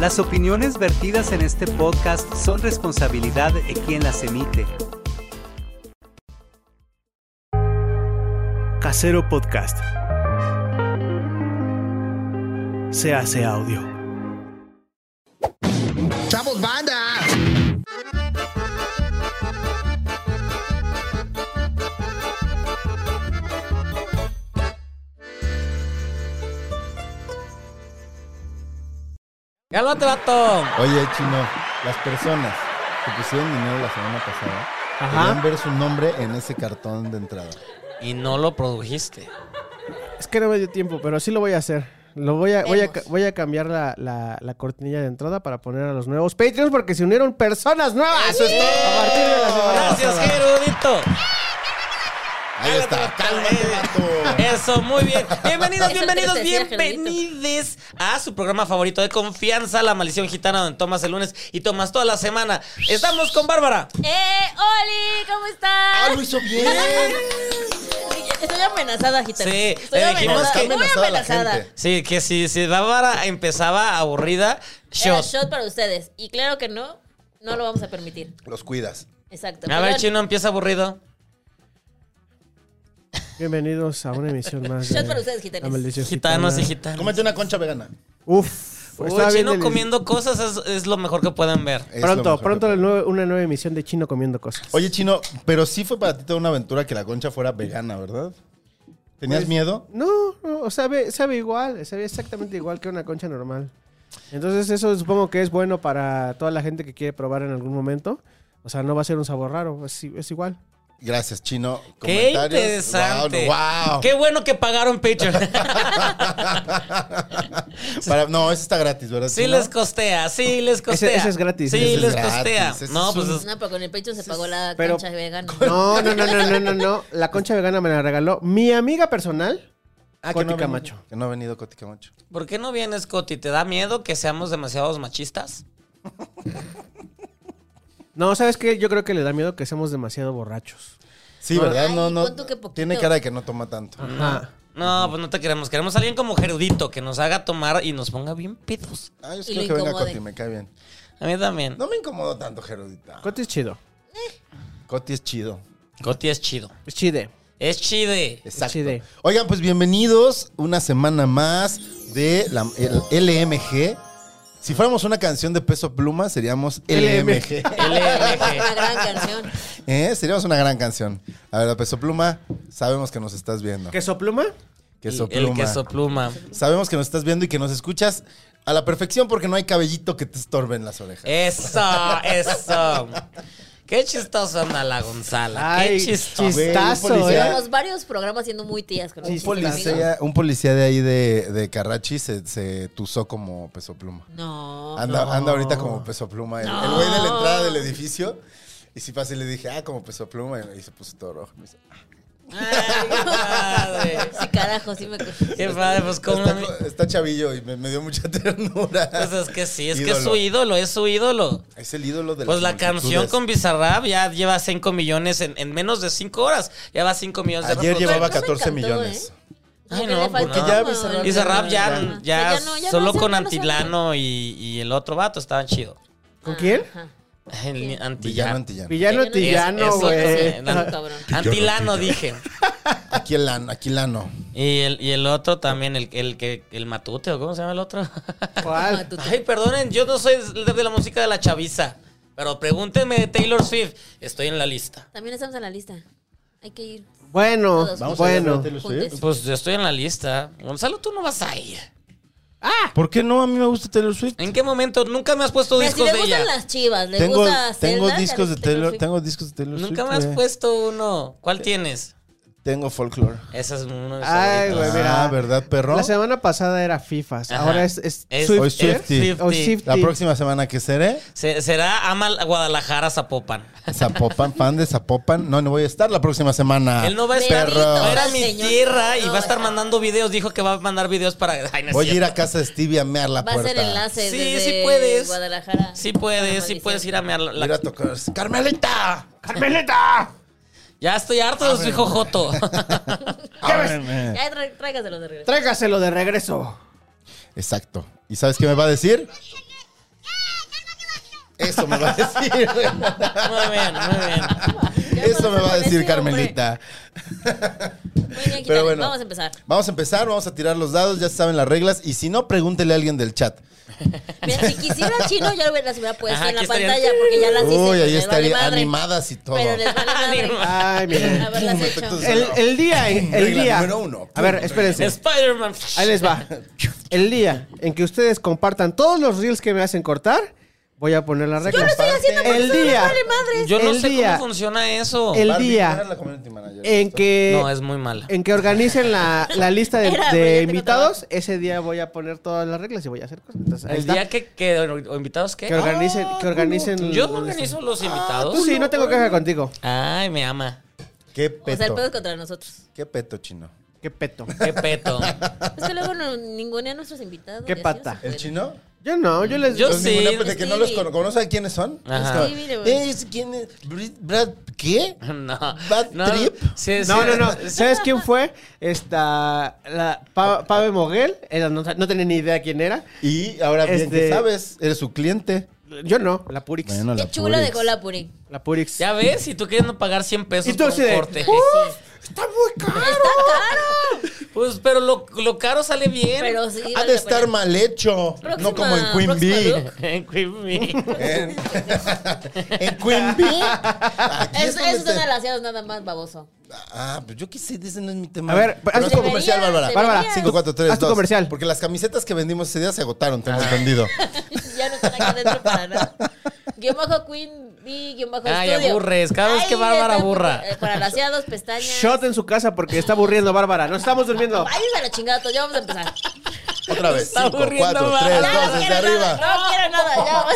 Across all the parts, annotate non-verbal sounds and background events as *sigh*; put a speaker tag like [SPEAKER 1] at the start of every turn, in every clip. [SPEAKER 1] Las opiniones vertidas en este podcast son responsabilidad de quien las emite.
[SPEAKER 2] Casero Podcast. Se hace audio.
[SPEAKER 3] ¡Chavos, banda!
[SPEAKER 4] ¡Galote, vato!
[SPEAKER 5] Oye, chino, las personas que pusieron dinero la semana pasada podían ver su nombre en ese cartón de entrada.
[SPEAKER 4] Y no lo produjiste.
[SPEAKER 6] Es que no me dio tiempo, pero sí lo voy a hacer. Lo voy a, voy a, ca- voy a cambiar la, la- la cortinilla de entrada para poner a los nuevos Patreons porque se unieron personas
[SPEAKER 5] ¡Ah,
[SPEAKER 6] nuevas.
[SPEAKER 4] ¡Eso es todo!
[SPEAKER 6] A partir de la semana
[SPEAKER 4] Gracias,
[SPEAKER 6] pasada.
[SPEAKER 4] Gerudito.
[SPEAKER 5] Ahí está.
[SPEAKER 4] Cálmate,
[SPEAKER 5] Cálmate, vato.
[SPEAKER 4] Eso, muy bien.
[SPEAKER 5] *laughs*
[SPEAKER 4] Bienvenidos,
[SPEAKER 7] Eso es lo que
[SPEAKER 4] bienvenidos,
[SPEAKER 7] te decía, Gerudito.
[SPEAKER 4] bienvenides a su programa favorito de confianza, La Maldición Gitana, donde tomas el lunes y tomas toda la semana. Estamos con Bárbara.
[SPEAKER 7] ¡Eh, Oli! ¿Cómo
[SPEAKER 5] Ah,
[SPEAKER 7] estás?
[SPEAKER 5] lo hizo bien.
[SPEAKER 7] Estoy amenazada, gitana.
[SPEAKER 4] Sí,
[SPEAKER 7] Estoy
[SPEAKER 4] le dijimos
[SPEAKER 7] amenazada,
[SPEAKER 4] que-
[SPEAKER 7] muy
[SPEAKER 5] Amenazada la
[SPEAKER 7] amenazada.
[SPEAKER 5] gente.
[SPEAKER 4] Sí, que si, si Bárbara empezaba aburrida,
[SPEAKER 7] Era
[SPEAKER 4] shot.
[SPEAKER 7] shot para ustedes. Y claro que no, no lo vamos a permitir.
[SPEAKER 5] Los cuidas.
[SPEAKER 7] Exacto.
[SPEAKER 4] A ver,
[SPEAKER 7] Perdón.
[SPEAKER 4] Chino, empieza aburrido.
[SPEAKER 6] Bienvenidos a una emisión más.
[SPEAKER 7] Shot para ustedes, gitanes.
[SPEAKER 6] La Ah, maldición
[SPEAKER 4] Gitanos y
[SPEAKER 6] gitana.
[SPEAKER 4] gitanos.
[SPEAKER 5] Cómete una concha vegana.
[SPEAKER 6] Uf,
[SPEAKER 4] Uy,
[SPEAKER 6] estaba
[SPEAKER 4] Chino
[SPEAKER 6] bien deli-
[SPEAKER 4] comiendo cosas es, es lo mejor que pueden ver.
[SPEAKER 5] Es lo
[SPEAKER 6] Pronto,
[SPEAKER 5] mejor
[SPEAKER 6] pronto
[SPEAKER 5] que-
[SPEAKER 6] el nuevo- una nueva emisión de Chino comiendo cosas.
[SPEAKER 5] Oye, chino, pero sí fue para ti toda una aventura que la concha fuera vegana, ¿verdad? ¿Tenías
[SPEAKER 6] Pues-
[SPEAKER 5] miedo?
[SPEAKER 6] No, no, o sea, ve- sabe igual, sabe exactamente igual que una concha normal. Entonces eso supongo que es bueno para toda la gente que quiere probar en algún momento. O sea, no va a ser un sabor raro, es, i- es igual.
[SPEAKER 5] Gracias, chino.
[SPEAKER 4] Qué
[SPEAKER 5] Comentarios.
[SPEAKER 4] interesante.
[SPEAKER 5] Wow.
[SPEAKER 4] Qué bueno que pagaron
[SPEAKER 5] *laughs*
[SPEAKER 4] Patreon. *laughs*
[SPEAKER 5] Para- no, ese está gratis, ¿verdad?
[SPEAKER 4] Sí
[SPEAKER 5] chino?
[SPEAKER 4] les costea, sí les costea.
[SPEAKER 6] ese es gratis,
[SPEAKER 4] Sí
[SPEAKER 6] ese
[SPEAKER 5] es
[SPEAKER 4] les
[SPEAKER 5] gratis,
[SPEAKER 4] costea.
[SPEAKER 5] ese es
[SPEAKER 4] No, pues
[SPEAKER 5] un-
[SPEAKER 4] es-
[SPEAKER 7] No, pero con el pecho se pagó la
[SPEAKER 6] Pero-
[SPEAKER 7] cancha vegana.
[SPEAKER 6] No, no, no, no, no, no, no. La concha vegana me la regaló mi amiga personal.
[SPEAKER 5] Ah, que
[SPEAKER 6] Coti
[SPEAKER 5] no ha venido-
[SPEAKER 6] Camacho.
[SPEAKER 5] Que no ha venido Coti Camacho.
[SPEAKER 4] ¿por qué no vienes, Coti? ¿Te da miedo que seamos demasiados machistas?
[SPEAKER 6] No, ¿sabes qué? Yo creo que le da miedo que seamos demasiado borrachos.
[SPEAKER 5] Sí, ¿verdad?
[SPEAKER 7] Ay,
[SPEAKER 5] No, no.
[SPEAKER 7] pon tú que poquito. Ah.
[SPEAKER 5] Tiene cara de que no toma tanto.
[SPEAKER 6] Ajá.
[SPEAKER 4] No, pues no te queremos. Queremos a alguien como Gerudito que nos haga tomar y nos ponga bien pedos.
[SPEAKER 5] Ah, yo sí
[SPEAKER 7] Y
[SPEAKER 5] creo que
[SPEAKER 7] lo
[SPEAKER 5] venga
[SPEAKER 7] incomoden.
[SPEAKER 5] Coti, me cae bien.
[SPEAKER 4] A mí también.
[SPEAKER 5] No me incomodo tanto, Gerudita.
[SPEAKER 6] Coti es chido.
[SPEAKER 5] Coti es chido.
[SPEAKER 4] Coti es chido.
[SPEAKER 6] Es chide.
[SPEAKER 4] Es chide.
[SPEAKER 5] Exacto.
[SPEAKER 6] chide.
[SPEAKER 5] Oigan, pues bienvenidos una semana más de la, el LMG. Si fuéramos una canción de peso pluma, seríamos LMG.
[SPEAKER 7] *laughs* Una gran canción.
[SPEAKER 5] *laughs* ¿Eh? Seríamos una gran canción. A ver, peso pluma, sabemos que nos estás viendo.
[SPEAKER 6] ¿Queso pluma?
[SPEAKER 5] Queso
[SPEAKER 4] El
[SPEAKER 5] pluma.
[SPEAKER 4] queso pluma.
[SPEAKER 5] Sabemos que nos estás viendo y que nos escuchas a la perfección porque no hay cabellito que te estorbe en las orejas.
[SPEAKER 4] Eso, eso. Qué chistosa anda la Gonzala. Qué
[SPEAKER 6] Ay,
[SPEAKER 4] chistosa.
[SPEAKER 5] Güey, un
[SPEAKER 6] chistazo,
[SPEAKER 5] policía-
[SPEAKER 6] ¿eh?
[SPEAKER 7] Llevamos varios programas siendo muy tías con
[SPEAKER 5] Un
[SPEAKER 7] nuestros amigos.
[SPEAKER 5] policía, un policía de ahí de, de Carrachi se, se tuzó como peso pluma.
[SPEAKER 7] No.
[SPEAKER 5] Anda, anda ahorita como peso pluma. El, el güey de la entrada del edificio. Y si pasé y le dije, ah, como peso pluma. Y, y se puso todo rojo. Me dice,
[SPEAKER 4] Ay, qué padre.
[SPEAKER 7] *laughs* Sí, carajo, sí me.
[SPEAKER 4] Qué padre, pues cómo.
[SPEAKER 5] Este, está, está chavillo y me, me dio mucha *laughs* ternura.
[SPEAKER 4] Pues es que sí, es que es
[SPEAKER 5] Ídolo.
[SPEAKER 4] su ídolo, es su ídolo.
[SPEAKER 5] Es el ídolo de
[SPEAKER 4] Pues
[SPEAKER 5] las
[SPEAKER 4] la canción
[SPEAKER 5] multitudes.
[SPEAKER 4] con Bizarrap ya lleva 5 millones en, en menos de 5 horas. Ya va 5 millones de
[SPEAKER 5] Ayer
[SPEAKER 4] reproducciones.
[SPEAKER 5] llevaba
[SPEAKER 7] Pero no me
[SPEAKER 5] 14
[SPEAKER 7] encantó,
[SPEAKER 5] millones.
[SPEAKER 4] Ay,
[SPEAKER 7] Porque
[SPEAKER 4] no,
[SPEAKER 7] le faltó
[SPEAKER 4] porque
[SPEAKER 5] ya
[SPEAKER 7] como
[SPEAKER 5] Bizarrap
[SPEAKER 7] el-
[SPEAKER 4] Bizarrap ya,
[SPEAKER 7] Ajá.
[SPEAKER 4] ya,
[SPEAKER 7] Sí, no- ya no
[SPEAKER 4] solo
[SPEAKER 7] hace,
[SPEAKER 4] con
[SPEAKER 7] ya no hace.
[SPEAKER 4] Antilano y, y el otro vato estaban chido.
[SPEAKER 6] ¿Con quién?
[SPEAKER 7] Ajá.
[SPEAKER 5] Pues
[SPEAKER 4] El
[SPEAKER 5] Villano *laughs*
[SPEAKER 4] Antillano.
[SPEAKER 5] antillano.
[SPEAKER 6] Villano
[SPEAKER 7] Es-
[SPEAKER 6] Tillano,
[SPEAKER 4] es-
[SPEAKER 6] güey.
[SPEAKER 4] es-
[SPEAKER 7] Ah, cabrón.
[SPEAKER 4] Antilano dije.
[SPEAKER 5] Aquilano, Aquilano.
[SPEAKER 4] Y el, y el otro también, el, el que el Matute, o cómo se llama el otro. *laughs*
[SPEAKER 6] ¿Cuál?
[SPEAKER 4] Ay, perdonen, yo no soy de de la música de la chaviza. Pero pregúntenme de Taylor Swift. Estoy en la lista.
[SPEAKER 7] También estamos en la lista. Hay que ir.
[SPEAKER 6] Bueno,
[SPEAKER 7] Todos
[SPEAKER 5] Vamos a
[SPEAKER 6] bueno.
[SPEAKER 5] ver,
[SPEAKER 7] juntos.
[SPEAKER 4] Pues yo estoy en la lista. Gonzalo, tú no vas a ir.
[SPEAKER 5] ¿Por qué no? A mí me gusta Taylor Swift.
[SPEAKER 4] ¿En qué momento? Nunca me has puesto
[SPEAKER 7] Mira, si
[SPEAKER 4] discos
[SPEAKER 7] le
[SPEAKER 4] de
[SPEAKER 7] gustan
[SPEAKER 4] ella.
[SPEAKER 7] las chivas, le
[SPEAKER 5] Tengo,
[SPEAKER 7] gusta
[SPEAKER 5] tengo
[SPEAKER 7] Zelda, ya
[SPEAKER 5] discos de
[SPEAKER 7] le-
[SPEAKER 5] Taylor,
[SPEAKER 7] Swift.
[SPEAKER 5] tengo discos de Taylor Swift. eh.
[SPEAKER 4] Nunca me has
[SPEAKER 5] güey.
[SPEAKER 4] puesto uno. ¿Cuál tienes?
[SPEAKER 5] Tengo folklore.
[SPEAKER 4] Ese es uno de mis
[SPEAKER 6] Ay,
[SPEAKER 4] favoritos.
[SPEAKER 6] güey, mira.
[SPEAKER 5] Ah, ¿verdad, perro?
[SPEAKER 6] La semana pasada era FIFAs,
[SPEAKER 4] Ajá.
[SPEAKER 6] ahora es, es
[SPEAKER 4] Es-
[SPEAKER 6] Swift-
[SPEAKER 5] Hoy
[SPEAKER 4] es
[SPEAKER 5] Swiftie.
[SPEAKER 4] Swiftie.
[SPEAKER 6] o Sifty.
[SPEAKER 5] La próxima semana que seré,
[SPEAKER 4] Se- será Ama Guadalajara Zapopan.
[SPEAKER 5] Zapopan, fan de Zapopan. No, no voy a estar la próxima semana.
[SPEAKER 4] Él no va a
[SPEAKER 7] Bendito
[SPEAKER 4] estar,
[SPEAKER 5] perro.
[SPEAKER 4] va a ir a mi
[SPEAKER 7] señor.
[SPEAKER 4] tierra y
[SPEAKER 7] No,
[SPEAKER 4] va a estar
[SPEAKER 7] no.
[SPEAKER 4] mandando videos. Dijo que va a mandar videos para. Ay, no es
[SPEAKER 5] Voy a ir
[SPEAKER 4] cierto.
[SPEAKER 5] a casa de Stevie a mear la
[SPEAKER 7] Va a
[SPEAKER 5] puerta.
[SPEAKER 7] ser enlace
[SPEAKER 4] Sí,
[SPEAKER 7] desde
[SPEAKER 4] sí puedes.
[SPEAKER 7] Guadalajara.
[SPEAKER 4] Sí puedes,
[SPEAKER 7] Ah,
[SPEAKER 4] sí
[SPEAKER 7] maldición.
[SPEAKER 4] puedes ir a mear la- la-
[SPEAKER 5] Ir a tocar. ¡Carmelita! *laughs*
[SPEAKER 4] Ya estoy
[SPEAKER 6] Ah,
[SPEAKER 4] harto de su
[SPEAKER 6] *laughs*
[SPEAKER 4] hijo Joto.
[SPEAKER 5] Ábreme.
[SPEAKER 7] Ya tra- tráigaselo de regreso.
[SPEAKER 6] Tráigaselo de regreso.
[SPEAKER 5] Exacto. ¿Y sabes qué me va a decir? Eso me va a decir.
[SPEAKER 4] muy bien, muy bien.
[SPEAKER 7] Ya
[SPEAKER 5] Eso me va a
[SPEAKER 7] con
[SPEAKER 5] decir
[SPEAKER 7] ese
[SPEAKER 5] Carmelita.
[SPEAKER 7] hombre. Muy bien,
[SPEAKER 5] Pero
[SPEAKER 7] Pero
[SPEAKER 5] bueno.
[SPEAKER 7] Vamos a empezar.
[SPEAKER 5] Vamos a empezar, vamos a tirar los dados, ya saben las reglas. Y si no, pregúntele a alguien del chat.
[SPEAKER 7] Mira, si quisiera chino, ya hubiera- las hubiera puesto
[SPEAKER 4] Ajá,
[SPEAKER 7] en la
[SPEAKER 4] aquí estarían.
[SPEAKER 7] pantalla porque ya las hice.
[SPEAKER 5] Uy,
[SPEAKER 7] pues,
[SPEAKER 5] ahí
[SPEAKER 7] les vale
[SPEAKER 5] estaría
[SPEAKER 7] madre.
[SPEAKER 5] animadas y todo.
[SPEAKER 7] Pero les vale madre.
[SPEAKER 4] Anima.
[SPEAKER 6] Ay, miren.
[SPEAKER 5] *laughs*
[SPEAKER 7] Haberlas
[SPEAKER 5] Pum,
[SPEAKER 7] hecho.
[SPEAKER 5] efectos de
[SPEAKER 6] El,
[SPEAKER 5] sonido.
[SPEAKER 6] el día, en- el
[SPEAKER 5] Regla
[SPEAKER 6] día.
[SPEAKER 5] número uno.
[SPEAKER 6] A ver, espérense.
[SPEAKER 4] Spider-Man.
[SPEAKER 6] Ahí les va. El día en que ustedes compartan todos los reels que me hacen cortar, voy a poner las reglas.
[SPEAKER 7] Yo lo estoy haciendo porque
[SPEAKER 6] El
[SPEAKER 7] ustedes les
[SPEAKER 6] día.
[SPEAKER 7] vale madre.
[SPEAKER 4] Yo no
[SPEAKER 6] El
[SPEAKER 4] sé
[SPEAKER 6] día-
[SPEAKER 4] cómo funciona eso.
[SPEAKER 6] el
[SPEAKER 5] Barbie,
[SPEAKER 6] día
[SPEAKER 5] ¿cuál era la community manager?
[SPEAKER 6] En que,
[SPEAKER 4] No, es muy mala.
[SPEAKER 6] en que organicen la, la lista de,
[SPEAKER 7] Era,
[SPEAKER 6] de
[SPEAKER 7] pero ya tengo
[SPEAKER 6] invitados, ese día voy a poner todas las reglas y voy a hacer cosas. Entonces, ahí
[SPEAKER 4] El
[SPEAKER 6] está.
[SPEAKER 4] día que, que o invitados qué? Ah,
[SPEAKER 6] que organicen, que organicen.
[SPEAKER 4] Yo no organizo los
[SPEAKER 5] Ah,
[SPEAKER 4] invitados.
[SPEAKER 6] Ah, Tú sí, no tengo queja contigo.
[SPEAKER 4] Ay, me ama.
[SPEAKER 5] Qué
[SPEAKER 7] O sea, el
[SPEAKER 5] peto.
[SPEAKER 7] pedo es contra nosotros.
[SPEAKER 5] Qué peto, chino.
[SPEAKER 6] Qué peto.
[SPEAKER 5] *laughs*
[SPEAKER 4] Qué peto.
[SPEAKER 7] Es que luego no, ninguno de nuestros invitados.
[SPEAKER 6] Qué
[SPEAKER 7] y así no se
[SPEAKER 6] pata.
[SPEAKER 7] puede.
[SPEAKER 5] ¿El chino?
[SPEAKER 6] Yo no, yo les.
[SPEAKER 4] Yo
[SPEAKER 5] Los
[SPEAKER 4] sí.
[SPEAKER 5] ninguna- de que no los
[SPEAKER 7] Sí.
[SPEAKER 5] cono- conocen quiénes son.
[SPEAKER 4] Ajá.
[SPEAKER 5] Es como,
[SPEAKER 7] Sí, güey.
[SPEAKER 5] ¿Es quién es? Brit- ¿Brad qué?
[SPEAKER 4] No.
[SPEAKER 5] Bad
[SPEAKER 4] no,
[SPEAKER 5] trip.
[SPEAKER 4] sí, sí.
[SPEAKER 6] No, no, no. ¿Sabes quién fue? Esta. La, Pa- Pave Moguel. Era- no, no tenía ni idea quién era.
[SPEAKER 5] Y ahora bien
[SPEAKER 6] Este-
[SPEAKER 5] que sabes, eres su cliente.
[SPEAKER 6] Yo no, la Purix.
[SPEAKER 7] Qué chulo dejó la Puri.
[SPEAKER 6] La Purix.
[SPEAKER 4] Ya ves, y tú queriendo pagar 100 pesos
[SPEAKER 6] Y tú
[SPEAKER 4] por
[SPEAKER 6] así
[SPEAKER 4] un
[SPEAKER 6] de-
[SPEAKER 4] corte.
[SPEAKER 5] Está muy caro.
[SPEAKER 7] Está caro.
[SPEAKER 4] Pues, pero lo, lo caro sale bien. *laughs*
[SPEAKER 7] Pero sí.
[SPEAKER 5] Ha
[SPEAKER 7] vale
[SPEAKER 5] de
[SPEAKER 7] la
[SPEAKER 5] estar
[SPEAKER 7] pena.
[SPEAKER 5] mal hecho.
[SPEAKER 7] Próxima-
[SPEAKER 5] no como en Queen
[SPEAKER 7] próxima
[SPEAKER 5] Bee.
[SPEAKER 7] look.
[SPEAKER 4] En Queen Bee.
[SPEAKER 5] En, en
[SPEAKER 7] *laughs*
[SPEAKER 5] Queen Bee. aquí
[SPEAKER 7] Es,
[SPEAKER 5] donde
[SPEAKER 7] es
[SPEAKER 5] está-
[SPEAKER 7] una alaciados nada más baboso. *laughs*
[SPEAKER 5] Ah, pues yo qué sé, ese no es mi tema.
[SPEAKER 6] A ver,
[SPEAKER 5] haz
[SPEAKER 6] haz
[SPEAKER 5] tu
[SPEAKER 6] tu-
[SPEAKER 5] comercial, Bárbara.
[SPEAKER 7] Deberías,
[SPEAKER 6] Bárbara,
[SPEAKER 7] deberías.
[SPEAKER 5] Cinco, cuatro, tres,
[SPEAKER 6] Haz tu
[SPEAKER 5] dos.
[SPEAKER 6] comercial.
[SPEAKER 5] Porque las camisetas que vendimos ese día se agotaron, tengo
[SPEAKER 7] *laughs*
[SPEAKER 5] entendido.
[SPEAKER 7] ya no están aquí adentro para nada. Guión bajo Queen B, guión bajo
[SPEAKER 4] Ay,
[SPEAKER 7] estudio.
[SPEAKER 4] aburres. Cada vez que
[SPEAKER 7] Ahí
[SPEAKER 4] Bárbara
[SPEAKER 7] está,
[SPEAKER 4] aburra.
[SPEAKER 7] eh, Para alaciados, pestañas.
[SPEAKER 6] Shot en su casa porque está aburriendo Bárbara. No estamos durmiendo.
[SPEAKER 7] Váyanse a la chingada, todos, ya vamos a empezar.
[SPEAKER 5] *laughs* Otra vez.
[SPEAKER 4] Está
[SPEAKER 5] Cinco,
[SPEAKER 4] aburriendo
[SPEAKER 5] cuatro,
[SPEAKER 4] más.
[SPEAKER 5] tres,
[SPEAKER 4] Ya,
[SPEAKER 5] dos,
[SPEAKER 7] no
[SPEAKER 5] desde
[SPEAKER 7] quiero
[SPEAKER 5] arriba.
[SPEAKER 7] nada, no quiero nada, ya vamos.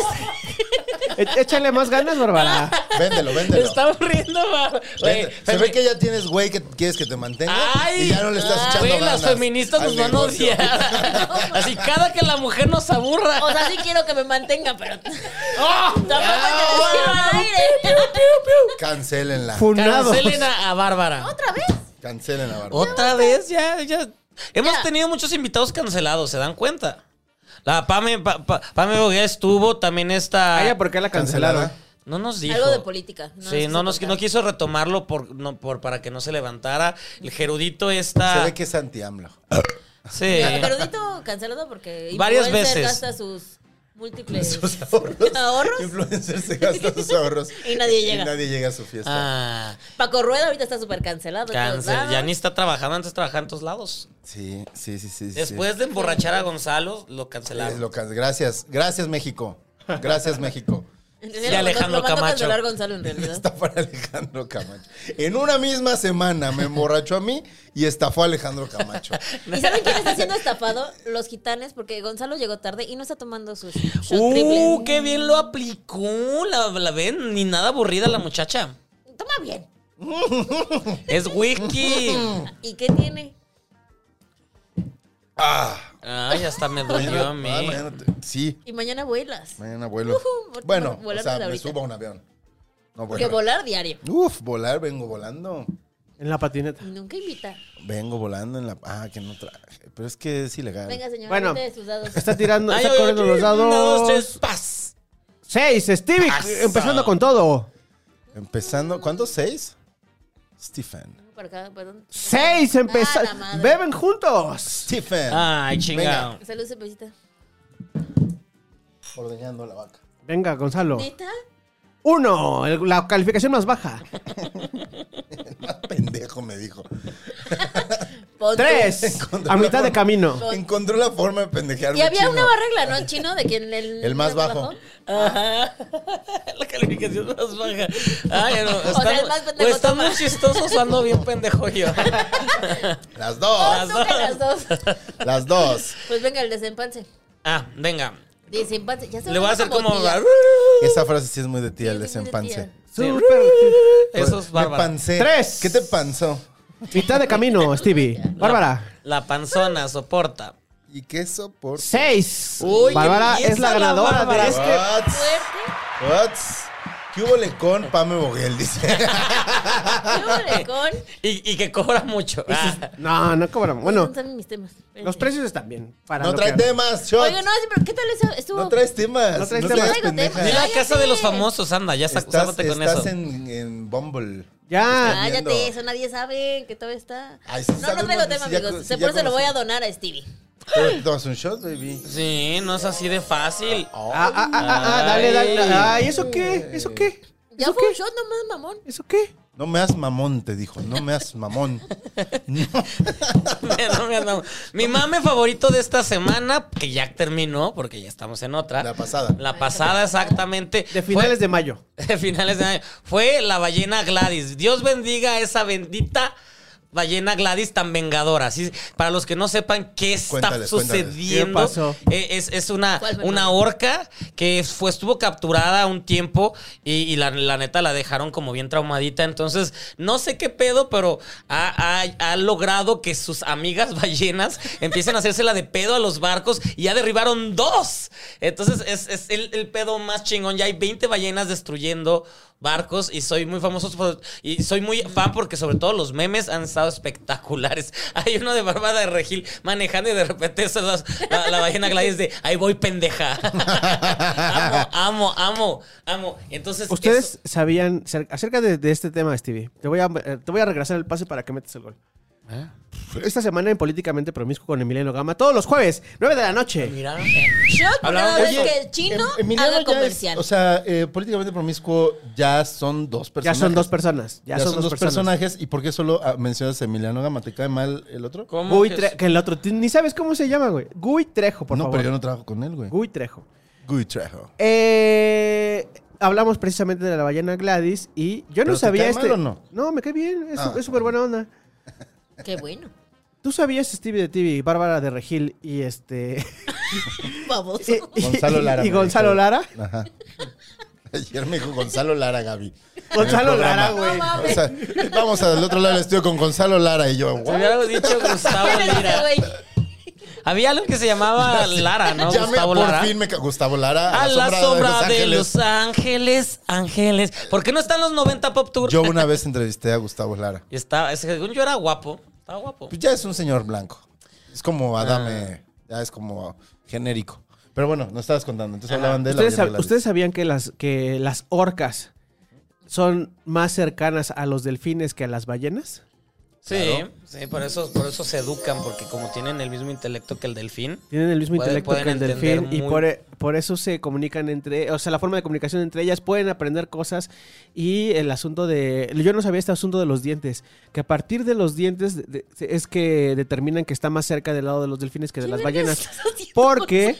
[SPEAKER 6] E- Échale más ganas, Bárbara.
[SPEAKER 4] Ah,
[SPEAKER 5] Véndelo, véndelo.
[SPEAKER 4] Está aburriendo, va. Güey,
[SPEAKER 5] Vende- Se ve
[SPEAKER 4] femi-
[SPEAKER 5] que ya tienes güey que quieres que te mantenga
[SPEAKER 4] Ay,
[SPEAKER 5] y ya no le estás echando
[SPEAKER 4] Güey,
[SPEAKER 5] ganas
[SPEAKER 4] las feministas nos
[SPEAKER 5] al
[SPEAKER 4] van a
[SPEAKER 5] negocio.
[SPEAKER 4] odiar.
[SPEAKER 5] *laughs*
[SPEAKER 4] Así cada que la mujer nos aburra.
[SPEAKER 7] O sea, sí quiero que me mantenga, pero. *laughs*
[SPEAKER 4] ¡Oh!
[SPEAKER 7] Tampoco hay que decirlo al aire.
[SPEAKER 5] Cancélenla.
[SPEAKER 6] Funados.
[SPEAKER 4] Cancelen a, a Bárbara.
[SPEAKER 7] Otra vez.
[SPEAKER 5] Cancelen la barba.
[SPEAKER 4] Otra vez, ya, ya. Hemos
[SPEAKER 7] Ya.
[SPEAKER 4] tenido muchos invitados cancelados, ¿se dan cuenta? La Pame, pa, pa- Pame Bogué estuvo, también
[SPEAKER 6] Ah,
[SPEAKER 4] está.
[SPEAKER 6] ya, ¿por qué la cancelaron?
[SPEAKER 4] No nos dijo.
[SPEAKER 7] Algo de política. No
[SPEAKER 4] sí,
[SPEAKER 7] quiso
[SPEAKER 4] no, nos, no
[SPEAKER 7] contar.
[SPEAKER 4] quiso retomarlo por, no, por, para que no se levantara. El Gerudito está.
[SPEAKER 5] Se ve que es
[SPEAKER 4] *laughs*
[SPEAKER 5] anti-AMLO.
[SPEAKER 4] Sí.
[SPEAKER 7] El Perudito cancelado porque.
[SPEAKER 4] Varias
[SPEAKER 7] influencer
[SPEAKER 4] veces.
[SPEAKER 7] gasta sus múltiples.
[SPEAKER 4] *laughs*
[SPEAKER 5] ahorros.
[SPEAKER 7] ¿Ahorros?
[SPEAKER 5] Influencers se gastan sus ahorros.
[SPEAKER 7] *laughs* Y nadie llega.
[SPEAKER 5] Y nadie llega a su fiesta.
[SPEAKER 4] Ah,
[SPEAKER 7] Paco Rueda ahorita está súper cancelado. en todos
[SPEAKER 4] cáncer.
[SPEAKER 7] lados.
[SPEAKER 4] Ya
[SPEAKER 7] *laughs*
[SPEAKER 4] ni está trabajando, antes trabajaba en todos lados.
[SPEAKER 5] Sí, sí, sí, sí. sí.
[SPEAKER 4] Después de emborrachar a Gonzalo, lo
[SPEAKER 5] Es
[SPEAKER 4] cancelaron.
[SPEAKER 5] lo can- Gracias, gracias México. Gracias México. *laughs*
[SPEAKER 7] En
[SPEAKER 4] Y
[SPEAKER 7] realidad, lo-
[SPEAKER 4] Alejandro
[SPEAKER 7] lo mandó
[SPEAKER 4] Camacho.
[SPEAKER 7] cancelar Gonzalo en realidad.
[SPEAKER 5] Está para Alejandro Camacho. En una misma semana me emborrachó a mí y estafó a Alejandro
[SPEAKER 4] *laughs*
[SPEAKER 5] Camacho.
[SPEAKER 7] ¿Y saben quién está siendo estafado? Los gitanes, porque Gonzalo llegó tarde y no está tomando sus shot
[SPEAKER 4] ¡Uh!
[SPEAKER 7] triple.
[SPEAKER 4] ¡Qué bien lo aplicó! La, la ven, ni nada aburrida la muchacha.
[SPEAKER 7] Toma bien.
[SPEAKER 4] Es whisky.
[SPEAKER 7] *laughs* ¿Y qué tiene?
[SPEAKER 4] Ay, hasta me dolió a mí.
[SPEAKER 5] Ah, mañana te- sí,
[SPEAKER 7] Y mañana vuelas.
[SPEAKER 5] mañana vuelo.
[SPEAKER 7] Ujú, vol-
[SPEAKER 5] Bueno,
[SPEAKER 7] vol-
[SPEAKER 5] o
[SPEAKER 7] volar
[SPEAKER 5] sea,
[SPEAKER 7] desde
[SPEAKER 5] me
[SPEAKER 7] ahorita.
[SPEAKER 5] subo a un avión. No
[SPEAKER 7] Porque
[SPEAKER 5] vuelo.
[SPEAKER 7] volar diario.
[SPEAKER 5] Uf, volar, vengo volando.
[SPEAKER 6] En la patineta.
[SPEAKER 7] Y nunca invita.
[SPEAKER 5] Vengo volando en la. Ah, que no traje. Pero es que es ilegal.
[SPEAKER 7] Venga, señor,
[SPEAKER 6] Bueno.
[SPEAKER 7] bueno. sus dados.
[SPEAKER 6] Está tirando,
[SPEAKER 4] Ay,
[SPEAKER 6] está
[SPEAKER 4] ay,
[SPEAKER 6] corriendo
[SPEAKER 4] ay,
[SPEAKER 6] los
[SPEAKER 4] uno, dos, tres,
[SPEAKER 6] dados.
[SPEAKER 4] ¡Paz!
[SPEAKER 6] Seis, Stevie,
[SPEAKER 4] Asa.
[SPEAKER 6] empezando con todo.
[SPEAKER 5] Empezando. ¿Cuántos? ¿Seis? Stephen.
[SPEAKER 7] Por acá, perdón.
[SPEAKER 6] Seis, empezando.
[SPEAKER 7] Ah, la madre.
[SPEAKER 6] Beben juntos.
[SPEAKER 5] Stephen.
[SPEAKER 6] Ah.
[SPEAKER 4] Ay, chingado.
[SPEAKER 7] Salud, cepillita.
[SPEAKER 5] Ordeñando la vaca.
[SPEAKER 6] Venga, Gonzalo.
[SPEAKER 7] ¿Neta?
[SPEAKER 6] Uno, el- la calificación más baja.
[SPEAKER 5] Más pendejo me
[SPEAKER 7] *laughs*
[SPEAKER 5] dijo.
[SPEAKER 7] Pon tú.
[SPEAKER 6] Tres,
[SPEAKER 5] *laughs* Encontró
[SPEAKER 6] a
[SPEAKER 5] la
[SPEAKER 6] mitad de
[SPEAKER 5] forma-
[SPEAKER 6] camino.
[SPEAKER 5] Encontró la forma de pendejearme.
[SPEAKER 7] Y había
[SPEAKER 5] chino.
[SPEAKER 7] una regla, ¿no? En chino, de quien
[SPEAKER 5] *laughs*
[SPEAKER 7] el.
[SPEAKER 5] El más bajo.
[SPEAKER 7] Ajá.
[SPEAKER 4] *laughs* La calificación más baja. Ay, no.
[SPEAKER 7] O sea,
[SPEAKER 4] Están,
[SPEAKER 7] el más pendejo
[SPEAKER 4] o están
[SPEAKER 7] toma.
[SPEAKER 4] muy chistosos o ando bien pendejo yo. *laughs*
[SPEAKER 5] Las
[SPEAKER 7] Oh,
[SPEAKER 5] dos.
[SPEAKER 7] tú que las dos.
[SPEAKER 5] Las dos.
[SPEAKER 7] Pues venga, el desempance.
[SPEAKER 4] Ah, venga.
[SPEAKER 7] Desempance. Ya se
[SPEAKER 4] Le voy a
[SPEAKER 7] volvió
[SPEAKER 4] hacer como... *laughs*
[SPEAKER 7] tía.
[SPEAKER 5] Esa frase sí es muy de
[SPEAKER 7] Uh. Sí,
[SPEAKER 5] tía, el
[SPEAKER 7] es muy de
[SPEAKER 5] desempance.
[SPEAKER 7] tía.
[SPEAKER 4] Sí. Eso es
[SPEAKER 5] Me
[SPEAKER 4] bárbaro.
[SPEAKER 5] pancé.
[SPEAKER 6] Tres.
[SPEAKER 5] ¿Qué te panzó?
[SPEAKER 6] Mitad de camino, Stevie. Bárbara.
[SPEAKER 4] La panzona soporta.
[SPEAKER 5] ¿Y qué soporte?
[SPEAKER 6] Seis.
[SPEAKER 4] Uy, qué
[SPEAKER 6] Bárbara es
[SPEAKER 4] belleza
[SPEAKER 6] la
[SPEAKER 4] la
[SPEAKER 6] ganadora de
[SPEAKER 4] Bárbara.
[SPEAKER 6] este.
[SPEAKER 5] What's-
[SPEAKER 7] Fuerte.
[SPEAKER 5] what's- ¿Qué hubo le con Pame
[SPEAKER 6] *laughs*
[SPEAKER 5] Boguel? Dice. *laughs*
[SPEAKER 7] Qué con.
[SPEAKER 4] Y, y que cobra mucho. Ah,
[SPEAKER 6] No, no cobramos. Bueno,
[SPEAKER 7] No saben mis temas.
[SPEAKER 6] los precios están bien. Para
[SPEAKER 5] No
[SPEAKER 6] lo
[SPEAKER 5] trae
[SPEAKER 6] que-
[SPEAKER 5] temas, shot.
[SPEAKER 7] Oiga, no, sí, pero ¿qué tal eso? Estuvo.
[SPEAKER 5] No traes temas.
[SPEAKER 6] No
[SPEAKER 5] No
[SPEAKER 6] traes
[SPEAKER 5] traes
[SPEAKER 6] temas.
[SPEAKER 7] Traigo temas.
[SPEAKER 4] Dile a
[SPEAKER 7] Cállate.
[SPEAKER 4] casa de los famosos, anda, ya está
[SPEAKER 5] Estás,
[SPEAKER 4] usándote con
[SPEAKER 5] estás
[SPEAKER 4] eso.
[SPEAKER 5] en, en Bumble.
[SPEAKER 6] Ya.
[SPEAKER 7] Cállate,
[SPEAKER 5] viendo.
[SPEAKER 7] eso nadie sabe que todo está.
[SPEAKER 5] Ay, sí
[SPEAKER 7] no,
[SPEAKER 5] sabemos,
[SPEAKER 7] no traigo tema,
[SPEAKER 5] si ya
[SPEAKER 7] amigos.
[SPEAKER 5] con- si
[SPEAKER 7] Se-
[SPEAKER 5] ya
[SPEAKER 7] por eso lo
[SPEAKER 5] conocí.
[SPEAKER 7] voy a donar a Stevie.
[SPEAKER 5] ¿Te tomas un shot, baby?
[SPEAKER 4] Sí, no es así de fácil.
[SPEAKER 6] Ah, ah, ah, ah, ah, dale, dale.
[SPEAKER 4] Ay.
[SPEAKER 6] Ay, ¿eso qué? ¿Eso qué?
[SPEAKER 7] Ya fue un shot nomás, mamón.
[SPEAKER 6] ¿Eso qué?
[SPEAKER 5] No me hagas mamón, te dijo. No me hagas
[SPEAKER 6] *laughs*
[SPEAKER 5] mamón.
[SPEAKER 4] No, no, no. Mi mame favorito de esta semana, que ya terminó, porque ya estamos en otra.
[SPEAKER 5] La pasada.
[SPEAKER 4] La pasada, exactamente.
[SPEAKER 6] De finales de mayo.
[SPEAKER 4] de finales de año. Fue la ballena Gladys. Dios bendiga a esa bendita ballena Gladys tan vengadora. Así, para los que no sepan qué está
[SPEAKER 5] Cuéntales, cuéntales.
[SPEAKER 4] sucediendo,
[SPEAKER 6] ¿Qué pasó?
[SPEAKER 4] eh, es, es una,
[SPEAKER 7] ¿Cuál fue?
[SPEAKER 4] una orca que fue, estuvo capturada un tiempo y, y la, la neta la dejaron como bien traumadita. Entonces, no sé qué pedo, pero ha, ha- ha logrado que sus amigas *laughs* ballenas empiecen a hacérsela de pedo a los barcos y ya derribaron dos. Entonces, es, es el, el pedo más chingón. Ya hay 20 ballenas destruyendo barcos y soy muy famoso por- y soy muy fan porque sobre todo los memes han estado espectaculares. *laughs* Hay uno de Barbada de Regil manejando y de repente se las- la, la ballena Gladys de ahí voy pendeja. *laughs* amo, amo, amo, amo. Entonces
[SPEAKER 6] Ustedes sabían cer- acerca de, de este tema, Stevie. Te voy, a, eh, te voy a regresar el pase para que metas el gol.
[SPEAKER 5] ¿Eh?
[SPEAKER 6] Esta semana en Políticamente Promiscuo con Emiliano Gama, todos los jueves, 9 de la
[SPEAKER 4] eso-
[SPEAKER 6] noche.
[SPEAKER 4] mira, eh,
[SPEAKER 7] Shot por
[SPEAKER 4] Hablamos
[SPEAKER 7] cada
[SPEAKER 4] de
[SPEAKER 7] vez
[SPEAKER 4] eso.
[SPEAKER 7] que el chino
[SPEAKER 5] Em- Emiliano
[SPEAKER 7] haga
[SPEAKER 5] ya es-
[SPEAKER 7] comercial.
[SPEAKER 5] o sea, eh, políticamente promiscuo ya son dos
[SPEAKER 6] Ya
[SPEAKER 5] personas.
[SPEAKER 6] son dos personas. Ya, son, dos personas.
[SPEAKER 5] personajes. ¿Y por qué solo ah, mencionas a Emiliano Gama? ¿Te cae mal el otro?
[SPEAKER 4] ¿cómo
[SPEAKER 6] Gui
[SPEAKER 4] que-
[SPEAKER 6] Tre- que el otro, ti- ni sabes cómo se llama, güey. Gui Trejo, por
[SPEAKER 5] no,
[SPEAKER 6] favor. Uh.
[SPEAKER 5] pero yo no trabajo con él, güey.
[SPEAKER 6] Gui Trejo.
[SPEAKER 5] Gui Trejo.
[SPEAKER 6] Eh, hablamos precisamente de la ballena Gladys y yo no
[SPEAKER 5] ¿Pero te
[SPEAKER 6] sabía
[SPEAKER 5] cae
[SPEAKER 6] este.
[SPEAKER 5] mal o no?
[SPEAKER 6] me cae bien. Es
[SPEAKER 5] Ah.
[SPEAKER 6] es súper buena onda.
[SPEAKER 7] Qué bueno.
[SPEAKER 6] ¿Tú sabías Stevie de TV, Bárbara de Regil y este. *laughs*
[SPEAKER 5] eh,
[SPEAKER 7] Vamos.
[SPEAKER 6] y- y-
[SPEAKER 5] Gonzalo Lara.
[SPEAKER 6] Y
[SPEAKER 5] me
[SPEAKER 6] Gonzalo
[SPEAKER 5] dijo.
[SPEAKER 6] Lara.
[SPEAKER 5] Ajá. *laughs* Ayer me dijo Gonzalo Lara, Gaby.
[SPEAKER 6] Gonzalo Lara,
[SPEAKER 7] *laughs*
[SPEAKER 5] *laughs*
[SPEAKER 7] No
[SPEAKER 6] güey.
[SPEAKER 5] O
[SPEAKER 7] mames.
[SPEAKER 5] sea, vamos al otro lado del estudio con Gonzalo Lara y yo.
[SPEAKER 4] Se
[SPEAKER 5] ¿what?
[SPEAKER 4] hubiera dicho
[SPEAKER 5] *laughs*
[SPEAKER 4] Gustavo
[SPEAKER 7] ¿Quién es ese
[SPEAKER 4] Lira.
[SPEAKER 7] güey?
[SPEAKER 4] Había algo que se llamaba Lara, ¿no?
[SPEAKER 5] Ya me-
[SPEAKER 4] Gustavo
[SPEAKER 5] por
[SPEAKER 4] Lara.
[SPEAKER 5] fin me ca- Gustavo Lara.
[SPEAKER 4] A la sombra de
[SPEAKER 5] Ángeles.
[SPEAKER 4] los ángeles, ángeles. ¿Por qué no están los 90 Pop Tour?
[SPEAKER 5] Yo una vez entrevisté a Gustavo Lara.
[SPEAKER 4] *laughs* Y estaba, según yo era guapo. Estaba guapo.
[SPEAKER 5] Pues ya es un señor blanco. Es como
[SPEAKER 6] Ah.
[SPEAKER 5] Adame. Ya es como genérico. Pero bueno, nos estabas contando. Entonces hablaban de él.
[SPEAKER 6] ¿Ustedes, sab- ustedes sabían que las, que las orcas son más cercanas a los delfines que a las ballenas?
[SPEAKER 4] Sí, sí, por eso, por eso se educan, porque como tienen el mismo intelecto que el delfín.
[SPEAKER 6] Tienen el mismo
[SPEAKER 4] Pueden-
[SPEAKER 6] intelecto
[SPEAKER 4] pueden
[SPEAKER 6] que el
[SPEAKER 4] entender
[SPEAKER 6] delfín y
[SPEAKER 4] muy-
[SPEAKER 6] por, e- por eso se comunican entre, o sea, la forma de comunicación entre ellas, pueden aprender cosas y el asunto de, yo no sabía este asunto de los dientes, que a partir de los dientes de- de- es que determinan que está más cerca del lado de los delfines que de las ballenas,
[SPEAKER 7] *laughs*
[SPEAKER 6] porque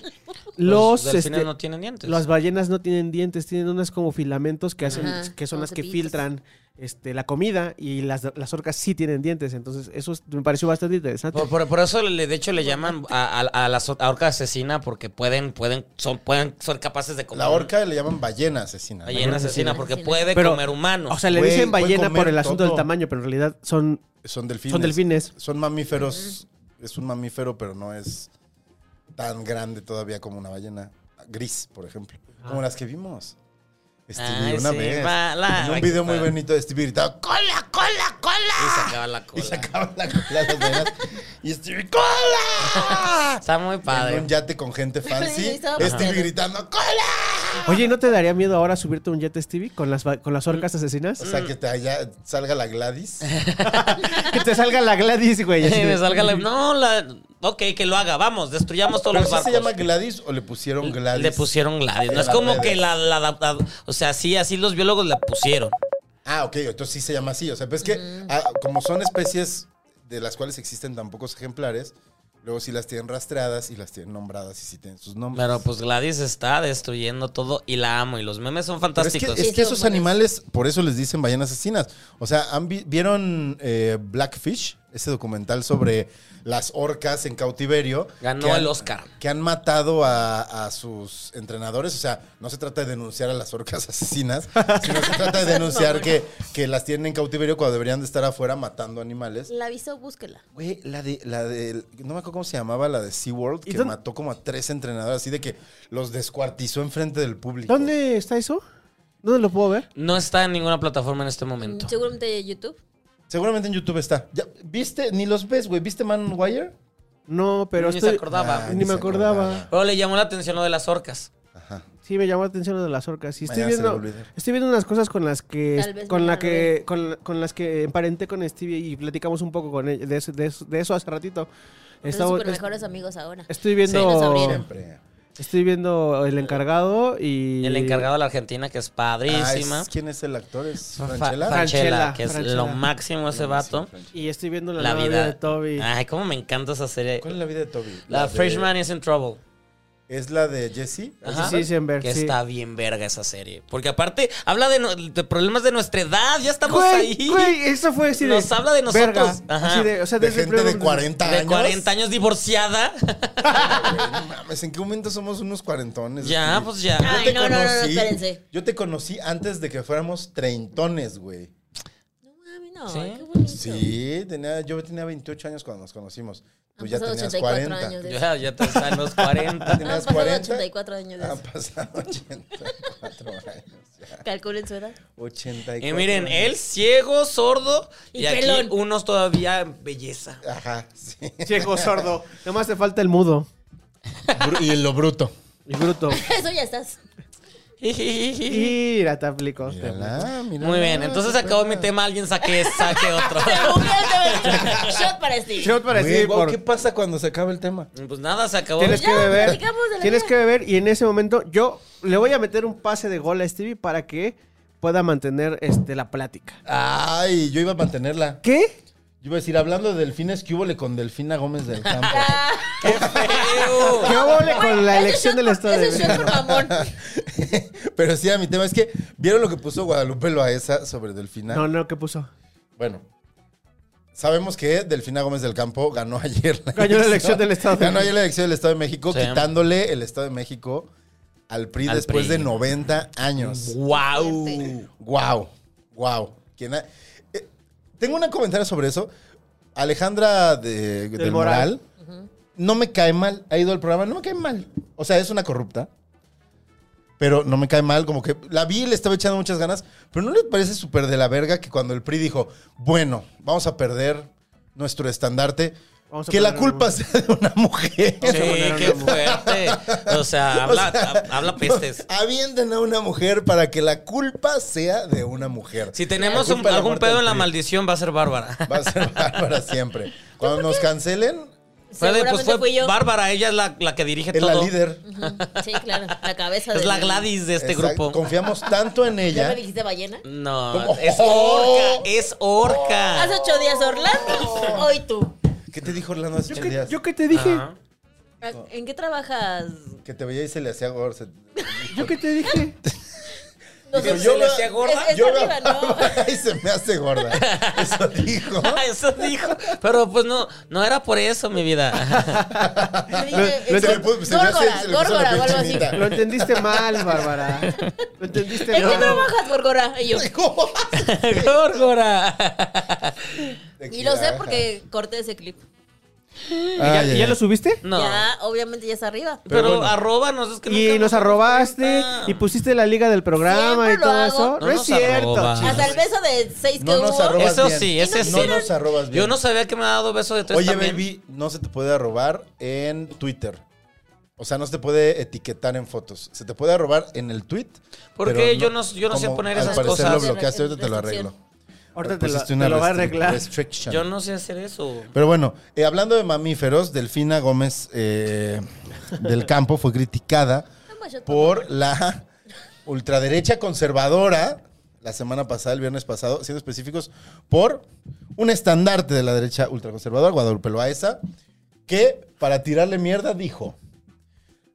[SPEAKER 6] los,
[SPEAKER 4] delfines
[SPEAKER 6] este,
[SPEAKER 4] no tienen dientes.
[SPEAKER 6] las ballenas no tienen dientes, tienen unas como filamentos que hacen,
[SPEAKER 7] Ajá,
[SPEAKER 6] que son
[SPEAKER 7] como
[SPEAKER 6] las que
[SPEAKER 7] cepitos.
[SPEAKER 6] filtran este, la comida y las, las orcas sí tienen dientes, entonces eso es- me pareció bastante interesante.
[SPEAKER 4] Por, por- por eso, le- de hecho, le llaman a, a- a la so- a orca asesina porque pueden, pueden, son, pueden, son capaces de comer.
[SPEAKER 5] La orca le llaman ballena asesina.
[SPEAKER 4] Ballena asesina porque puede
[SPEAKER 6] Pero-
[SPEAKER 4] comer humano.
[SPEAKER 6] O sea, le
[SPEAKER 5] Güey,
[SPEAKER 6] dicen
[SPEAKER 5] puede
[SPEAKER 6] ballena
[SPEAKER 5] comer
[SPEAKER 6] por el asunto del
[SPEAKER 5] todo.
[SPEAKER 6] tamaño, pero en realidad son,
[SPEAKER 5] Son delfines.
[SPEAKER 6] son delfines.
[SPEAKER 5] Son mamíferos. Es un mamífero, pero no es tan grande todavía como una ballena gris, por ejemplo. Como las que vimos. Stevie
[SPEAKER 4] Ay,
[SPEAKER 5] una
[SPEAKER 4] sí,
[SPEAKER 5] vez.
[SPEAKER 4] va, la-
[SPEAKER 5] en
[SPEAKER 4] la-
[SPEAKER 5] un video
[SPEAKER 4] va.
[SPEAKER 5] muy bonito de Stevie gritaba ¡Cola, cola,
[SPEAKER 4] y
[SPEAKER 5] cola!
[SPEAKER 4] se acaba la
[SPEAKER 5] Y
[SPEAKER 4] cola.
[SPEAKER 5] sacaba la cola de las ballenas. y Stevie *laughs* ¡Cola!
[SPEAKER 4] Está muy
[SPEAKER 5] En
[SPEAKER 4] padre.
[SPEAKER 5] un yate con gente
[SPEAKER 7] Sí,
[SPEAKER 5] fancy.
[SPEAKER 7] estaba
[SPEAKER 5] Stevie
[SPEAKER 7] padre.
[SPEAKER 5] gritando ¡Cola!
[SPEAKER 6] Oye, ¿no te daría miedo ahora subirte a un jet, Stevie, con las, va- con las orcas asesinas? *laughs*
[SPEAKER 5] O sea, que te haya- *laughs* salga la Gladys.
[SPEAKER 6] *laughs* que te salga la Gladys, güey. así
[SPEAKER 4] *laughs* Y
[SPEAKER 6] de-
[SPEAKER 4] me salga la- No, la. Ok, que lo haga, vamos, destruyamos todos
[SPEAKER 5] ¿Pero
[SPEAKER 4] los
[SPEAKER 5] sí se
[SPEAKER 4] barcos.
[SPEAKER 5] llama Gladys o le pusieron Gladys?
[SPEAKER 4] Le pusieron Gladys.
[SPEAKER 5] En
[SPEAKER 4] No es
[SPEAKER 5] las
[SPEAKER 4] como
[SPEAKER 5] redes.
[SPEAKER 4] que la, la, la- O sea, sí, así los biólogos la pusieron.
[SPEAKER 5] Ah, ok, entonces sí se llama así. O sea, pues es que ah, como son especies de las cuales existen tan pocos ejemplares, luego sí las tienen rastreadas y las tienen nombradas y sí tienen sus nombres.
[SPEAKER 4] Pero pues Gladys está destruyendo todo y la amo. Y los memes son
[SPEAKER 5] Pero es que,
[SPEAKER 4] fantásticos.
[SPEAKER 5] es
[SPEAKER 7] Sí,
[SPEAKER 5] que
[SPEAKER 7] son
[SPEAKER 5] esos
[SPEAKER 7] buenos.
[SPEAKER 5] animales, por eso les dicen ballenas asesinas. O sea, ¿han vi- ¿vieron eh, Blackfish? Ese documental sobre las orcas en cautiverio.
[SPEAKER 4] Ganó
[SPEAKER 5] que han-
[SPEAKER 4] el Oscar.
[SPEAKER 5] Que han matado a, a sus entrenadores. O sea, no se trata de denunciar a las orcas *laughs* asesinas, sino se
[SPEAKER 6] *laughs*
[SPEAKER 5] trata de denunciar que, que las tienen en cautiverio cuando deberían de estar afuera matando animales.
[SPEAKER 7] La aviso, búsquela.
[SPEAKER 5] Güey, la de, la de, no me acuerdo cómo se llamaba, la de SeaWorld,
[SPEAKER 6] ¿Y
[SPEAKER 5] que
[SPEAKER 6] dónde-
[SPEAKER 5] mató como a tres entrenadores, así de que los descuartizó enfrente del público.
[SPEAKER 6] ¿Dónde está eso? ¿Dónde lo puedo ver?
[SPEAKER 4] No está en ninguna plataforma en este momento.
[SPEAKER 7] Seguramente YouTube.
[SPEAKER 5] Seguramente en YouTube está. Ya, ¿Viste? Ni los ves, güey. ¿Viste Man on Wire? Ah,
[SPEAKER 6] No, pero
[SPEAKER 4] Ni se
[SPEAKER 6] estoy...
[SPEAKER 4] acordaba.
[SPEAKER 6] ni me
[SPEAKER 5] se
[SPEAKER 6] acordaba.
[SPEAKER 4] Pero le llamó la atención lo de las orcas.
[SPEAKER 5] Ajá.
[SPEAKER 6] Sí, me llamó la atención lo de las orcas. Y estoy
[SPEAKER 5] Mañana se le va a
[SPEAKER 6] viendo,
[SPEAKER 5] olvidar.
[SPEAKER 6] estoy viendo unas cosas con las
[SPEAKER 7] Tal
[SPEAKER 6] que
[SPEAKER 7] vez
[SPEAKER 6] con la
[SPEAKER 7] mañana lo
[SPEAKER 6] que con, con las que emparenté con Stevie y platicamos un poco con él de, eso- de eso- de eso hace ratito.
[SPEAKER 7] Son
[SPEAKER 6] Estaba-
[SPEAKER 7] súper
[SPEAKER 6] est-
[SPEAKER 7] mejores amigos ahora.
[SPEAKER 6] estoy
[SPEAKER 7] nos
[SPEAKER 6] viendo
[SPEAKER 7] abrieron.
[SPEAKER 5] Siempre. Ah,
[SPEAKER 6] estoy viendo el encargado y
[SPEAKER 4] El encargado de la Argentina, que es
[SPEAKER 5] Ah, es-
[SPEAKER 4] padrísima.
[SPEAKER 5] ¿Quién es el actor? ¿Es
[SPEAKER 4] Fa-
[SPEAKER 5] Franchella?
[SPEAKER 4] Franchella, que es
[SPEAKER 6] Franchella.
[SPEAKER 4] lo máximo ese vato.
[SPEAKER 6] y estoy viendo la,
[SPEAKER 4] La
[SPEAKER 6] novia
[SPEAKER 4] vida. Ah,
[SPEAKER 6] de Toby.
[SPEAKER 4] Ay, cómo me encanta esa serie.
[SPEAKER 5] ¿Cuál es la vida de Toby?
[SPEAKER 4] La,
[SPEAKER 5] de-
[SPEAKER 4] Freshman is in Trouble.
[SPEAKER 5] ¿Es la de Jesse?
[SPEAKER 4] Ajá.
[SPEAKER 6] Sí, sí, en ver,
[SPEAKER 4] que
[SPEAKER 6] sí.
[SPEAKER 4] está bien verga esa serie. Porque aparte, habla de, no- de problemas de nuestra edad. Ya estamos
[SPEAKER 6] Ah, Güey,
[SPEAKER 4] ahí.
[SPEAKER 6] güey, eso fue así de
[SPEAKER 4] Nos habla de
[SPEAKER 6] verga.
[SPEAKER 4] nosotros. Ajá.
[SPEAKER 6] Así de, o sea,
[SPEAKER 5] De
[SPEAKER 6] desde el
[SPEAKER 5] gente de
[SPEAKER 6] primer-
[SPEAKER 5] 40 años.
[SPEAKER 4] De 40 años divorciada.
[SPEAKER 5] Güey, no mames, ¿en qué momento somos unos cuarentones?
[SPEAKER 4] ya,
[SPEAKER 5] Stevie?
[SPEAKER 4] pues ya.
[SPEAKER 5] Yo
[SPEAKER 7] Ay,
[SPEAKER 5] te
[SPEAKER 7] no, no, no, no,
[SPEAKER 5] conocí-
[SPEAKER 7] espérense.
[SPEAKER 5] Yo te conocí antes de que fuéramos treintones, güey.
[SPEAKER 7] No mami, no.
[SPEAKER 4] ¿Sí?
[SPEAKER 7] Qué bonito. Ah,
[SPEAKER 5] Sí, tenía, yo tenía 28 años cuando nos conocimos. Tú
[SPEAKER 7] Han
[SPEAKER 5] ya
[SPEAKER 7] pasado
[SPEAKER 5] tenías
[SPEAKER 7] 84
[SPEAKER 5] 40.
[SPEAKER 7] años
[SPEAKER 4] *laughs*
[SPEAKER 7] de-
[SPEAKER 4] Ya, ya te están
[SPEAKER 5] *laughs*
[SPEAKER 4] los Eh, 40.
[SPEAKER 7] Han
[SPEAKER 5] Tenías
[SPEAKER 7] pasado
[SPEAKER 5] 40.
[SPEAKER 7] 84 años de
[SPEAKER 5] Han
[SPEAKER 7] eso.
[SPEAKER 5] pasado 84 años. ya.
[SPEAKER 7] Calculen su edad. *laughs*
[SPEAKER 5] 84.
[SPEAKER 4] Y miren,
[SPEAKER 5] años.
[SPEAKER 4] él ciego, sordo y,
[SPEAKER 7] Y
[SPEAKER 4] aquí
[SPEAKER 7] pelón.
[SPEAKER 4] unos todavía en
[SPEAKER 7] *laughs*
[SPEAKER 4] belleza.
[SPEAKER 5] Ajá, sí.
[SPEAKER 6] Ciego sordo. Nomás te falta el mudo
[SPEAKER 5] Bru- y lo bruto.
[SPEAKER 6] y bruto.
[SPEAKER 4] *laughs*
[SPEAKER 7] Eso ya estás. *laughs*
[SPEAKER 6] Mira, te aplico. te aplico.
[SPEAKER 5] Mírala, mírala.
[SPEAKER 4] Muy bien, entonces se acabó mi tema. Alguien saque, saque
[SPEAKER 7] *laughs*
[SPEAKER 4] otro.
[SPEAKER 7] Shot para ti.
[SPEAKER 6] Shot para
[SPEAKER 5] Güey,
[SPEAKER 6] Stevie
[SPEAKER 5] guau,
[SPEAKER 6] por-
[SPEAKER 5] ¿Qué pasa cuando se acaba el tema?
[SPEAKER 4] *laughs* Pues nada, se acabó.
[SPEAKER 6] Tienes que
[SPEAKER 7] Ya,
[SPEAKER 6] beber.
[SPEAKER 7] platicamos de la
[SPEAKER 6] Tienes
[SPEAKER 7] vida.
[SPEAKER 6] que beber y en ese momento yo le voy a meter un pase de gol a Stevie para que pueda mantener este, la plática.
[SPEAKER 5] Ay, yo iba a mantenerla.
[SPEAKER 6] ¿Qué?
[SPEAKER 5] Yo iba a decir, hablando de delfines, ¿qué hubo le con Delfina Gómez del
[SPEAKER 4] *laughs*
[SPEAKER 5] Campo?
[SPEAKER 4] Ah. Feo.
[SPEAKER 6] ¿Qué vole con la elección del estado de
[SPEAKER 7] Ese es shot por mamón.
[SPEAKER 5] *laughs*
[SPEAKER 6] *laughs*
[SPEAKER 5] Pero sí, a mi tema es que, ¿vieron lo que puso Guadalupe Loaesa sobre Delfina?
[SPEAKER 6] No, no, ¿qué puso?
[SPEAKER 5] Bueno, sabemos que Delfina Gómez del Campo ganó ayer.
[SPEAKER 6] Ganó la elección del Estado de
[SPEAKER 5] Ganó ayer la elección del Estado de México,
[SPEAKER 4] Sí.
[SPEAKER 5] quitándole el Estado de México al PRI
[SPEAKER 4] Al
[SPEAKER 5] después
[SPEAKER 4] PRI.
[SPEAKER 5] de 90 años.
[SPEAKER 4] Wow.
[SPEAKER 5] Wow, wow. Mm, ¿Quién ha- eh, tengo un comentario sobre eso. Alejandra de, del, Moral,
[SPEAKER 6] Moral.
[SPEAKER 5] no me cae mal. Ha ido al programa, no me cae mal. O sea, es una corrupta. Pero no me cae mal, como que la vi, le estaba echando muchas ganas. Pero ¿no le parece súper de la verga que cuando el PRI dijo, bueno, vamos a perder nuestro estandarte,
[SPEAKER 6] Vamos a
[SPEAKER 5] que la
[SPEAKER 6] perder una
[SPEAKER 5] culpa sea de una mujer?
[SPEAKER 4] Sí,
[SPEAKER 6] poner
[SPEAKER 4] qué
[SPEAKER 6] una-
[SPEAKER 4] fuerte. O sea, habla, ha- habla pestes.
[SPEAKER 5] *laughs* Avienten a una mujer para que la culpa sea de una mujer.
[SPEAKER 4] Si tenemos
[SPEAKER 5] La
[SPEAKER 4] un-
[SPEAKER 5] culpa de la
[SPEAKER 4] algún
[SPEAKER 5] muerte
[SPEAKER 4] pedo
[SPEAKER 5] del
[SPEAKER 4] en la
[SPEAKER 5] PRI.
[SPEAKER 4] maldición, va a ser Bárbara. *laughs*
[SPEAKER 5] Va a ser Bárbara siempre. Cuando nos cancelen,
[SPEAKER 4] Fue de-
[SPEAKER 7] Seguramente
[SPEAKER 4] Pues fue
[SPEAKER 7] fui yo.
[SPEAKER 4] Bárbara, ella es la, la que dirige
[SPEAKER 5] es
[SPEAKER 4] todo.
[SPEAKER 5] la líder.
[SPEAKER 7] Ujú. Sí, claro. La cabeza
[SPEAKER 4] Es
[SPEAKER 7] de
[SPEAKER 4] la Gladys de este
[SPEAKER 5] Exacto.
[SPEAKER 4] grupo.
[SPEAKER 5] Confiamos tanto en
[SPEAKER 7] ¿Ya
[SPEAKER 5] ella.
[SPEAKER 7] me dijiste ballena?
[SPEAKER 4] No,
[SPEAKER 5] ¿Cómo?
[SPEAKER 4] es
[SPEAKER 5] ¡Oh!
[SPEAKER 4] orca, es orca.
[SPEAKER 7] Hace ocho días Orlando. Hoy tú.
[SPEAKER 5] ¿Qué te dijo Orlando hace
[SPEAKER 6] ¿Yo
[SPEAKER 5] ocho
[SPEAKER 6] qué,
[SPEAKER 5] días?
[SPEAKER 6] yo qué te dije?
[SPEAKER 4] Ajá.
[SPEAKER 7] ¿En qué trabajas?
[SPEAKER 5] Que te veía y se le hacía
[SPEAKER 7] *laughs*
[SPEAKER 5] gorset.
[SPEAKER 6] ¿Yo qué te dije?
[SPEAKER 7] No
[SPEAKER 4] Dijo,
[SPEAKER 7] sé.
[SPEAKER 4] yo
[SPEAKER 7] Es-
[SPEAKER 4] le hacía gorda.
[SPEAKER 7] Es,
[SPEAKER 5] Yo *laughs*
[SPEAKER 7] arriba, ¿no?
[SPEAKER 5] y se me hace gorda. Eso
[SPEAKER 7] *laughs*
[SPEAKER 5] dijo.
[SPEAKER 4] Ah, *laughs* Eso dijo. Pero pues no, no era por eso, mi vida. *laughs*
[SPEAKER 7] Me
[SPEAKER 6] Lo-
[SPEAKER 7] dije,
[SPEAKER 6] lo
[SPEAKER 7] es-
[SPEAKER 6] entendí.
[SPEAKER 5] pu- me hace-
[SPEAKER 7] Górgora,
[SPEAKER 5] se le puso la
[SPEAKER 7] górgora,
[SPEAKER 5] piel
[SPEAKER 7] o algo
[SPEAKER 5] *laughs*
[SPEAKER 7] así.
[SPEAKER 5] chinita.
[SPEAKER 6] Lo
[SPEAKER 7] *laughs*
[SPEAKER 6] entendiste mal, Bárbara. Lo entendiste
[SPEAKER 7] ¿En qué
[SPEAKER 6] mal.
[SPEAKER 7] trabajas, Gorgora? Y yo.
[SPEAKER 5] ¿Cómo?
[SPEAKER 4] Górgora.
[SPEAKER 7] Y lo sé porque corté ese clip.
[SPEAKER 6] ¿Y Ah, ya,
[SPEAKER 5] Ay,
[SPEAKER 6] y ya
[SPEAKER 5] ay,
[SPEAKER 6] lo subiste?
[SPEAKER 4] No.
[SPEAKER 7] Ya, obviamente ya está arriba.
[SPEAKER 4] Pero, arroba, no sé, es que nunca
[SPEAKER 6] Y nos arrobaste y pues, pusiste la liga del programa
[SPEAKER 7] Siempre
[SPEAKER 6] y
[SPEAKER 7] lo
[SPEAKER 6] todo
[SPEAKER 7] hago.
[SPEAKER 6] eso.
[SPEAKER 4] No
[SPEAKER 6] No, es
[SPEAKER 4] nos
[SPEAKER 6] cierto.
[SPEAKER 4] arroba.
[SPEAKER 6] chicos.
[SPEAKER 7] Hasta el beso de seis que
[SPEAKER 5] No nos
[SPEAKER 7] hubo.
[SPEAKER 5] arrobas
[SPEAKER 4] Eso
[SPEAKER 5] bien.
[SPEAKER 4] sí,
[SPEAKER 7] ¿Y
[SPEAKER 4] ese
[SPEAKER 7] no
[SPEAKER 4] sí.
[SPEAKER 5] No nos arrobas bien.
[SPEAKER 4] Yo no sabía que me había dado beso de tres
[SPEAKER 5] Oye,
[SPEAKER 4] también.
[SPEAKER 5] baby, no se te puede arrobar en Twitter. O sea, no se te puede etiquetar en fotos. Se te puede arrobar en el tweet.
[SPEAKER 4] ¿Por
[SPEAKER 5] pero
[SPEAKER 4] qué? Yo no- yo no sé
[SPEAKER 5] como
[SPEAKER 4] poner
[SPEAKER 5] al
[SPEAKER 4] esas
[SPEAKER 5] parecer
[SPEAKER 4] cosas.
[SPEAKER 5] lo bloqueaste, ahorita te lo arreglo.
[SPEAKER 6] Ahorita te lo-
[SPEAKER 5] pusiste
[SPEAKER 6] te
[SPEAKER 5] una
[SPEAKER 6] lo va a
[SPEAKER 5] restri-
[SPEAKER 6] arreglar.
[SPEAKER 5] restriction.
[SPEAKER 4] Yo no sé hacer eso.
[SPEAKER 5] Pero bueno, eh, hablando de mamíferos, Delfina Gómez eh, del Campo fue criticada
[SPEAKER 7] Toma shot,
[SPEAKER 5] por la ultraderecha conservadora la semana pasada, el viernes pasado, siendo específicos, por un estandarte de la derecha ultraconservadora, Guadalupe Loaesa, que para tirarle mierda dijo,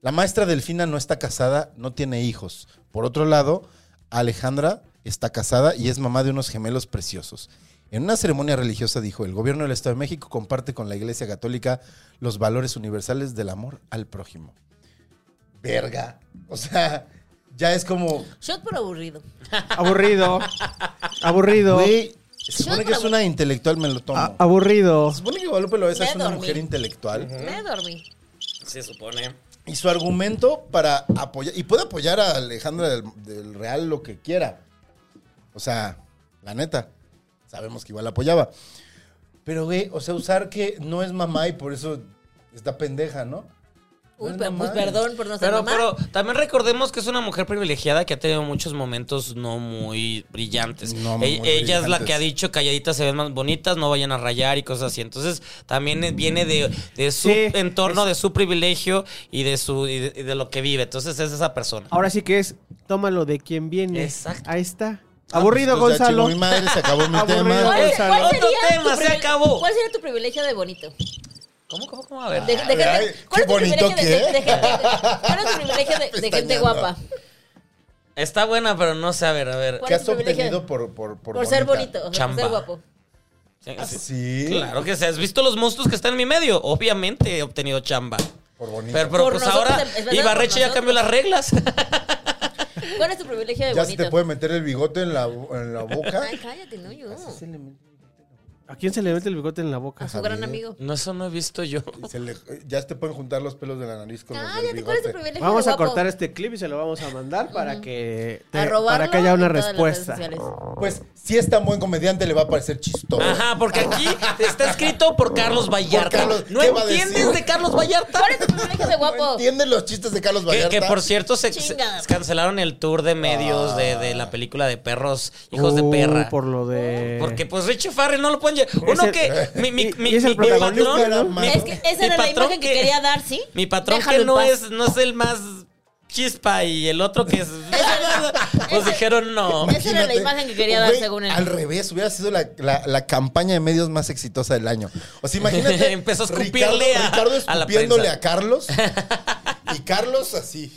[SPEAKER 5] la maestra Delfina no está casada, no tiene hijos. Por otro lado, Alejandra está casada y es mamá de unos gemelos preciosos. En una ceremonia religiosa dijo, el gobierno del Estado de México comparte con la Iglesia Católica los valores universales del amor al prójimo. Verga. O sea, ya es como,
[SPEAKER 7] Shot por aburrido.
[SPEAKER 6] Aburrido. Aburrido.
[SPEAKER 5] güey, se supone que es una intelectual, me lo tomo.
[SPEAKER 6] a- aburrido.
[SPEAKER 5] Se supone que Guadalupe Loesa
[SPEAKER 7] Me
[SPEAKER 5] es una
[SPEAKER 7] dormí.
[SPEAKER 5] mujer intelectual.
[SPEAKER 7] Me dormí.
[SPEAKER 4] Se supone.
[SPEAKER 5] Y su argumento para apoyar. Y puede apoyar a Alejandra del, del Real lo que quiera. O sea, la neta. Sabemos que igual la apoyaba. Pero, güey, o sea, usar que no es mamá y por eso está pendeja, ¿no?
[SPEAKER 7] Uy,
[SPEAKER 5] No
[SPEAKER 7] pe-
[SPEAKER 5] mames.
[SPEAKER 7] pues perdón por no ser
[SPEAKER 4] Pero,
[SPEAKER 7] mamá.
[SPEAKER 4] pero también recordemos que es una mujer privilegiada que ha tenido muchos momentos no muy brillantes.
[SPEAKER 5] No
[SPEAKER 4] E-
[SPEAKER 5] muy
[SPEAKER 4] ella es la
[SPEAKER 5] brillantes.
[SPEAKER 4] que ha dicho calladitas se ven más bonitas, no vayan a rayar y cosas así. Entonces también es- viene de, de su
[SPEAKER 6] Sí,
[SPEAKER 4] entorno, de su privilegio y de su y de, y de lo que vive. Entonces es esa persona.
[SPEAKER 6] Ahora sí que es, tómalo de quien viene.
[SPEAKER 4] Exacto.
[SPEAKER 6] Ahí está.
[SPEAKER 5] Ah,
[SPEAKER 6] Aburrido,
[SPEAKER 5] pues, o sea,
[SPEAKER 6] Gonzalo.
[SPEAKER 5] chingo, mi madre, se acabó
[SPEAKER 6] *laughs*
[SPEAKER 5] mi
[SPEAKER 6] Aburrido.
[SPEAKER 5] tema.
[SPEAKER 7] ¿Cuál,
[SPEAKER 6] Gonzalo.
[SPEAKER 7] cuál sería
[SPEAKER 4] Otro tema,
[SPEAKER 7] tu
[SPEAKER 4] se
[SPEAKER 7] privi-
[SPEAKER 4] acabó.
[SPEAKER 7] ¿Cuál sería tu privilegio de bonito?
[SPEAKER 4] ¿Cómo, cómo, cómo? A ver.
[SPEAKER 7] De- de gente-
[SPEAKER 5] ay,
[SPEAKER 7] ¿Cuál
[SPEAKER 5] qué
[SPEAKER 7] es tu
[SPEAKER 5] bonito
[SPEAKER 7] privilegio
[SPEAKER 5] que
[SPEAKER 7] de, de- de
[SPEAKER 5] es.
[SPEAKER 7] gente? ¿Cuál es tu privilegio de, de gente
[SPEAKER 5] Pestañeando.
[SPEAKER 7] guapa?
[SPEAKER 4] Está buena, pero no sé, a ver, a ver.
[SPEAKER 7] ¿Cuál
[SPEAKER 5] ¿Qué
[SPEAKER 7] es
[SPEAKER 5] has
[SPEAKER 7] tu privilegio?
[SPEAKER 5] obtenido por, por, por
[SPEAKER 7] Por, ser
[SPEAKER 5] bonita?
[SPEAKER 7] bonito, o sea, por
[SPEAKER 4] Chamba.
[SPEAKER 7] ser guapo.
[SPEAKER 4] Sí,
[SPEAKER 5] Sí.
[SPEAKER 4] sí. Claro que sí. ¿Has visto los monstruos que están en mi medio? Obviamente he obtenido chamba.
[SPEAKER 5] Por bonito.
[SPEAKER 4] Pero, pero
[SPEAKER 7] Por
[SPEAKER 4] pues
[SPEAKER 7] nosotros,
[SPEAKER 4] ahora
[SPEAKER 7] es verdad,
[SPEAKER 4] Ibarreche
[SPEAKER 7] por
[SPEAKER 4] ya cambió
[SPEAKER 7] nosotros.
[SPEAKER 4] las reglas.
[SPEAKER 7] ¿Cuál es tu privilegio de
[SPEAKER 5] ya se
[SPEAKER 7] bonito?
[SPEAKER 5] te puede meter el bigote en la, en
[SPEAKER 7] *laughs*
[SPEAKER 5] la boca.
[SPEAKER 7] Ay, cállate, no yo. A
[SPEAKER 6] ¿A quién se le mete el bigote en la boca?
[SPEAKER 7] su gran amigo.
[SPEAKER 4] *laughs* No, eso no he visto yo.
[SPEAKER 5] Y se le- ya se te pueden juntar los pelos de la nariz con los del
[SPEAKER 7] Cállate, ¿cuál es tu
[SPEAKER 5] bigote.
[SPEAKER 7] privilegio
[SPEAKER 6] Vamos
[SPEAKER 7] de
[SPEAKER 6] a
[SPEAKER 7] guapo?
[SPEAKER 6] cortar este clip y se lo vamos a mandar para que te-
[SPEAKER 7] A robarlo
[SPEAKER 6] para que haya una
[SPEAKER 7] en todas las redes
[SPEAKER 6] respuesta.
[SPEAKER 7] sociales.
[SPEAKER 5] Pues si es tan buen comediante le va a parecer chistoso.
[SPEAKER 4] Ajá, porque aquí está escrito por Carlos Vallarta.
[SPEAKER 5] Carlos,
[SPEAKER 4] ¿No
[SPEAKER 5] ¿qué va a
[SPEAKER 4] entiendes
[SPEAKER 5] decir?
[SPEAKER 4] de Carlos Vallarta?
[SPEAKER 7] ¿Cuál es tu privilegio
[SPEAKER 5] *laughs*
[SPEAKER 7] de
[SPEAKER 5] No
[SPEAKER 7] guapo?
[SPEAKER 5] entienden los chistes de Carlos
[SPEAKER 4] Que,
[SPEAKER 5] Vallarta.
[SPEAKER 4] que, por cierto se, se-
[SPEAKER 7] Chinga.
[SPEAKER 4] cancelaron el tour de medios de, de la película de perros, hijos de
[SPEAKER 6] Uh,
[SPEAKER 4] perra.
[SPEAKER 6] Por lo de.
[SPEAKER 4] Porque pues Richie Farrell no lo pueden llevar. Uno
[SPEAKER 6] el-
[SPEAKER 4] que mi, mi,
[SPEAKER 6] eh, y-
[SPEAKER 4] mi,
[SPEAKER 6] y es el
[SPEAKER 4] mi
[SPEAKER 6] protagonista,
[SPEAKER 4] patrón,
[SPEAKER 5] ¿no?
[SPEAKER 4] mi-
[SPEAKER 7] Es que esa
[SPEAKER 4] mi
[SPEAKER 7] era la
[SPEAKER 4] patrón
[SPEAKER 7] imagen que quería dar, ¿sí?
[SPEAKER 4] Mi patrón
[SPEAKER 7] Déjalo
[SPEAKER 4] que
[SPEAKER 7] en
[SPEAKER 4] no
[SPEAKER 7] paz.
[SPEAKER 4] es, no es el más chispa y el otro
[SPEAKER 7] *laughs*
[SPEAKER 4] que es. pues
[SPEAKER 7] ese-
[SPEAKER 4] dijeron no.
[SPEAKER 7] ese- Esa era la
[SPEAKER 5] Imagínate,
[SPEAKER 7] imagen que quería dar,
[SPEAKER 5] güey,
[SPEAKER 7] según él.
[SPEAKER 5] Al revés, hubiera sido la, la- la campaña de medios más exitosa del año. O sea, imagínate.
[SPEAKER 4] *laughs* Empezó a escupirle
[SPEAKER 5] Ricardo,
[SPEAKER 4] a-
[SPEAKER 5] Ricardo
[SPEAKER 4] a la
[SPEAKER 5] escupiéndole
[SPEAKER 4] prensa.
[SPEAKER 5] a
[SPEAKER 4] *laughs*
[SPEAKER 5] Carlos. Y Carlos así.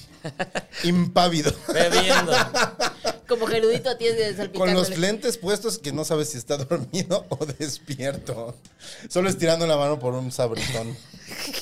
[SPEAKER 5] Impávido. *laughs*
[SPEAKER 4] Bebiendo.
[SPEAKER 7] Como gerudito a ti de
[SPEAKER 5] Con los
[SPEAKER 7] salpicándole.
[SPEAKER 5] lentes puestos que no sabes si está *laughs* dormido o despierto. Solo estirando la mano por un sabritón.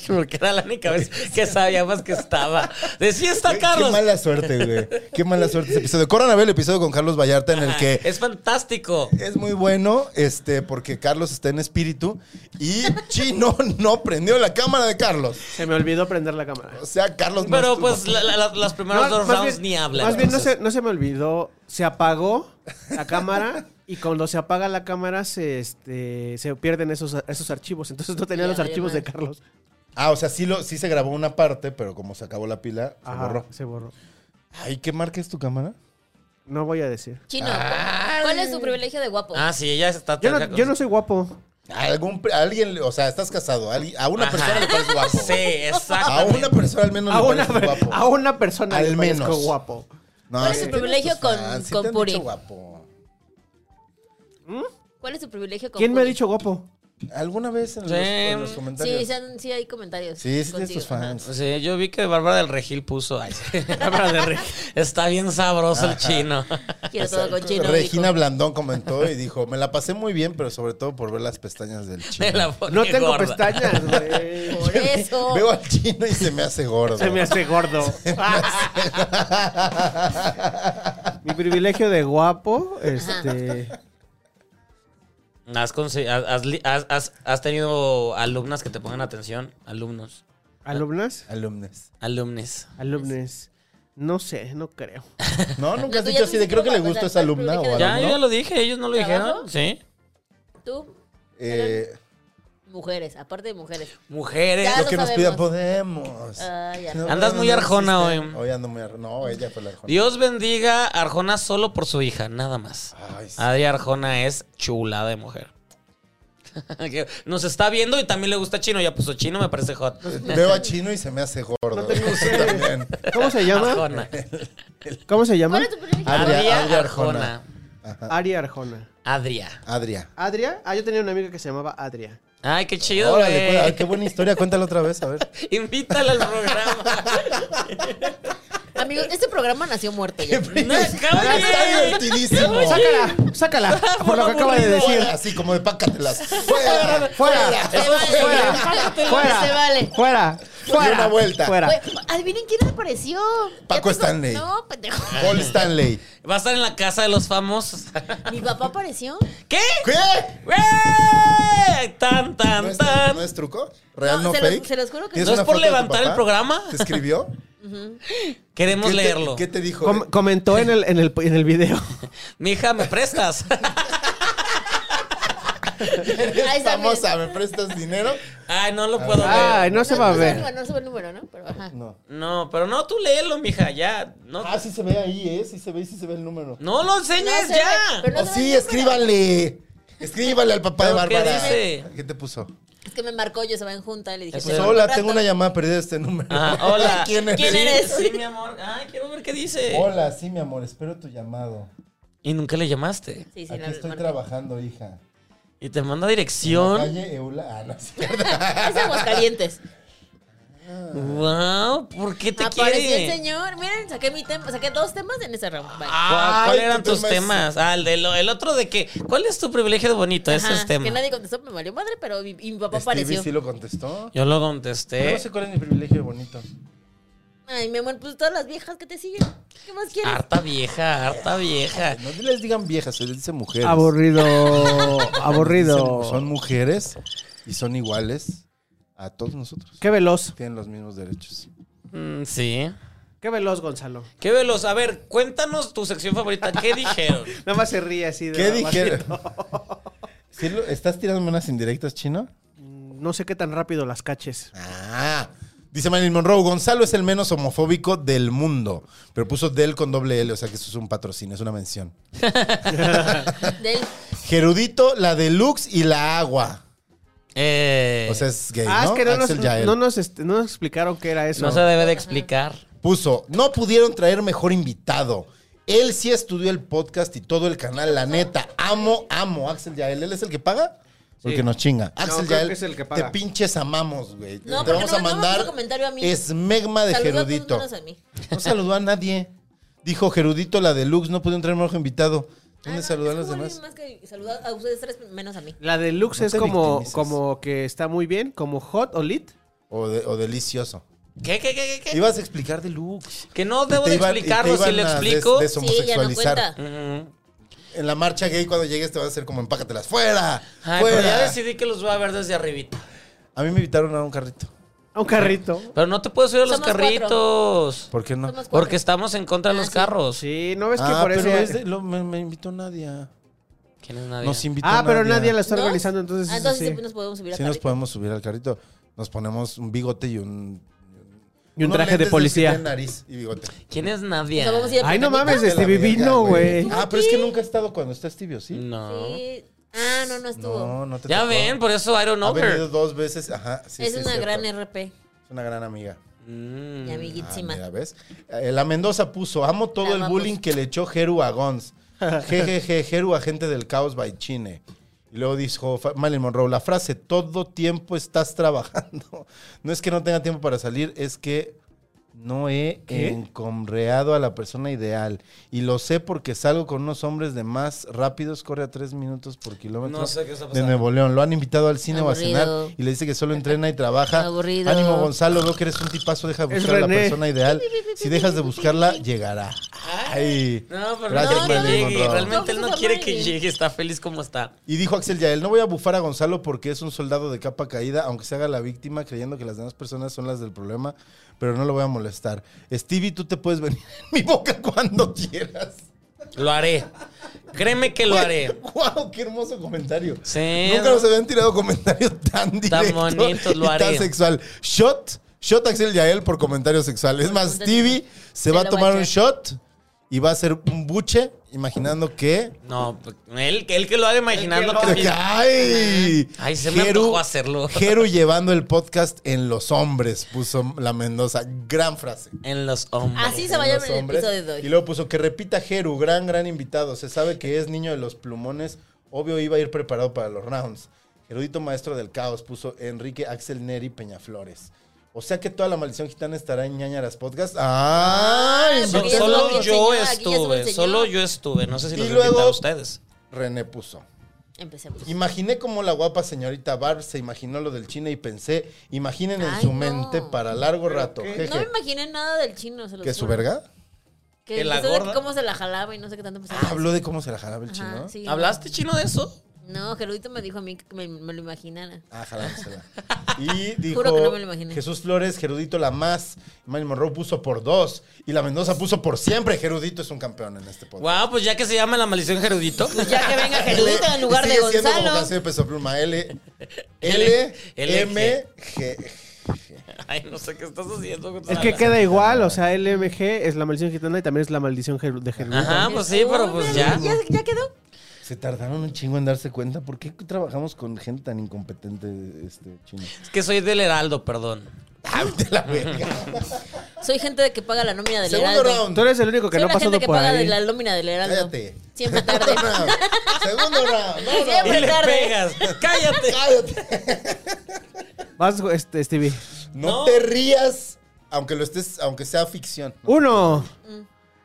[SPEAKER 4] Porque era la única vez que sabíamos que estaba. Decía
[SPEAKER 5] *laughs*
[SPEAKER 4] está
[SPEAKER 5] Güey, Qué
[SPEAKER 4] Carlos.
[SPEAKER 5] mala suerte, güey. Qué mala suerte ese episodio. Corran a ver el episodio con Carlos Vallarta en el que
[SPEAKER 4] Ah, Es fantástico.
[SPEAKER 5] es muy bueno, este, porque Carlos está en espíritu y Chino *laughs* no prendió la cámara de Carlos.
[SPEAKER 6] Se me olvidó prender la cámara.
[SPEAKER 5] O sea, Carlos no
[SPEAKER 4] Pero
[SPEAKER 5] estuvo.
[SPEAKER 4] pues la- la- la- las primeras
[SPEAKER 6] No,
[SPEAKER 4] dos
[SPEAKER 6] más
[SPEAKER 4] rounds
[SPEAKER 6] bien-
[SPEAKER 4] ni hablan.
[SPEAKER 6] Más bien no
[SPEAKER 4] entonces.
[SPEAKER 6] se, no se me olvidó. Se apagó la cámara y cuando se apaga la cámara se, este, se pierden esos, esos archivos. Entonces no tenía
[SPEAKER 7] Ya,
[SPEAKER 6] los
[SPEAKER 7] ya
[SPEAKER 6] archivos
[SPEAKER 7] madre.
[SPEAKER 6] de Carlos.
[SPEAKER 5] Ah, o sea, sí, lo, sí se grabó una parte, pero como se acabó la pila, se
[SPEAKER 6] Ajá,
[SPEAKER 5] borró.
[SPEAKER 6] Se borró.
[SPEAKER 5] Ay, ¿qué marca es tu cámara?
[SPEAKER 6] No voy a decir.
[SPEAKER 7] Chino, ¿cuál es tu privilegio de guapo?
[SPEAKER 4] *laughs* Ah, sí, ella está
[SPEAKER 6] Yo
[SPEAKER 4] terca
[SPEAKER 6] no,
[SPEAKER 4] con-
[SPEAKER 6] yo no soy guapo.
[SPEAKER 5] A algún, a alguien, le- o sea, estás casado. A, alguien- a una
[SPEAKER 4] Ajá.
[SPEAKER 5] persona le
[SPEAKER 6] *laughs*
[SPEAKER 5] pareces guapo.
[SPEAKER 4] Sí, exacto.
[SPEAKER 5] A una persona al menos
[SPEAKER 6] A
[SPEAKER 5] le
[SPEAKER 6] una,
[SPEAKER 5] pareces guapo.
[SPEAKER 6] a una persona
[SPEAKER 5] Al
[SPEAKER 6] le parezco
[SPEAKER 5] menos.
[SPEAKER 6] guapo.
[SPEAKER 5] No,
[SPEAKER 7] ¿Cuál es
[SPEAKER 5] sí
[SPEAKER 7] tu
[SPEAKER 5] tiene
[SPEAKER 7] privilegio
[SPEAKER 5] tus fans,
[SPEAKER 7] con-
[SPEAKER 5] sí
[SPEAKER 7] con
[SPEAKER 5] te han
[SPEAKER 7] Puri?
[SPEAKER 5] dicho guapo.
[SPEAKER 7] ¿Cuál es tu privilegio con
[SPEAKER 6] ¿Quién me ha
[SPEAKER 7] Juli?
[SPEAKER 6] dicho guapo?
[SPEAKER 5] ¿Alguna vez en,
[SPEAKER 4] Sí.
[SPEAKER 5] los, en los
[SPEAKER 7] Sí,
[SPEAKER 5] comentarios?
[SPEAKER 7] se han- sí hay comentarios.
[SPEAKER 5] Sí, sí tienes
[SPEAKER 7] contigo.
[SPEAKER 5] tus fans.
[SPEAKER 4] Sí, yo vi que Bárbara del Regil puso. Ay, sí. *laughs* Está bien sabroso el *laughs* chino.
[SPEAKER 7] Ajá. Quiero todo con chino.
[SPEAKER 5] Regina
[SPEAKER 7] dijo.
[SPEAKER 5] Blandón comentó y dijo, me la pasé muy bien, pero sobre todo por ver las pestañas del
[SPEAKER 4] Me
[SPEAKER 5] chino.
[SPEAKER 4] la pone
[SPEAKER 6] No tengo
[SPEAKER 4] gorda.
[SPEAKER 5] *laughs*
[SPEAKER 6] pestañas, güey.
[SPEAKER 7] Por eso.
[SPEAKER 5] Veo al chino y se me hace gordo.
[SPEAKER 6] Se me hace
[SPEAKER 5] *laughs*
[SPEAKER 6] gordo.
[SPEAKER 7] *laughs*
[SPEAKER 6] Mi privilegio de guapo, este.
[SPEAKER 4] ¿Has, conse- has- has- has- has tenido alumnas que te pongan atención? Alumnos.
[SPEAKER 6] ¿Alumnas?
[SPEAKER 5] Alumnes.
[SPEAKER 4] Alumnes.
[SPEAKER 6] Alumnes. No sé, no creo.
[SPEAKER 5] No, nunca has
[SPEAKER 7] tú ya
[SPEAKER 5] dicho así de
[SPEAKER 7] dijiste
[SPEAKER 5] creo que le
[SPEAKER 7] guapo,
[SPEAKER 5] gusta
[SPEAKER 7] o
[SPEAKER 5] esa
[SPEAKER 7] sea,
[SPEAKER 5] alumna o
[SPEAKER 7] privilegio de-
[SPEAKER 4] Ya, yo ya
[SPEAKER 5] alumno.
[SPEAKER 4] lo dije, ellos no lo
[SPEAKER 7] ¿Trabajo?
[SPEAKER 4] dijeron. Sí.
[SPEAKER 7] ¿Tú?
[SPEAKER 5] Eh,
[SPEAKER 7] Mujeres, aparte de mujeres.
[SPEAKER 4] Mujeres.
[SPEAKER 7] Ya
[SPEAKER 5] Lo que
[SPEAKER 7] lo
[SPEAKER 5] nos pida
[SPEAKER 7] sabemos.
[SPEAKER 5] Podemos.
[SPEAKER 7] Ah, ya.
[SPEAKER 5] No,
[SPEAKER 4] Andas muy arjona
[SPEAKER 5] existe.
[SPEAKER 4] hoy.
[SPEAKER 5] Hoy ando muy arjona. No, ella fue la arjona.
[SPEAKER 4] Dios bendiga a Arjona solo por su hija, nada más.
[SPEAKER 5] Ay, sí.
[SPEAKER 4] Adri Arjona es chulada de mujer. *laughs* Que Nos está viendo y también le gusta chino. Ya puso chino, me parece hot.
[SPEAKER 5] *laughs* Veo a Chino y se me hace gordo. *laughs* Eso también.
[SPEAKER 6] ¿Cómo se llama?
[SPEAKER 5] *laughs*
[SPEAKER 4] Arjona.
[SPEAKER 6] ¿Cómo se llama?
[SPEAKER 7] ¿Cuál es tu primer hija?
[SPEAKER 5] Adria,
[SPEAKER 4] Adria
[SPEAKER 5] Adria
[SPEAKER 4] Arjona.
[SPEAKER 5] Arjona.
[SPEAKER 6] Aria Arjona.
[SPEAKER 4] Adria.
[SPEAKER 5] Adria.
[SPEAKER 6] ¿Adria? Ah, yo tenía una amiga que se llamaba Adria.
[SPEAKER 4] Ay, qué chido,
[SPEAKER 5] Órale, pues,
[SPEAKER 4] güey.
[SPEAKER 5] cu- ay, qué buena historia. Cuéntala otra vez, a ver.
[SPEAKER 4] *laughs* Invítala al programa.
[SPEAKER 7] Amigos, este programa nació
[SPEAKER 5] *laughs*
[SPEAKER 7] muerto ya.
[SPEAKER 4] No, cabrón.
[SPEAKER 5] Está divertidísimo.
[SPEAKER 6] ¡Sácala!
[SPEAKER 7] *laughs*
[SPEAKER 6] ¡Sácala! Ah, Por lo que acaba de decir.
[SPEAKER 5] Fuera, así como de pácatelas. Fuera,
[SPEAKER 6] ¡Fuera!
[SPEAKER 7] Se vale.
[SPEAKER 6] ¡Fuera! ¡Fuera!
[SPEAKER 7] Se vale.
[SPEAKER 6] ¡Fuera! ¡Fuera!
[SPEAKER 5] Y una vuelta.
[SPEAKER 6] ¡Fuera!
[SPEAKER 7] Güey, adivinen quién apareció. Ya
[SPEAKER 5] Paco
[SPEAKER 7] tengo-
[SPEAKER 5] Stanley.
[SPEAKER 7] No, pendejo.
[SPEAKER 5] Paul Stanley.
[SPEAKER 4] Va a estar en la casa de los famosos. *laughs*
[SPEAKER 7] Mi papá apareció.
[SPEAKER 4] ¿Qué?
[SPEAKER 5] ¿Qué?
[SPEAKER 4] ¡Güey! Tan,
[SPEAKER 5] ¿No
[SPEAKER 4] tan,
[SPEAKER 5] es,
[SPEAKER 4] tan.
[SPEAKER 5] ¿No es truco? ¿Real
[SPEAKER 7] No,
[SPEAKER 5] no,
[SPEAKER 7] se los-
[SPEAKER 5] fake?
[SPEAKER 7] se los juro que
[SPEAKER 5] ¿Tienes
[SPEAKER 4] no. ¿No es
[SPEAKER 5] una
[SPEAKER 4] por
[SPEAKER 5] foto de tu
[SPEAKER 4] levantar el
[SPEAKER 5] papá?
[SPEAKER 4] programa?
[SPEAKER 5] ¿Te
[SPEAKER 4] *laughs*
[SPEAKER 5] escribió?
[SPEAKER 4] Queremos
[SPEAKER 5] ¿Qué te-
[SPEAKER 4] leerlo.
[SPEAKER 5] ¿Qué te dijo?
[SPEAKER 6] Com- comentó en el, en, el, en el video.
[SPEAKER 4] Mija, ¿me prestas? *laughs*
[SPEAKER 5] Eres
[SPEAKER 7] Ay, Samir.
[SPEAKER 5] famosa, ¿me prestas dinero?
[SPEAKER 4] Ay, no lo puedo
[SPEAKER 6] Ay,
[SPEAKER 4] ver.
[SPEAKER 6] no se va a
[SPEAKER 7] sube el
[SPEAKER 6] ver.
[SPEAKER 7] número, No sube el número, ¿no? Pero ajá.
[SPEAKER 5] No.
[SPEAKER 4] No, pero no, tú léelo, mija, ya. No,
[SPEAKER 5] Ah, sí se ve ahí, ¿eh? Sí se ve, sí se ve el número.
[SPEAKER 4] no lo enseñes
[SPEAKER 7] No se ve,
[SPEAKER 4] ya.
[SPEAKER 7] pero no
[SPEAKER 5] Oh,
[SPEAKER 7] se ve
[SPEAKER 5] sí,
[SPEAKER 7] el número.
[SPEAKER 5] escríbanle. Escríbale al papá de
[SPEAKER 4] ¿Pero qué
[SPEAKER 5] Bárbara.
[SPEAKER 4] dice?
[SPEAKER 5] ¿Qué te puso?
[SPEAKER 7] Es que me marcó, yo se va en junta y le dije...
[SPEAKER 4] Eso
[SPEAKER 7] "Te
[SPEAKER 5] Pues
[SPEAKER 4] era.
[SPEAKER 7] veo
[SPEAKER 5] hola,
[SPEAKER 7] un rato".
[SPEAKER 5] tengo una llamada perdida de este número. *laughs*
[SPEAKER 4] Ah, hola.
[SPEAKER 5] ¿Quién eres?
[SPEAKER 4] Sí,
[SPEAKER 7] eres?
[SPEAKER 4] Sí, mi amor. Ay, quiero ver qué dice.
[SPEAKER 5] Hola, sí, mi amor, espero tu llamado.
[SPEAKER 4] Y nunca le llamaste.
[SPEAKER 7] Sí, sí,
[SPEAKER 5] Aquí
[SPEAKER 7] la-
[SPEAKER 5] estoy
[SPEAKER 7] marqué.
[SPEAKER 5] trabajando, hija.
[SPEAKER 4] Y te manda
[SPEAKER 5] En la
[SPEAKER 4] dirección.
[SPEAKER 5] calle Eula. Ah, no, sí.
[SPEAKER 7] Es de
[SPEAKER 5] *laughs*
[SPEAKER 7] Aguascalientes.
[SPEAKER 4] Wow, ¿por qué te
[SPEAKER 7] Apareció el
[SPEAKER 4] quiere?
[SPEAKER 7] señor. Miren, saqué mi tema, saqué dos temas en ese round. Bye.
[SPEAKER 4] Ah, ¿Cuáles
[SPEAKER 5] Ay,
[SPEAKER 4] eran
[SPEAKER 5] tu
[SPEAKER 4] tus
[SPEAKER 5] tema es-
[SPEAKER 4] temas? Ah, el, de lo- el otro de que, ¿cuál es tu privilegio de bonito? Ese
[SPEAKER 7] Ajá,
[SPEAKER 4] es tema.
[SPEAKER 7] Que nadie contestó, me valió madre, pero mi- y mi papá
[SPEAKER 5] Stevie
[SPEAKER 7] apareció.
[SPEAKER 5] sí lo contestó.
[SPEAKER 4] Yo
[SPEAKER 5] Yo
[SPEAKER 4] lo contesté.
[SPEAKER 5] no sé cuál es mi privilegio de bonito.
[SPEAKER 7] Ay, mi amor, pues todas las viejas que te siguen. ¿Qué más quieres?
[SPEAKER 5] Ah.
[SPEAKER 4] Harta vieja, harta vieja.
[SPEAKER 5] No les digan viejas, se les dice mujeres.
[SPEAKER 6] Aburrido.
[SPEAKER 5] *laughs*
[SPEAKER 6] Aburrido.
[SPEAKER 5] Dicen, pues. Son mujeres y son iguales a todos nosotros.
[SPEAKER 6] Qué veloz.
[SPEAKER 5] Tienen los mismos derechos.
[SPEAKER 4] Mm, sí.
[SPEAKER 6] Qué veloz, Gonzalo.
[SPEAKER 4] Qué veloz. A ver, cuéntanos tu sección favorita. ¿Qué
[SPEAKER 5] *laughs*
[SPEAKER 4] dijeron?
[SPEAKER 6] Nada más se ríe así. De
[SPEAKER 5] ¿Qué
[SPEAKER 6] babacito.
[SPEAKER 5] dijeron? *laughs* ¿Sí lo- ¿Estás tirándome unas indirectas, chino?
[SPEAKER 6] No sé qué tan rápido las caches.
[SPEAKER 5] Ah. Dice Marilyn Monroe, Gonzalo es el menos homofóbico del mundo. Pero puso del con doble L, o sea que eso es un patrocinio, es una mención. *laughs*
[SPEAKER 7] Del-
[SPEAKER 5] Gerudito, la deluxe y la agua.
[SPEAKER 4] Eh,
[SPEAKER 5] O sea, es gay,
[SPEAKER 6] Ah,
[SPEAKER 5] ¿no?
[SPEAKER 6] es que no nos,
[SPEAKER 5] Axel Yael.
[SPEAKER 6] no nos, este, no nos explicaron qué era eso.
[SPEAKER 4] no se debe de explicar.
[SPEAKER 5] Puso, no pudieron traer mejor invitado. Él sí estudió el podcast y todo el canal, la neta. Amo, amo a Axel Yael. ¿Él es el que paga? Porque nos chinga. Axel
[SPEAKER 6] creo
[SPEAKER 5] Yael,
[SPEAKER 6] que es el que paga.
[SPEAKER 5] te pinches amamos, güey.
[SPEAKER 7] No,
[SPEAKER 5] te
[SPEAKER 7] porque
[SPEAKER 5] vamos
[SPEAKER 7] no-
[SPEAKER 5] a
[SPEAKER 7] no me puso
[SPEAKER 5] mandar
[SPEAKER 7] comentario a mí.
[SPEAKER 5] esmegma de
[SPEAKER 7] Saludó a todos
[SPEAKER 5] Gerudito.
[SPEAKER 7] menos a mí.
[SPEAKER 5] No saludó a nadie. Dijo Gerudito, la deluxe, no pudieron traer mejor invitado. ¿Dónde
[SPEAKER 7] Ah,
[SPEAKER 5] saludó a
[SPEAKER 7] es
[SPEAKER 5] los
[SPEAKER 7] como
[SPEAKER 5] demás?
[SPEAKER 7] alguien más que saludó a ustedes tres menos a mí.
[SPEAKER 6] La deluxe
[SPEAKER 5] No
[SPEAKER 6] es
[SPEAKER 5] te
[SPEAKER 6] como,
[SPEAKER 5] victimices.
[SPEAKER 6] como que está muy bien, como hot o lit.
[SPEAKER 5] O, de- o delicioso.
[SPEAKER 4] ¿Qué, qué, qué, qué? qué?
[SPEAKER 5] Ibas a explicar deluxe.
[SPEAKER 4] Que no debo
[SPEAKER 5] Te
[SPEAKER 4] de
[SPEAKER 5] iban-
[SPEAKER 4] explicarlo.
[SPEAKER 5] te
[SPEAKER 4] Si
[SPEAKER 5] iban
[SPEAKER 4] lo
[SPEAKER 5] a des-
[SPEAKER 4] explico.
[SPEAKER 7] Sí, ya no
[SPEAKER 5] deshomosexualizar.
[SPEAKER 7] cuenta.
[SPEAKER 4] Ujú.
[SPEAKER 5] En la marcha gay, cuando llegues, te vas a hacer como empácatelas. ¡Fuera!
[SPEAKER 4] Ay,
[SPEAKER 5] ¡Fuera!
[SPEAKER 4] pero ya decidí que los voy a ver desde arribita.
[SPEAKER 5] A mí me invitaron a un carrito.
[SPEAKER 6] A un carrito.
[SPEAKER 4] Pero no te puedes subir a los
[SPEAKER 7] Somos Ah,
[SPEAKER 4] carritos.
[SPEAKER 5] ¿Por qué no?
[SPEAKER 7] Somos cuatro.
[SPEAKER 4] Porque estamos en contra de los carros.
[SPEAKER 6] Sí, ¿no ves que
[SPEAKER 5] ah,
[SPEAKER 6] por
[SPEAKER 5] pero
[SPEAKER 6] eso...
[SPEAKER 5] es de- lo- me, me invitó Nadia.
[SPEAKER 4] ¿Quién es nadie?
[SPEAKER 5] Nos invitó
[SPEAKER 6] Ah, pero nadie la
[SPEAKER 5] las
[SPEAKER 6] está
[SPEAKER 7] ¿No?
[SPEAKER 6] organizando, entonces...
[SPEAKER 7] Ah, entonces
[SPEAKER 6] sí.
[SPEAKER 7] sí nos podemos subir a
[SPEAKER 5] Sí nos
[SPEAKER 7] carrito.
[SPEAKER 5] podemos subir al carrito. Nos ponemos un bigote y un...
[SPEAKER 6] Y un
[SPEAKER 5] unos
[SPEAKER 6] traje de
[SPEAKER 5] lentes
[SPEAKER 6] policía.
[SPEAKER 5] que tienen nariz y bigote.
[SPEAKER 4] ¿Quién es
[SPEAKER 7] O
[SPEAKER 4] nadie?
[SPEAKER 7] sea, vamos a ir a
[SPEAKER 6] Ay, no
[SPEAKER 7] platanita.
[SPEAKER 6] mames,
[SPEAKER 5] De la
[SPEAKER 6] este
[SPEAKER 5] verga,
[SPEAKER 6] vivino, güey.
[SPEAKER 5] Ah, pero es que nunca he estado cuando está Stevio, ¿sí?
[SPEAKER 4] No.
[SPEAKER 7] Sí. Ah, no, no estuvo.
[SPEAKER 5] No, no te
[SPEAKER 4] Ya
[SPEAKER 5] tocó.
[SPEAKER 4] ven, por eso I don't
[SPEAKER 5] Ha
[SPEAKER 4] know
[SPEAKER 5] venido
[SPEAKER 4] her.
[SPEAKER 5] dos veces. Ajá, sí,
[SPEAKER 7] es
[SPEAKER 5] sí,
[SPEAKER 7] una
[SPEAKER 5] cierto.
[SPEAKER 7] gran RP,
[SPEAKER 5] Es una gran amiga.
[SPEAKER 7] mi
[SPEAKER 4] Mm.
[SPEAKER 7] amiguísima.
[SPEAKER 5] Ah, mira, ¿ves? Eh, La Mendoza puso, amo todo
[SPEAKER 7] La
[SPEAKER 5] el
[SPEAKER 7] amamos.
[SPEAKER 5] bullying que le echó Jeru a Gons. Jejeje, Jeru, agente del caos by Chine. Y luego dijo Fa- Marilyn Monroe, la frase, todo tiempo estás trabajando. *laughs* No es que no tenga tiempo para salir, es que no he encombreado a la persona ideal. Y lo sé porque salgo con unos hombres de más rápidos, corre a tres minutos por kilómetro.
[SPEAKER 4] No sé qué está
[SPEAKER 5] de
[SPEAKER 4] pasando.
[SPEAKER 5] Nuevo León. Lo han invitado al cine o a
[SPEAKER 7] Aburrido.
[SPEAKER 5] cenar y le dice que solo entrena y trabaja.
[SPEAKER 7] Aburrido.
[SPEAKER 5] Ánimo, Gonzalo, veo que eres un tipazo, deja de
[SPEAKER 6] Es
[SPEAKER 5] buscar a la
[SPEAKER 6] René.
[SPEAKER 5] persona ideal. Si dejas de buscarla, llegará. Ay.
[SPEAKER 4] No, pero
[SPEAKER 5] Gracias,
[SPEAKER 4] no, quiere que
[SPEAKER 5] Marilyn
[SPEAKER 4] llegue.
[SPEAKER 5] Monroe.
[SPEAKER 4] Realmente él
[SPEAKER 7] No,
[SPEAKER 4] no
[SPEAKER 7] pues,
[SPEAKER 4] quiere
[SPEAKER 7] es
[SPEAKER 4] que
[SPEAKER 7] Marilyn.
[SPEAKER 4] llegue. Está feliz como está.
[SPEAKER 5] Y dijo Axel Yael, no voy a bufar a Gonzalo porque es un soldado de capa caída, aunque se haga la víctima creyendo que las demás personas son las del problema, pero no lo voy a molestar. Stevie, tú te puedes venir en mi boca cuando quieras.
[SPEAKER 4] Lo haré. Créeme que lo haré.
[SPEAKER 5] ¡Wow! ¡Qué hermoso comentario!
[SPEAKER 4] Sí.
[SPEAKER 5] Nunca nos habían tirado comentarios *laughs* tan directos.
[SPEAKER 4] bonito, lo
[SPEAKER 5] y
[SPEAKER 4] haré.
[SPEAKER 5] Tan sexual. Shot. Shot Axel Yael por comentario sexual. Es más, Stevie se
[SPEAKER 7] Se
[SPEAKER 5] va a
[SPEAKER 7] lo
[SPEAKER 5] tomar
[SPEAKER 7] va a
[SPEAKER 5] un shot y va a hacer un buche imaginando que.
[SPEAKER 4] No, él, él que lo haga imaginando que mi-
[SPEAKER 5] ¡Ay!
[SPEAKER 4] Ay, se me antojó hacerlo.
[SPEAKER 5] Jero llevando el podcast en los hombres, puso la Mendoza. Gran frase.
[SPEAKER 4] en los hombres.
[SPEAKER 7] Así se va a
[SPEAKER 5] En
[SPEAKER 7] llamar
[SPEAKER 5] los
[SPEAKER 7] el
[SPEAKER 5] hombres.
[SPEAKER 7] episodio de
[SPEAKER 5] Y
[SPEAKER 7] hoy.
[SPEAKER 5] luego puso que repita Jeru, gran, gran invitado. Se sabe que es niño de los plumones. Obvio iba a ir preparado para los rounds. Erudito maestro del caos, puso Enrique Axel Neri Peñaflores. O sea que toda la maldición gitana estará en ñañaras podcast. ¡Ah!
[SPEAKER 7] Ah,
[SPEAKER 4] So-
[SPEAKER 7] porque ya
[SPEAKER 5] invítenlo.
[SPEAKER 7] se lo
[SPEAKER 4] solo
[SPEAKER 7] enseñó,
[SPEAKER 4] yo
[SPEAKER 7] aquí ya se lo
[SPEAKER 4] estuve,
[SPEAKER 7] enseñó.
[SPEAKER 4] solo yo estuve. No sé si
[SPEAKER 5] Y
[SPEAKER 4] los
[SPEAKER 5] luego-
[SPEAKER 4] invitaba a ustedes.
[SPEAKER 5] René puso.
[SPEAKER 7] Empecemos.
[SPEAKER 5] Imaginé cómo la guapa señorita Barb se imaginó lo del chine y pensé, imaginen en
[SPEAKER 7] Ay,
[SPEAKER 5] su
[SPEAKER 7] no.
[SPEAKER 5] mente para largo rato. Jeje.
[SPEAKER 7] No me imaginé nada del chino, se lo
[SPEAKER 5] ¿Que su
[SPEAKER 7] juro.
[SPEAKER 5] verga?
[SPEAKER 7] Que,
[SPEAKER 4] Que la
[SPEAKER 7] eso de
[SPEAKER 4] gorda.
[SPEAKER 7] cómo se la jalaba y no sé qué tanto empezaba.
[SPEAKER 5] Ah, habló de cómo se la jalaba el chino.
[SPEAKER 7] sí.
[SPEAKER 4] ¿Hablaste chino de eso?
[SPEAKER 7] No, Gerudito me dijo a mí que me, me
[SPEAKER 5] *laughs*
[SPEAKER 7] lo imaginara.
[SPEAKER 5] Ah,
[SPEAKER 7] *laughs*
[SPEAKER 5] jalámosela. Y dijo
[SPEAKER 7] Juro que no me lo imaginé.
[SPEAKER 5] Jesús Flores, Gerudito la más. Manny Monroe puso por dos. Y la Mendoza puso por siempre. Gerudito es un campeón en este podcast.
[SPEAKER 4] Wow, pues ya que se llama la maldición
[SPEAKER 6] *laughs*
[SPEAKER 4] Gerudito.
[SPEAKER 7] Ya que venga Gerudito en lugar
[SPEAKER 5] Y
[SPEAKER 7] de
[SPEAKER 5] sigue siendo
[SPEAKER 7] Gonzalo.
[SPEAKER 5] como canción de Peso Pluma.
[SPEAKER 7] *laughs*
[SPEAKER 5] L, L,
[SPEAKER 4] L,
[SPEAKER 5] M, G.
[SPEAKER 4] Ay, no sé qué estás haciendo.
[SPEAKER 6] Es
[SPEAKER 4] Gonzalo.
[SPEAKER 6] que queda igual, o sea, LMG es la maldición gitana y también es la maldición Jeru- de Gerudo.
[SPEAKER 4] Ajá, pues sí, pero
[SPEAKER 7] Uy,
[SPEAKER 4] pues ya.
[SPEAKER 7] mira, ya. ya quedó.
[SPEAKER 5] Se tardaron un chingo en darse cuenta. ¿Por qué trabajamos con gente tan incompetente este
[SPEAKER 7] *laughs*
[SPEAKER 5] chino?
[SPEAKER 4] Es que soy del Heraldo, perdón.
[SPEAKER 5] Ah, vete a la *laughs* verga.
[SPEAKER 7] Soy gente de que paga la nómina del
[SPEAKER 5] Segundo
[SPEAKER 7] Heraldo.
[SPEAKER 5] round.
[SPEAKER 6] Tú eres el único que
[SPEAKER 7] Soy
[SPEAKER 6] no
[SPEAKER 7] la
[SPEAKER 6] ha pasado
[SPEAKER 7] gente que
[SPEAKER 6] por
[SPEAKER 7] paga de
[SPEAKER 6] ahí.
[SPEAKER 7] la nómina del Heraldo.
[SPEAKER 5] Cállate.
[SPEAKER 7] Siempre tarde.
[SPEAKER 5] *laughs* Segundo round. Segundo
[SPEAKER 7] *laughs*
[SPEAKER 5] round. No, no.
[SPEAKER 4] Y
[SPEAKER 7] Siempre
[SPEAKER 4] le
[SPEAKER 7] tarde.
[SPEAKER 6] *laughs*
[SPEAKER 4] pegas. ¡Cállate!
[SPEAKER 6] Vas, este, Stevie.
[SPEAKER 5] No,
[SPEAKER 4] No.
[SPEAKER 5] te rías, aunque lo estés, aunque sea ficción.
[SPEAKER 6] Uno.
[SPEAKER 7] Mm.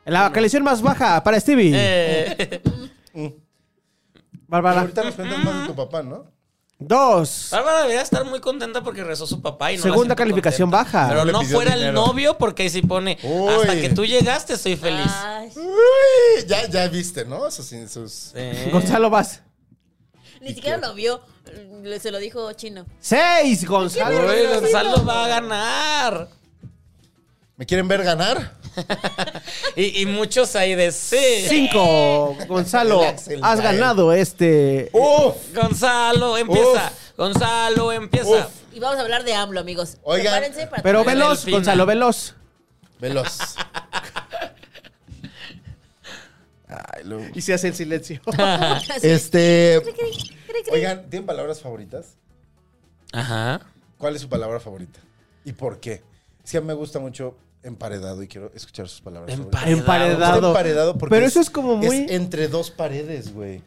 [SPEAKER 6] La calificación más baja para Stevie.
[SPEAKER 4] Eh,
[SPEAKER 6] Mm. Bárbara.
[SPEAKER 5] Ahorita nos cuentas más de
[SPEAKER 6] Mm.
[SPEAKER 5] tu papá, ¿no?
[SPEAKER 6] Dos.
[SPEAKER 4] Bárbara debería estar muy contenta porque rezó su papá y no la
[SPEAKER 6] Segunda
[SPEAKER 4] siento
[SPEAKER 6] calificación
[SPEAKER 4] contenta.
[SPEAKER 6] baja.
[SPEAKER 4] Pero
[SPEAKER 5] No le
[SPEAKER 4] no
[SPEAKER 5] pidió
[SPEAKER 4] fuera el
[SPEAKER 5] dinero.
[SPEAKER 4] novio porque ahí sí pone. Hasta
[SPEAKER 5] Uy.
[SPEAKER 4] que tú llegaste, soy feliz.
[SPEAKER 6] Ah.
[SPEAKER 7] Ay,
[SPEAKER 5] Uy, ya, ya viste, ¿no? Sus, sus-
[SPEAKER 4] Eh,
[SPEAKER 6] Gonzalo vas.
[SPEAKER 7] ni siquiera lo vio. Le- Se lo dijo chino.
[SPEAKER 6] Seis, Gonzalo.
[SPEAKER 4] Uy, Gonzalo va a ganar.
[SPEAKER 5] ¿Me quieren ver ganar?
[SPEAKER 4] Y, y muchos ahí de sí.
[SPEAKER 6] Cinco,
[SPEAKER 7] Eh.
[SPEAKER 6] Gonzalo.
[SPEAKER 5] Axel
[SPEAKER 6] Has
[SPEAKER 5] Gael.
[SPEAKER 6] ganado este.
[SPEAKER 5] ¡Uf!
[SPEAKER 4] Gonzalo, empieza. Gonzalo, empieza.
[SPEAKER 5] Uf.
[SPEAKER 7] Y vamos a hablar de AMLO, amigos.
[SPEAKER 5] Oigan.
[SPEAKER 7] Prepárense para
[SPEAKER 6] Pero
[SPEAKER 4] Delfina.
[SPEAKER 6] veloz, Gonzalo, veloz.
[SPEAKER 5] Veloz. *laughs* Ay, lo-
[SPEAKER 6] Y se hace el
[SPEAKER 7] *laughs*
[SPEAKER 6] silencio.
[SPEAKER 5] Este. Oigan, ¿tienen palabras favoritas?
[SPEAKER 4] Ajá.
[SPEAKER 5] ¿Cuál es su palabra favorita? ¿Y por qué? Es que a mí me gusta mucho emparedado y quiero escuchar sus palabras favoritas.
[SPEAKER 4] Emparedado.
[SPEAKER 6] Emparedado.
[SPEAKER 5] Emparedado porque
[SPEAKER 6] Pero eso es como muy-
[SPEAKER 5] entre dos paredes, güey.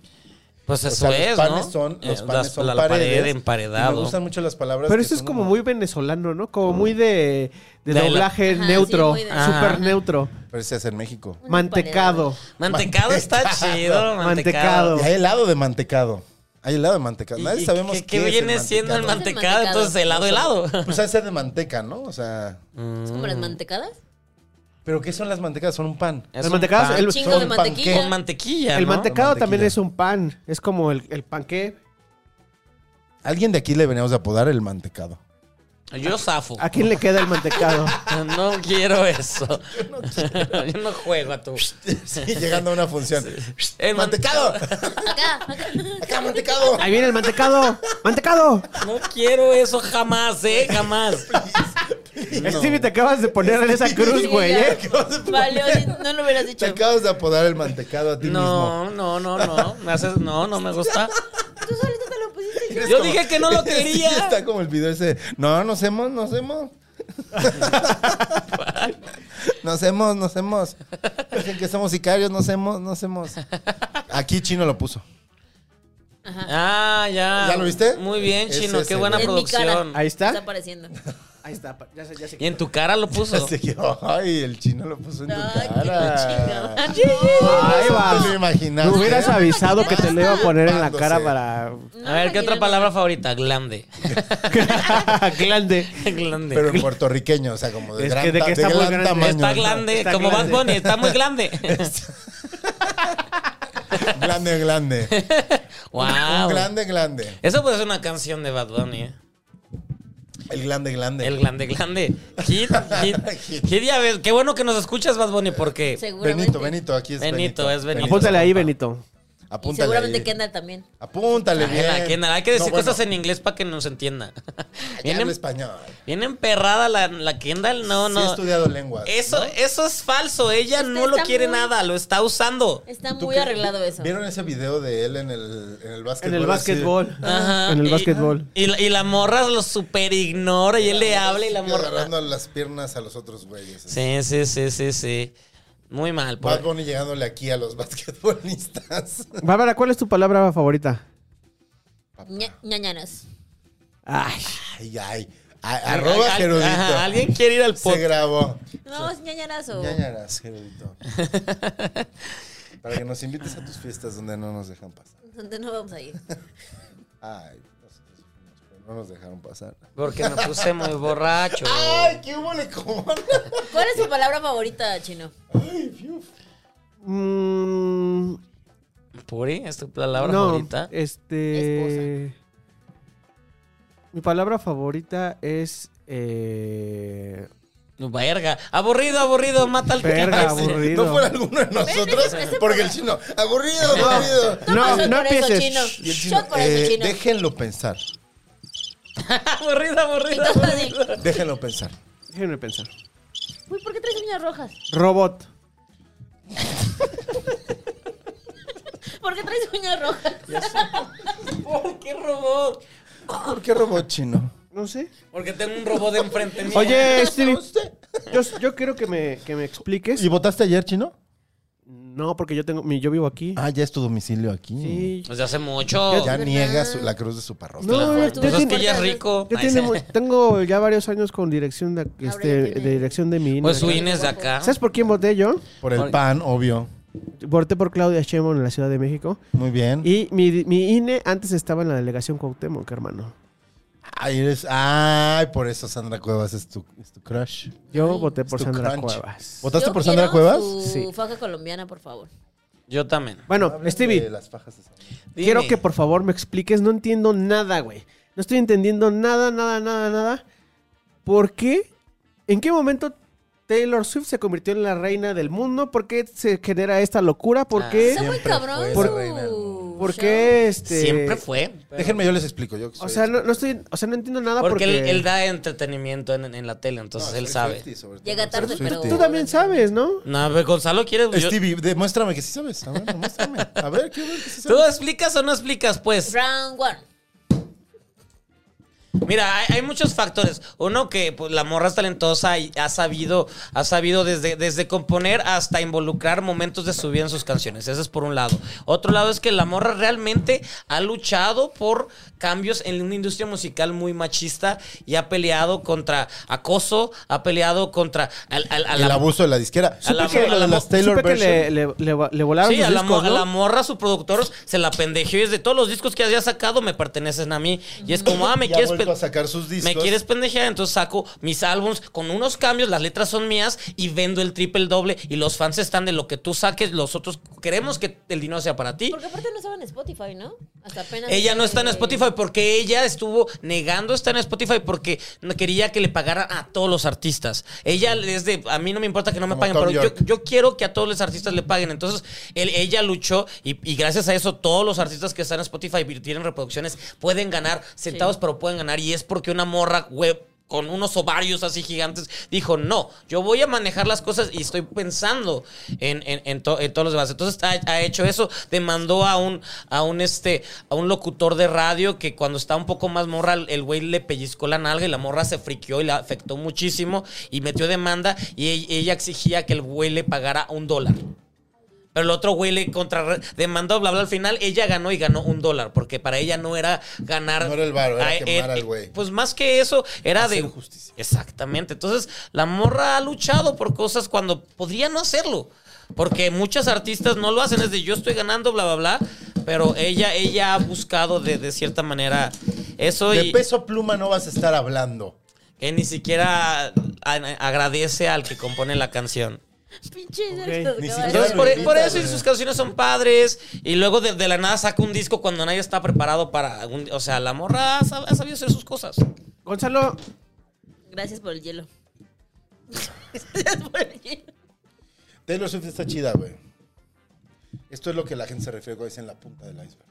[SPEAKER 4] Pues
[SPEAKER 5] O
[SPEAKER 4] eso
[SPEAKER 5] sea,
[SPEAKER 4] es,
[SPEAKER 5] los panes
[SPEAKER 4] ¿no?
[SPEAKER 5] son, los
[SPEAKER 4] Eh,
[SPEAKER 5] panes
[SPEAKER 4] las-
[SPEAKER 5] son
[SPEAKER 4] la, la
[SPEAKER 5] paredes.
[SPEAKER 4] pared
[SPEAKER 5] y Me
[SPEAKER 4] emparedado.
[SPEAKER 5] gustan mucho las palabras.
[SPEAKER 6] Pero
[SPEAKER 5] que
[SPEAKER 6] eso es
[SPEAKER 5] son
[SPEAKER 6] como muy venezolano, ¿no? Como muy de, de
[SPEAKER 4] De la-
[SPEAKER 6] doblaje
[SPEAKER 7] Mm. Ajá,
[SPEAKER 6] neutro,
[SPEAKER 7] sí, muy de-
[SPEAKER 6] súper
[SPEAKER 4] Ajá.
[SPEAKER 6] neutro.
[SPEAKER 5] Pero se hace en México.
[SPEAKER 6] Mantecado.
[SPEAKER 4] Mantecado
[SPEAKER 5] *laughs*
[SPEAKER 4] está chido,
[SPEAKER 6] Mantecado.
[SPEAKER 4] mantecado.
[SPEAKER 5] Y hay helado de mantecado. Hay helado de mantecado.
[SPEAKER 4] ¿Y-
[SPEAKER 5] Nadie
[SPEAKER 4] y
[SPEAKER 5] sabemos
[SPEAKER 4] qué,
[SPEAKER 5] qué,
[SPEAKER 4] qué
[SPEAKER 5] es
[SPEAKER 4] viene siendo el
[SPEAKER 7] mantecado?
[SPEAKER 4] mantecado, entonces helado, helado.
[SPEAKER 5] Pues hace de manteca, ¿no? O sea,
[SPEAKER 7] Es como
[SPEAKER 5] Mm.
[SPEAKER 7] las mantecadas.
[SPEAKER 5] pero ¿qué son las mantecadas? Son un pan.
[SPEAKER 4] Es
[SPEAKER 6] El
[SPEAKER 4] un
[SPEAKER 6] mantecado,
[SPEAKER 4] pan
[SPEAKER 6] el,
[SPEAKER 7] Chingo
[SPEAKER 5] son
[SPEAKER 7] de
[SPEAKER 5] pan-
[SPEAKER 7] mantequilla.
[SPEAKER 4] con mantequilla,
[SPEAKER 6] el
[SPEAKER 4] ¿no?
[SPEAKER 6] mantecado
[SPEAKER 5] Mantequilla.
[SPEAKER 6] también es un pan. Es como el, el panqué.
[SPEAKER 5] Alguien de aquí le veníamos a apodar el
[SPEAKER 4] *laughs*
[SPEAKER 5] mantecado.
[SPEAKER 4] Yo zafo.
[SPEAKER 6] ¿A quién le queda el
[SPEAKER 4] *laughs*
[SPEAKER 6] mantecado?
[SPEAKER 4] No
[SPEAKER 5] *laughs*
[SPEAKER 4] quiero eso. *laughs* Yo no juego a tu.
[SPEAKER 5] Y llegando a una función.
[SPEAKER 4] *laughs* El
[SPEAKER 5] ¡Mantecado!
[SPEAKER 7] Acá.
[SPEAKER 5] ¡Acá, mantecado!
[SPEAKER 6] Ahí viene el mantecado. ¡Mantecado!
[SPEAKER 4] *laughs* No quiero eso
[SPEAKER 5] *laughs*
[SPEAKER 4] jamás, ¿eh? Jamás.
[SPEAKER 6] Stevie, te acabas de poner en esa cruz,
[SPEAKER 7] Sí,
[SPEAKER 6] güey.
[SPEAKER 7] ya.
[SPEAKER 6] ¿eh?
[SPEAKER 7] Vale, no lo hubieras dicho.
[SPEAKER 5] Te acabas de apodar el mantecado a ti mismo.
[SPEAKER 4] No, no, no, no. Me haces. No, no me gusta.
[SPEAKER 7] Tú solito te lo pusiste.
[SPEAKER 5] Eres
[SPEAKER 4] Yo
[SPEAKER 5] como-
[SPEAKER 4] dije que no
[SPEAKER 5] *laughs*
[SPEAKER 4] lo
[SPEAKER 5] Sí,
[SPEAKER 4] quería.
[SPEAKER 5] Está como el video ese. No, nos hemos, nos hemos. Nos hemos, nos hemos. Dicen que somos sicarios, nos hemos, nos hemos. Aquí Chino lo puso.
[SPEAKER 4] Ah, ya.
[SPEAKER 5] ¿Ya lo viste?
[SPEAKER 4] Muy bien,
[SPEAKER 5] Es
[SPEAKER 4] chino.
[SPEAKER 5] ese,
[SPEAKER 4] Qué buena
[SPEAKER 7] En mi
[SPEAKER 4] producción.
[SPEAKER 7] cara.
[SPEAKER 6] Ahí
[SPEAKER 7] Está
[SPEAKER 6] está.
[SPEAKER 5] *laughs*
[SPEAKER 7] apareciendo.
[SPEAKER 6] Ahí está. Ya sé, ya sé.
[SPEAKER 4] Y en tu cara
[SPEAKER 6] *laughs*
[SPEAKER 4] lo puso.
[SPEAKER 5] Así que, ay, el Chino lo puso en tu
[SPEAKER 7] Ay, qué
[SPEAKER 5] cara.
[SPEAKER 7] chingada.
[SPEAKER 5] Ah.
[SPEAKER 6] Ahí va.
[SPEAKER 5] Te lo imaginaste.
[SPEAKER 6] Me hubieras avisado que te lo iba a poner en la
[SPEAKER 5] Basta.
[SPEAKER 6] cara para.
[SPEAKER 7] No
[SPEAKER 4] A ver, ¿qué otra
[SPEAKER 7] imaginé
[SPEAKER 4] palabra
[SPEAKER 5] *laughs*
[SPEAKER 4] favorita? Glande. *laughs*
[SPEAKER 6] Glande.
[SPEAKER 4] glande.
[SPEAKER 5] Pero en puertorriqueño, o sea, como de
[SPEAKER 6] Es
[SPEAKER 5] gran,
[SPEAKER 6] que de
[SPEAKER 5] ta-
[SPEAKER 6] que
[SPEAKER 5] de
[SPEAKER 6] está muy
[SPEAKER 5] gran
[SPEAKER 6] grande.
[SPEAKER 5] tamaño.
[SPEAKER 4] está
[SPEAKER 5] ¿no?
[SPEAKER 4] glande,
[SPEAKER 6] Está
[SPEAKER 4] como
[SPEAKER 6] glande.
[SPEAKER 4] Bad Bunny, está muy
[SPEAKER 5] *laughs*
[SPEAKER 4] glande. *laughs*
[SPEAKER 5] Glande, glande.
[SPEAKER 4] wow. Ah,
[SPEAKER 5] Glande, glande.
[SPEAKER 4] Eso puede ser una canción de Bad Bunny, ¿eh?
[SPEAKER 5] El glande, glande.
[SPEAKER 4] El glande, glande. Hit, hit.
[SPEAKER 5] *laughs* Hit.
[SPEAKER 4] Hit, ya ves. Qué bueno que nos escuchas, Bad Bunny, porque.
[SPEAKER 7] Seguramente.
[SPEAKER 5] Benito, Benito, aquí es
[SPEAKER 4] Benito,
[SPEAKER 5] Benito.
[SPEAKER 4] es Benito.
[SPEAKER 6] Apúntale ahí, Benito.
[SPEAKER 7] Y
[SPEAKER 5] Apúntale
[SPEAKER 7] seguramente
[SPEAKER 5] ahí.
[SPEAKER 7] Kendall también.
[SPEAKER 5] Apúntale bien.
[SPEAKER 4] Ay, la Kendall, hay que decir
[SPEAKER 5] No, bueno,
[SPEAKER 4] cosas en inglés para que nos entienda. *laughs*
[SPEAKER 5] ya
[SPEAKER 4] Bien,
[SPEAKER 5] hablo
[SPEAKER 4] em-
[SPEAKER 5] español.
[SPEAKER 4] bien emperrada la, la Kendall, no,
[SPEAKER 5] Sí he
[SPEAKER 4] no.
[SPEAKER 5] estudiado lenguas.
[SPEAKER 4] Eso, eso es falso. Ella
[SPEAKER 7] Usted
[SPEAKER 4] no lo
[SPEAKER 7] está
[SPEAKER 4] quiere
[SPEAKER 7] muy-
[SPEAKER 4] nada, lo está usando.
[SPEAKER 7] Está
[SPEAKER 5] ¿Tú
[SPEAKER 7] muy
[SPEAKER 5] qué-
[SPEAKER 7] arreglado eso.
[SPEAKER 5] ¿Vieron ese video de él en el, en el básquetbol?
[SPEAKER 6] En el
[SPEAKER 5] Así-
[SPEAKER 6] básquetbol.
[SPEAKER 4] Ajá, Eh,
[SPEAKER 6] En el
[SPEAKER 4] y-
[SPEAKER 6] básquetbol.
[SPEAKER 4] Y, la- y la morra lo super ignora y él le habla y la
[SPEAKER 5] Y
[SPEAKER 4] morra.
[SPEAKER 5] agarrando las piernas a los otros güeyes.
[SPEAKER 4] Sí, sí, sí, sí, sí. Muy mal,
[SPEAKER 5] Bad
[SPEAKER 4] pobre.
[SPEAKER 5] Bunny llegándole aquí a los *laughs* basquetbolistas.
[SPEAKER 6] Bárbara, ¿cuál es tu palabra favorita?
[SPEAKER 7] Ña- ñañanas.
[SPEAKER 6] Ay,
[SPEAKER 5] Ay, ay. A- arroba
[SPEAKER 4] Al-
[SPEAKER 5] Gerudito.
[SPEAKER 4] ajá, Alguien quiere ir al Oh.
[SPEAKER 5] Se
[SPEAKER 4] podcast.
[SPEAKER 5] grabó.
[SPEAKER 7] No, es ñañanas o.
[SPEAKER 5] Ñañaras,
[SPEAKER 4] *laughs*
[SPEAKER 5] Gerudito. Para que nos invites a tus fiestas donde no nos dejan pasar.
[SPEAKER 7] ¿Dónde no vamos a ir?
[SPEAKER 5] Ay, nosotros fuimos, pero no nos dejaron pasar.
[SPEAKER 4] Porque me puse *laughs* muy borracho.
[SPEAKER 5] ¡Ay, qué hubo lecón!
[SPEAKER 7] ¿Cuál es tu palabra favorita, chino?
[SPEAKER 6] mm,
[SPEAKER 4] Puri, es tu palabra
[SPEAKER 6] no,
[SPEAKER 4] favorita.
[SPEAKER 6] Este. Mi palabra favorita es. eh,
[SPEAKER 4] Verga. Aburrido, aburrido, mata al
[SPEAKER 6] verga,
[SPEAKER 4] Sí.
[SPEAKER 6] aburrido.
[SPEAKER 5] *laughs* No fuera alguno de nosotros,
[SPEAKER 7] ese- ese
[SPEAKER 5] porque el chino, aburrido, aburrido.
[SPEAKER 6] No,
[SPEAKER 7] Shot
[SPEAKER 6] no
[SPEAKER 7] por eso,
[SPEAKER 6] empieces.
[SPEAKER 7] chino.
[SPEAKER 5] Y el
[SPEAKER 7] Shot
[SPEAKER 5] chino,
[SPEAKER 7] por eso,
[SPEAKER 5] eh,
[SPEAKER 7] chino.
[SPEAKER 5] déjenlo pensar.
[SPEAKER 4] *laughs* aburrido, aburrido.
[SPEAKER 7] Entonces,
[SPEAKER 4] aburrido.
[SPEAKER 7] así,
[SPEAKER 5] Déjenlo pensar.
[SPEAKER 6] Déjenme pensar.
[SPEAKER 7] Uy, ¿por qué traes uñas rojas?
[SPEAKER 6] Robot.
[SPEAKER 7] ¿Por qué traes uñas rojas?
[SPEAKER 4] ¿Por *laughs* qué robot?
[SPEAKER 5] ¿Por qué robot chino?
[SPEAKER 6] No sé.
[SPEAKER 4] Porque tengo un robot de enfrente mío.
[SPEAKER 6] Oye, Stevie. Yo, yo quiero que me, que me
[SPEAKER 5] ¿Y
[SPEAKER 6] expliques.
[SPEAKER 5] votaste ayer, chino?
[SPEAKER 6] No, porque yo tengo. mi- yo vivo aquí.
[SPEAKER 5] Ah, ya es tu domicilio aquí.
[SPEAKER 6] Sí.
[SPEAKER 4] Desde Pues hace mucho.
[SPEAKER 5] Ya niega su- la cruz de su parroquia.
[SPEAKER 6] No, ya
[SPEAKER 4] Claro. mm. Pues es
[SPEAKER 6] tiene-
[SPEAKER 4] que ya es rico.
[SPEAKER 6] Yo
[SPEAKER 4] Ay,
[SPEAKER 6] tiene
[SPEAKER 4] sí.
[SPEAKER 6] mu- tengo ya varios años con dirección de,
[SPEAKER 7] ya
[SPEAKER 6] este,
[SPEAKER 7] tiene.
[SPEAKER 6] de dirección de mi INE.
[SPEAKER 4] Pues su INE es de acá.
[SPEAKER 6] ¿Sabes por quién voté yo?
[SPEAKER 5] Por el pan, obvio.
[SPEAKER 6] Voté por Claudia Sheinbaum en la Ciudad de México.
[SPEAKER 5] Muy bien.
[SPEAKER 6] Y mi, mi INE antes estaba en la delegación Cuauhtémoc, hermano.
[SPEAKER 5] Ay, eres- ay, por eso Sandra Cuevas es tu, es tu crush.
[SPEAKER 6] Yo voté por
[SPEAKER 5] Es tu
[SPEAKER 6] Sandra
[SPEAKER 5] crunch.
[SPEAKER 6] Cuevas.
[SPEAKER 5] ¿Votaste
[SPEAKER 7] Yo
[SPEAKER 5] por Sandra
[SPEAKER 7] quiero
[SPEAKER 5] Cuevas?
[SPEAKER 7] Su
[SPEAKER 6] Sí.
[SPEAKER 7] faja colombiana, por favor.
[SPEAKER 4] Yo también.
[SPEAKER 6] Bueno, Stevie,
[SPEAKER 5] De las fajas de Sandra.
[SPEAKER 6] quiero
[SPEAKER 4] Dime.
[SPEAKER 6] que pues, por favor me expliques. No entiendo nada, güey. No estoy entendiendo nada, nada, nada, nada. ¿Por qué? ¿En qué momento Taylor Swift se convirtió en la reina del mundo? ¿Por qué se genera esta locura? ¿Por
[SPEAKER 4] Ah.
[SPEAKER 6] qué?
[SPEAKER 7] Está muy
[SPEAKER 5] Siempre
[SPEAKER 7] cabrón.
[SPEAKER 5] fue
[SPEAKER 7] su
[SPEAKER 5] reina del mundo.
[SPEAKER 6] ¿Por
[SPEAKER 7] show.
[SPEAKER 6] qué este?
[SPEAKER 4] Siempre fue.
[SPEAKER 5] Déjenme, yo les explico. Yo que
[SPEAKER 6] O
[SPEAKER 5] soy-
[SPEAKER 6] sea, no, no estoy, o sea, no entiendo nada
[SPEAKER 4] Porque
[SPEAKER 6] porque, este.
[SPEAKER 4] él, él da entretenimiento en, en la tele, entonces
[SPEAKER 5] No,
[SPEAKER 4] él
[SPEAKER 5] soy
[SPEAKER 4] sabe.
[SPEAKER 5] Swiftie, sobre todo.
[SPEAKER 7] Llega
[SPEAKER 5] Soy
[SPEAKER 7] tarde, pero-
[SPEAKER 5] Swiftie.
[SPEAKER 6] Tú también sabes, ¿no?
[SPEAKER 4] No, pero Gonzalo, ¿quieres? yo-
[SPEAKER 5] Stevie, demuéstrame que sí sabes. A ver, muéstrame. A ver, quiero ver que sí
[SPEAKER 4] ¿Tú
[SPEAKER 5] sabes.
[SPEAKER 4] explicas o no explicas, pues?
[SPEAKER 7] Round one.
[SPEAKER 4] Mira, hay, hay muchos factores. Uno que pues, la morra es talentosa y ha sabido, ha sabido desde, desde componer hasta involucrar momentos de su vida en sus canciones. Ese es por un lado. Otro lado es que la morra realmente ha luchado por cambios en una industria musical muy machista y ha peleado contra acoso, ha peleado contra al- al- a
[SPEAKER 5] El
[SPEAKER 4] la-
[SPEAKER 5] abuso de la disquera.
[SPEAKER 4] la-
[SPEAKER 5] ¿Supiste
[SPEAKER 4] a
[SPEAKER 5] lo de
[SPEAKER 4] la-
[SPEAKER 5] las Taylor
[SPEAKER 6] Supe que le,
[SPEAKER 5] version?
[SPEAKER 6] le, le- le volaron
[SPEAKER 4] Sí,
[SPEAKER 6] sus
[SPEAKER 4] a la,
[SPEAKER 6] discos,
[SPEAKER 4] mo- a
[SPEAKER 6] ¿no?
[SPEAKER 4] la morra, su productor se la pendejeó y es de todos los discos que había sacado me pertenecen a mí. Y
[SPEAKER 5] *laughs*
[SPEAKER 4] es como, ah, me
[SPEAKER 5] Ya
[SPEAKER 4] quieres
[SPEAKER 5] vuelto
[SPEAKER 4] pe-
[SPEAKER 5] a sacar sus discos.
[SPEAKER 4] Me quieres pendejear, entonces saco mis álbums con unos cambios, las letras son mías y vendo el triple el doble. Y los fans están de lo que tú saques, los otros queremos que el dinero sea para ti.
[SPEAKER 7] Porque aparte no estaba en Spotify, ¿no? Hasta apenas.
[SPEAKER 4] Ella no está en
[SPEAKER 7] Eh,
[SPEAKER 4] Spotify porque ella estuvo negando estar en Spotify porque no quería que le pagaran a todos los artistas. Ella es de, a mí no me importa que no me
[SPEAKER 5] Como
[SPEAKER 4] paguen,
[SPEAKER 5] Tom
[SPEAKER 4] pero yo,
[SPEAKER 5] York.
[SPEAKER 4] yo quiero que a todos los artistas le paguen. Entonces, él- ella luchó y, y gracias a eso todos los artistas que están en Spotify y tienen reproducciones pueden ganar centavos, pero pueden ganar. Y es porque una morra web con unos ovarios así gigantes, dijo, no, yo voy a manejar las cosas y estoy pensando en, en- en to- en todos los demás. Entonces ha, ha hecho eso, demandó a un, a un este, a un locutor de radio que cuando estaba un poco más morra, el el güey le pellizcó la nalga y la morra se friqueó y la afectó muchísimo y metió demanda y e- ella exigía que el güey le pagara un dólar. Pero el otro güey le contra demandó, bla, bla. Al final ella ganó y ganó un dólar, porque para ella no era ganar.
[SPEAKER 5] No era el varo, era
[SPEAKER 4] Ah,
[SPEAKER 5] quemar
[SPEAKER 4] eh,
[SPEAKER 5] al
[SPEAKER 4] eh,
[SPEAKER 5] güey.
[SPEAKER 4] Pues más que eso, era
[SPEAKER 5] Hacer
[SPEAKER 4] de.
[SPEAKER 5] justicia.
[SPEAKER 4] Exactamente. Entonces, la morra ha luchado por cosas cuando podría no hacerlo. Porque muchas artistas no lo hacen, es de yo estoy ganando, bla, bla, bla. Pero ella, ella ha buscado de, de cierta manera eso
[SPEAKER 5] De
[SPEAKER 4] y
[SPEAKER 5] peso pluma no vas a estar hablando.
[SPEAKER 4] que ni siquiera a- agradece al que compone la canción.
[SPEAKER 7] Pinche.
[SPEAKER 5] Ni
[SPEAKER 4] Entonces,
[SPEAKER 5] siquiera-
[SPEAKER 4] por, e, por eso y sus canciones son padres. Y luego de, de la nada saca un disco cuando nadie está preparado para. un- o sea, la morra ha sab- ha sabido hacer sus cosas.
[SPEAKER 6] Gonzalo,
[SPEAKER 7] Gracias por el hielo. Gracias por el hielo.
[SPEAKER 5] Taylor Swift está chida, güey. Esto es lo que la gente se refiere cuando dicen la punta del iceberg.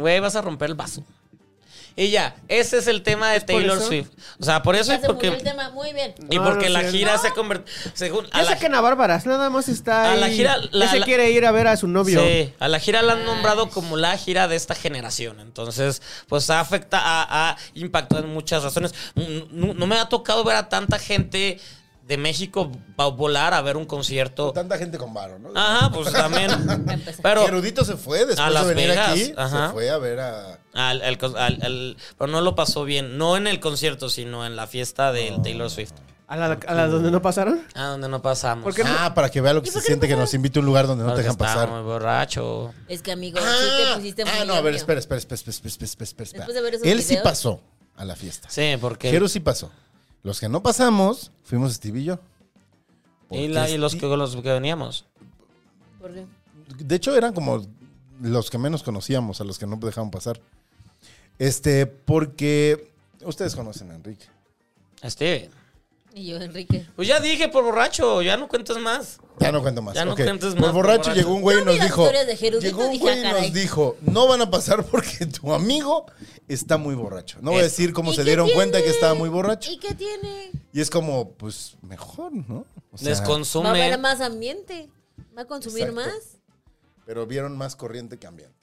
[SPEAKER 4] Güey, vas a romper el vaso. Y ya, ese es el tema de
[SPEAKER 6] por
[SPEAKER 4] Taylor
[SPEAKER 6] eso? Ah,
[SPEAKER 4] Swift. O sea, por eso
[SPEAKER 7] *laughs* Ya
[SPEAKER 4] y
[SPEAKER 7] se murió
[SPEAKER 4] porque,
[SPEAKER 7] el tema, muy bien.
[SPEAKER 4] y
[SPEAKER 6] No,
[SPEAKER 4] porque
[SPEAKER 6] no
[SPEAKER 4] la
[SPEAKER 6] sé.
[SPEAKER 4] gira se ha convertido. Según.
[SPEAKER 6] ya
[SPEAKER 4] la-
[SPEAKER 6] saquen a Bárbaras, nada más está
[SPEAKER 4] A la
[SPEAKER 6] ahí.
[SPEAKER 4] gira-
[SPEAKER 6] Ya
[SPEAKER 4] la-
[SPEAKER 6] se
[SPEAKER 4] la-
[SPEAKER 6] quiere ir a ver a su novio.
[SPEAKER 4] Sí, a la gira la
[SPEAKER 7] Ah,
[SPEAKER 4] han nombrado como la gira de esta generación. Entonces, pues afecta, ha, ha impactado en muchas razones. No, no me ha tocado ver a tanta gente de México va- volar a ver un concierto.
[SPEAKER 5] Tanta gente con varo, ¿no?
[SPEAKER 4] Ajá,
[SPEAKER 6] *laughs*
[SPEAKER 4] pues también.
[SPEAKER 7] empezar.
[SPEAKER 4] Pero,
[SPEAKER 5] Y Erudito se fue después
[SPEAKER 4] A Las
[SPEAKER 5] de venir
[SPEAKER 4] Vegas,
[SPEAKER 5] aquí.
[SPEAKER 4] ajá.
[SPEAKER 5] Se fue a ver a.
[SPEAKER 4] al- al con- al- al- pero no lo pasó bien. No en el concierto, sino en la fiesta
[SPEAKER 6] Ah.
[SPEAKER 4] del Taylor Swift.
[SPEAKER 6] ¿A la, a la donde no pasaron?
[SPEAKER 4] Ah, donde no pasamos.
[SPEAKER 6] ¿Por qué
[SPEAKER 5] Ah, para que vea lo que
[SPEAKER 7] ¿Y
[SPEAKER 5] se
[SPEAKER 7] por qué
[SPEAKER 5] siente
[SPEAKER 7] no
[SPEAKER 5] que
[SPEAKER 7] pasaron?
[SPEAKER 5] nos invite a un lugar donde no te
[SPEAKER 4] Porque
[SPEAKER 5] dejan
[SPEAKER 4] estaba
[SPEAKER 5] pasar.
[SPEAKER 4] muy borracho.
[SPEAKER 7] Es que, amigo, sí te
[SPEAKER 5] Ah,
[SPEAKER 7] pusiste muy
[SPEAKER 5] ah, no, a ver,
[SPEAKER 7] ebrio.
[SPEAKER 5] espera, espera, espera, espera, espera, espera, espera, espera, espera.
[SPEAKER 7] Después de ver esos
[SPEAKER 5] Él sí
[SPEAKER 7] videos.
[SPEAKER 5] pasó a la fiesta.
[SPEAKER 4] Sí, porque.
[SPEAKER 5] Jero sí pasó. Los que no pasamos fuimos Steve y yo.
[SPEAKER 4] y, la- y los, que,
[SPEAKER 5] Porque
[SPEAKER 4] los que veníamos.
[SPEAKER 7] ¿Por qué?
[SPEAKER 5] De hecho, eran como los que menos conocíamos, a los que no dejaban pasar. Este, porque ustedes conocen a Enrique.
[SPEAKER 4] Steve.
[SPEAKER 7] Y yo, Enrique.
[SPEAKER 4] Este, Pues ya dije por borracho, ya no cuentas más.
[SPEAKER 5] Ya no cuento más.
[SPEAKER 4] Ya no
[SPEAKER 5] ok.
[SPEAKER 4] cuentes más,
[SPEAKER 5] Por borracho
[SPEAKER 4] por
[SPEAKER 5] llegó un güey y
[SPEAKER 7] Yo vi
[SPEAKER 5] nos
[SPEAKER 7] las
[SPEAKER 5] dijo.
[SPEAKER 7] historias de Jerudito,
[SPEAKER 5] Llegó un
[SPEAKER 7] dije,
[SPEAKER 5] güey y
[SPEAKER 7] "Ah,
[SPEAKER 5] nos
[SPEAKER 7] caray".
[SPEAKER 5] dijo: No van a pasar *laughs* porque tu amigo está muy borracho. No voy a
[SPEAKER 4] Eso.
[SPEAKER 5] decir cómo
[SPEAKER 7] ¿Y
[SPEAKER 5] se
[SPEAKER 7] qué
[SPEAKER 5] dieron
[SPEAKER 7] tiene?
[SPEAKER 5] cuenta que estaba muy borracho.
[SPEAKER 7] ¿Y qué tiene?
[SPEAKER 5] Y es como, pues mejor, ¿no? O sea,
[SPEAKER 4] Les
[SPEAKER 7] Va a haber
[SPEAKER 4] consume.
[SPEAKER 7] más ambiente. Va a consumir
[SPEAKER 5] Exacto.
[SPEAKER 7] más.
[SPEAKER 5] Pero vieron más corriente cambiante.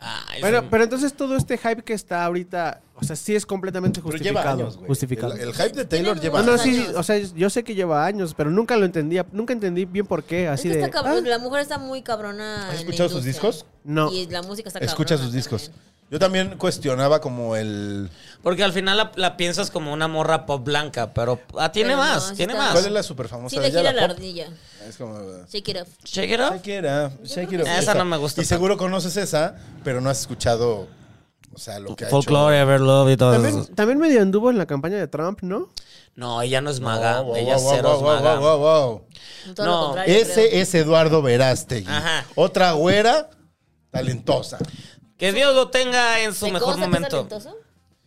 [SPEAKER 4] Ay, sí.
[SPEAKER 6] Pero, pero entonces todo este hype que está ahorita, o sea, sí es completamente justificado.
[SPEAKER 5] güey.
[SPEAKER 6] justificado.
[SPEAKER 5] El, el hype de Taylor
[SPEAKER 7] Tiene
[SPEAKER 5] lleva
[SPEAKER 6] no, no,
[SPEAKER 7] muchos
[SPEAKER 6] sí,
[SPEAKER 7] años.
[SPEAKER 6] o sea, yo sé que lleva años, pero nunca lo entendía, nunca entendí bien por qué, así
[SPEAKER 7] es que
[SPEAKER 6] de...
[SPEAKER 7] está cabrón,
[SPEAKER 6] ah,
[SPEAKER 7] la mujer está muy cabrona. en
[SPEAKER 5] ¿Has
[SPEAKER 7] la
[SPEAKER 5] escuchado sus
[SPEAKER 7] industria.
[SPEAKER 5] discos?
[SPEAKER 6] no.
[SPEAKER 7] Y la música está
[SPEAKER 5] Escucha
[SPEAKER 7] cabrona
[SPEAKER 5] sus discos.
[SPEAKER 7] también.
[SPEAKER 5] Yo también cuestionaba como el...
[SPEAKER 4] Porque al final la, la piensas como una morra pop blanca, pero ah, tiene
[SPEAKER 7] Pero no,
[SPEAKER 4] más,
[SPEAKER 7] sí
[SPEAKER 4] tiene
[SPEAKER 7] está-
[SPEAKER 4] más.
[SPEAKER 5] ¿Cuál es la super famosa
[SPEAKER 7] Sí,
[SPEAKER 5] de
[SPEAKER 7] le
[SPEAKER 5] ella?
[SPEAKER 7] gira la
[SPEAKER 5] pop?
[SPEAKER 7] ardilla.
[SPEAKER 5] Es como... eh,
[SPEAKER 7] Shake it off.
[SPEAKER 4] Shake it off.
[SPEAKER 5] Shakira, Shakira.
[SPEAKER 4] sí. Esa no me gusta
[SPEAKER 5] Y seguro conoces esa, pero no has escuchado, o sea, lo que ha
[SPEAKER 4] Folklore,
[SPEAKER 5] hecho.
[SPEAKER 4] Ever Love y todo
[SPEAKER 6] También,
[SPEAKER 4] eso.
[SPEAKER 6] también medio anduvo en la campaña de Trump, ¿no?
[SPEAKER 4] No, ella no es maga.
[SPEAKER 5] Wow, wow,
[SPEAKER 4] ella
[SPEAKER 5] wow,
[SPEAKER 4] cero
[SPEAKER 5] wow,
[SPEAKER 4] es
[SPEAKER 5] wow,
[SPEAKER 4] maga.
[SPEAKER 5] wow, wow.
[SPEAKER 7] Todo
[SPEAKER 4] No,
[SPEAKER 7] lo contrario. creo.
[SPEAKER 5] Ese es Eduardo Verástegui.
[SPEAKER 4] Ajá.
[SPEAKER 5] Otra güera talentosa.
[SPEAKER 4] Que Dios lo tenga en su
[SPEAKER 7] ¿Se
[SPEAKER 4] mejor
[SPEAKER 7] goza que es
[SPEAKER 4] momento.
[SPEAKER 7] talentoso?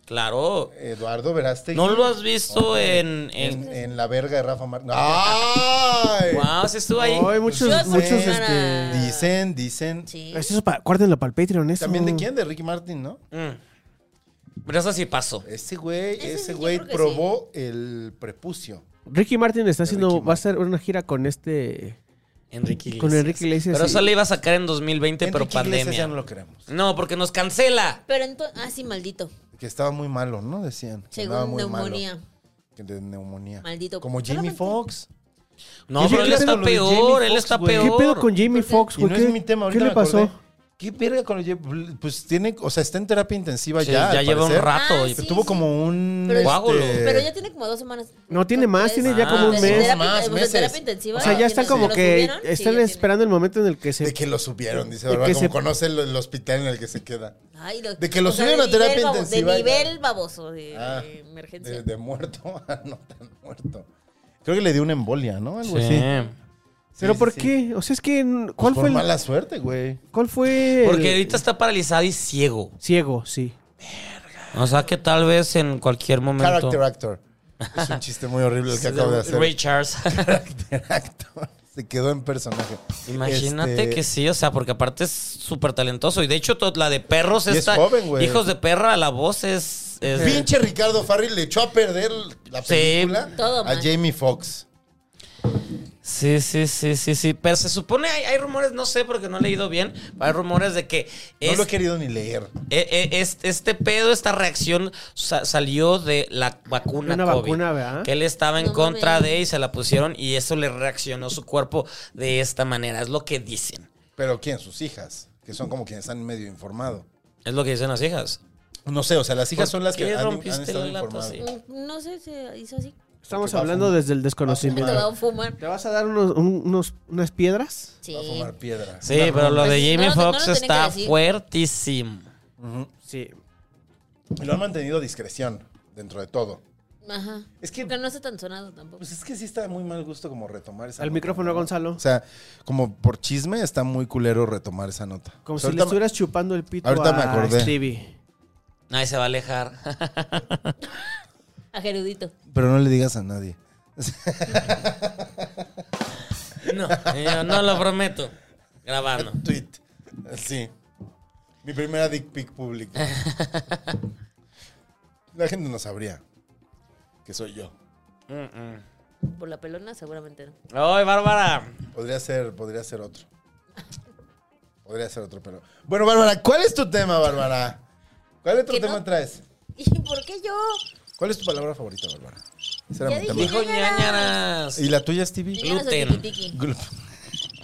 [SPEAKER 4] Claro.
[SPEAKER 5] Eduardo Verástegui.
[SPEAKER 4] ¿No lo has visto en,
[SPEAKER 5] en,
[SPEAKER 4] en...
[SPEAKER 5] en la verga de Rafa Márquez. ¡Ay!
[SPEAKER 4] Wow, sí estuvo ahí.
[SPEAKER 6] Ay, muchos,
[SPEAKER 7] Yo sé.
[SPEAKER 6] muchos,
[SPEAKER 7] Para-
[SPEAKER 6] este...
[SPEAKER 5] Dicen, dicen.
[SPEAKER 7] Sí.
[SPEAKER 6] Es eso para, guárdenlo para el Patreon, eso.
[SPEAKER 5] ¿También de quién? De Ricky Martin, ¿no?
[SPEAKER 4] Mm. Pero eso sí pasó.
[SPEAKER 5] Ese güey,
[SPEAKER 7] Ese sí,
[SPEAKER 5] ese
[SPEAKER 7] yo
[SPEAKER 5] güey
[SPEAKER 7] creo que
[SPEAKER 5] probó el prepucio.
[SPEAKER 6] Ricky Martin está haciendo,
[SPEAKER 5] Ricky
[SPEAKER 6] va a hacer una gira con este...
[SPEAKER 4] Enrique Iglesias.
[SPEAKER 6] Con Enrique Iglesias,
[SPEAKER 4] Pero
[SPEAKER 6] sí.
[SPEAKER 4] eso le iba a sacar en 2020, pero
[SPEAKER 5] Enrique Iglesias
[SPEAKER 4] pandemia.
[SPEAKER 5] ya no
[SPEAKER 4] No,
[SPEAKER 5] lo queremos.
[SPEAKER 4] porque nos cancela.
[SPEAKER 7] Pero entonces. Ah, sí, maldito.
[SPEAKER 5] Que estaba muy malo, ¿no? Decían. que andaba
[SPEAKER 7] Según
[SPEAKER 5] muy malo.
[SPEAKER 7] neumonía.
[SPEAKER 5] Que De neumonía.
[SPEAKER 7] Maldito.
[SPEAKER 5] Como Jimmy
[SPEAKER 7] Solamente-
[SPEAKER 5] Fox.
[SPEAKER 4] No,
[SPEAKER 6] Oye,
[SPEAKER 4] pero él
[SPEAKER 6] ¿qué
[SPEAKER 4] está
[SPEAKER 6] pedo lo de Jamie
[SPEAKER 4] peor, él
[SPEAKER 5] Foxx,
[SPEAKER 4] está
[SPEAKER 5] güey?
[SPEAKER 4] peor.
[SPEAKER 6] ¿Qué pedo con Jamie Fox,
[SPEAKER 5] Pues, Y
[SPEAKER 6] güey?
[SPEAKER 5] no
[SPEAKER 6] Pues, ¿Qué-
[SPEAKER 5] es mi tema,
[SPEAKER 6] ¿Qué le
[SPEAKER 5] ahorita me acordé.
[SPEAKER 6] pasó?
[SPEAKER 5] ¿Qué verga con el Jimmy? Pues tiene, o sea, está en terapia intensiva
[SPEAKER 4] Sí,
[SPEAKER 5] ya.
[SPEAKER 4] ya
[SPEAKER 5] al
[SPEAKER 4] lleva un
[SPEAKER 5] parecer.
[SPEAKER 4] rato.
[SPEAKER 7] Ah,
[SPEAKER 4] y-
[SPEAKER 7] sí.
[SPEAKER 5] Tuvo como un. este,
[SPEAKER 7] Pero-
[SPEAKER 4] Coágulo.
[SPEAKER 7] Pero ya tiene como dos semanas.
[SPEAKER 6] Eh. No, tiene más,
[SPEAKER 7] Tres.
[SPEAKER 6] tiene ya como
[SPEAKER 4] Ah,
[SPEAKER 6] un
[SPEAKER 4] sí.
[SPEAKER 6] mes.
[SPEAKER 7] Terapia-
[SPEAKER 5] Más,
[SPEAKER 7] o sea,
[SPEAKER 5] meses.
[SPEAKER 7] terapia intensiva.
[SPEAKER 6] O sea, ya están
[SPEAKER 7] ¿Tiene-
[SPEAKER 6] como
[SPEAKER 7] lo
[SPEAKER 6] que
[SPEAKER 7] subieron? Sí,
[SPEAKER 6] están
[SPEAKER 7] ya tiene.
[SPEAKER 6] esperando el momento en el que se...
[SPEAKER 5] De que lo subieron, dice
[SPEAKER 6] De
[SPEAKER 5] Bárbara,
[SPEAKER 6] que
[SPEAKER 5] como
[SPEAKER 6] se-
[SPEAKER 5] conoce el, el hospital en el que se queda.
[SPEAKER 7] Ay, lo-
[SPEAKER 5] De que lo
[SPEAKER 7] o sea,
[SPEAKER 5] suben
[SPEAKER 7] de
[SPEAKER 5] a terapia
[SPEAKER 7] nivel babo-
[SPEAKER 5] intensiva
[SPEAKER 7] De
[SPEAKER 5] y-
[SPEAKER 7] nivel baboso, de,
[SPEAKER 5] Ah,
[SPEAKER 7] de emergencia.
[SPEAKER 5] De, de muerto *laughs* a no tan muerto. Creo que le dio una embolia, ¿no? Algo así. Sí,
[SPEAKER 4] Sí.
[SPEAKER 6] ¿Pero
[SPEAKER 5] sí,
[SPEAKER 6] por
[SPEAKER 5] sí.
[SPEAKER 6] qué? O sea, es que...
[SPEAKER 5] Pues
[SPEAKER 6] ¿Cuál
[SPEAKER 5] por
[SPEAKER 6] fue el...?
[SPEAKER 5] mala suerte, güey.
[SPEAKER 6] ¿Cuál fue?
[SPEAKER 4] Porque
[SPEAKER 6] el-
[SPEAKER 4] ahorita está paralizado y ciego.
[SPEAKER 6] Ciego, sí.
[SPEAKER 4] O sea que tal vez en cualquier momento.
[SPEAKER 5] Character actor. Es un chiste muy horrible el
[SPEAKER 4] *laughs*
[SPEAKER 5] que acabo de hacer.
[SPEAKER 4] Ray
[SPEAKER 5] *laughs*
[SPEAKER 4] Charles. *laughs*
[SPEAKER 5] Character actor. Se quedó en personaje.
[SPEAKER 4] Imagínate
[SPEAKER 5] Este,
[SPEAKER 4] que sí, o sea, porque aparte es súper talentoso. Y de hecho, to- la de perros
[SPEAKER 5] Y es
[SPEAKER 4] está.
[SPEAKER 5] joven, güey.
[SPEAKER 4] Hijos de perra, la voz es. es-
[SPEAKER 5] Pinche Ricardo Farri le echó a perder la
[SPEAKER 4] Sí.
[SPEAKER 5] película
[SPEAKER 7] Todo
[SPEAKER 5] a
[SPEAKER 7] mal.
[SPEAKER 5] Jamie Foxx.
[SPEAKER 4] Sí, sí, sí, sí, sí. Pero se supone, hay, hay rumores, no sé porque no he leído bien, hay rumores de que
[SPEAKER 5] No
[SPEAKER 4] es-
[SPEAKER 5] lo he querido ni leer.
[SPEAKER 4] eh, eh, es- este pedo, esta reacción sa- salió de la vacuna
[SPEAKER 6] Una
[SPEAKER 4] COVID.
[SPEAKER 6] vacuna, ¿verdad?
[SPEAKER 4] Que él estaba en
[SPEAKER 7] No
[SPEAKER 4] contra
[SPEAKER 7] mames.
[SPEAKER 4] de y se la pusieron y eso le reaccionó su cuerpo de esta manera. Es lo que dicen.
[SPEAKER 5] Pero ¿quién? Sus hijas, que son como quienes están medio informado.
[SPEAKER 4] Es lo que dicen las hijas.
[SPEAKER 5] No sé, o sea, las hijas
[SPEAKER 4] ¿Por
[SPEAKER 5] son las
[SPEAKER 4] qué
[SPEAKER 5] que han, han
[SPEAKER 4] rompiste
[SPEAKER 5] estado
[SPEAKER 4] el lato
[SPEAKER 5] informadas.
[SPEAKER 4] así?
[SPEAKER 7] Mm, No sé, se hizo así.
[SPEAKER 6] Estamos
[SPEAKER 5] va a
[SPEAKER 6] hablando
[SPEAKER 5] fumar.
[SPEAKER 6] desde el
[SPEAKER 7] Te
[SPEAKER 6] desconocimiento.
[SPEAKER 7] va a fumar.
[SPEAKER 6] ¿Te vas a dar unos, un- unos- unas piedras?
[SPEAKER 7] Sí.
[SPEAKER 5] Va a fumar piedra.
[SPEAKER 4] Sí, pero lo de
[SPEAKER 7] Pues,
[SPEAKER 4] Jamie
[SPEAKER 7] no lo- no lo
[SPEAKER 4] Foxx
[SPEAKER 7] tenía que
[SPEAKER 4] está
[SPEAKER 7] decir.
[SPEAKER 4] fuertísimo.
[SPEAKER 6] Sí.
[SPEAKER 5] Y lo han mantenido a discreción dentro de todo.
[SPEAKER 7] Ajá.
[SPEAKER 5] Es que,
[SPEAKER 7] Porque no está tan sonado tampoco.
[SPEAKER 5] pues es que sí está de muy mal gusto como retomar esa
[SPEAKER 6] Al
[SPEAKER 5] nota,
[SPEAKER 6] micrófono,
[SPEAKER 5] ¿no?
[SPEAKER 6] Gonzalo.
[SPEAKER 5] O sea, como por chisme está muy culero retomar esa nota.
[SPEAKER 6] Como
[SPEAKER 5] O
[SPEAKER 6] si
[SPEAKER 5] sea,
[SPEAKER 6] le
[SPEAKER 5] ahorita-
[SPEAKER 6] estuvieras chupando el pito
[SPEAKER 5] ahorita
[SPEAKER 6] a
[SPEAKER 5] me acordé.
[SPEAKER 6] Stevie.
[SPEAKER 4] Nadie se va a alejar.
[SPEAKER 7] A Gerudito.
[SPEAKER 5] Pero no le digas a nadie.
[SPEAKER 4] *laughs* No, yo no lo prometo. Grabando.
[SPEAKER 5] Tweet. Sí. Mi primera dick pic
[SPEAKER 6] *laughs*
[SPEAKER 5] pública. La gente no sabría que soy yo.
[SPEAKER 4] Mm-mm.
[SPEAKER 7] Por la pelona, seguramente
[SPEAKER 5] *laughs*
[SPEAKER 7] no.
[SPEAKER 4] ¡Ay, Bárbara!
[SPEAKER 5] Podría ser, podría ser otro. Podría ser otro, pero. Bueno, Bárbara, ¿cuál es tu tema, Bárbara? ¿Cuál otro
[SPEAKER 7] Que no-
[SPEAKER 5] tema traes?
[SPEAKER 7] ¿Y por qué yo?
[SPEAKER 5] ¿Cuál es tu palabra favorita, Bárbara? Ese era
[SPEAKER 7] Ya
[SPEAKER 5] mi
[SPEAKER 7] dije.
[SPEAKER 5] tema.
[SPEAKER 4] Dijo ñañaras.
[SPEAKER 5] ¿Y la tuya, Stevie?
[SPEAKER 7] Yo ya no soy
[SPEAKER 4] Gluten.
[SPEAKER 7] tiki-tiki.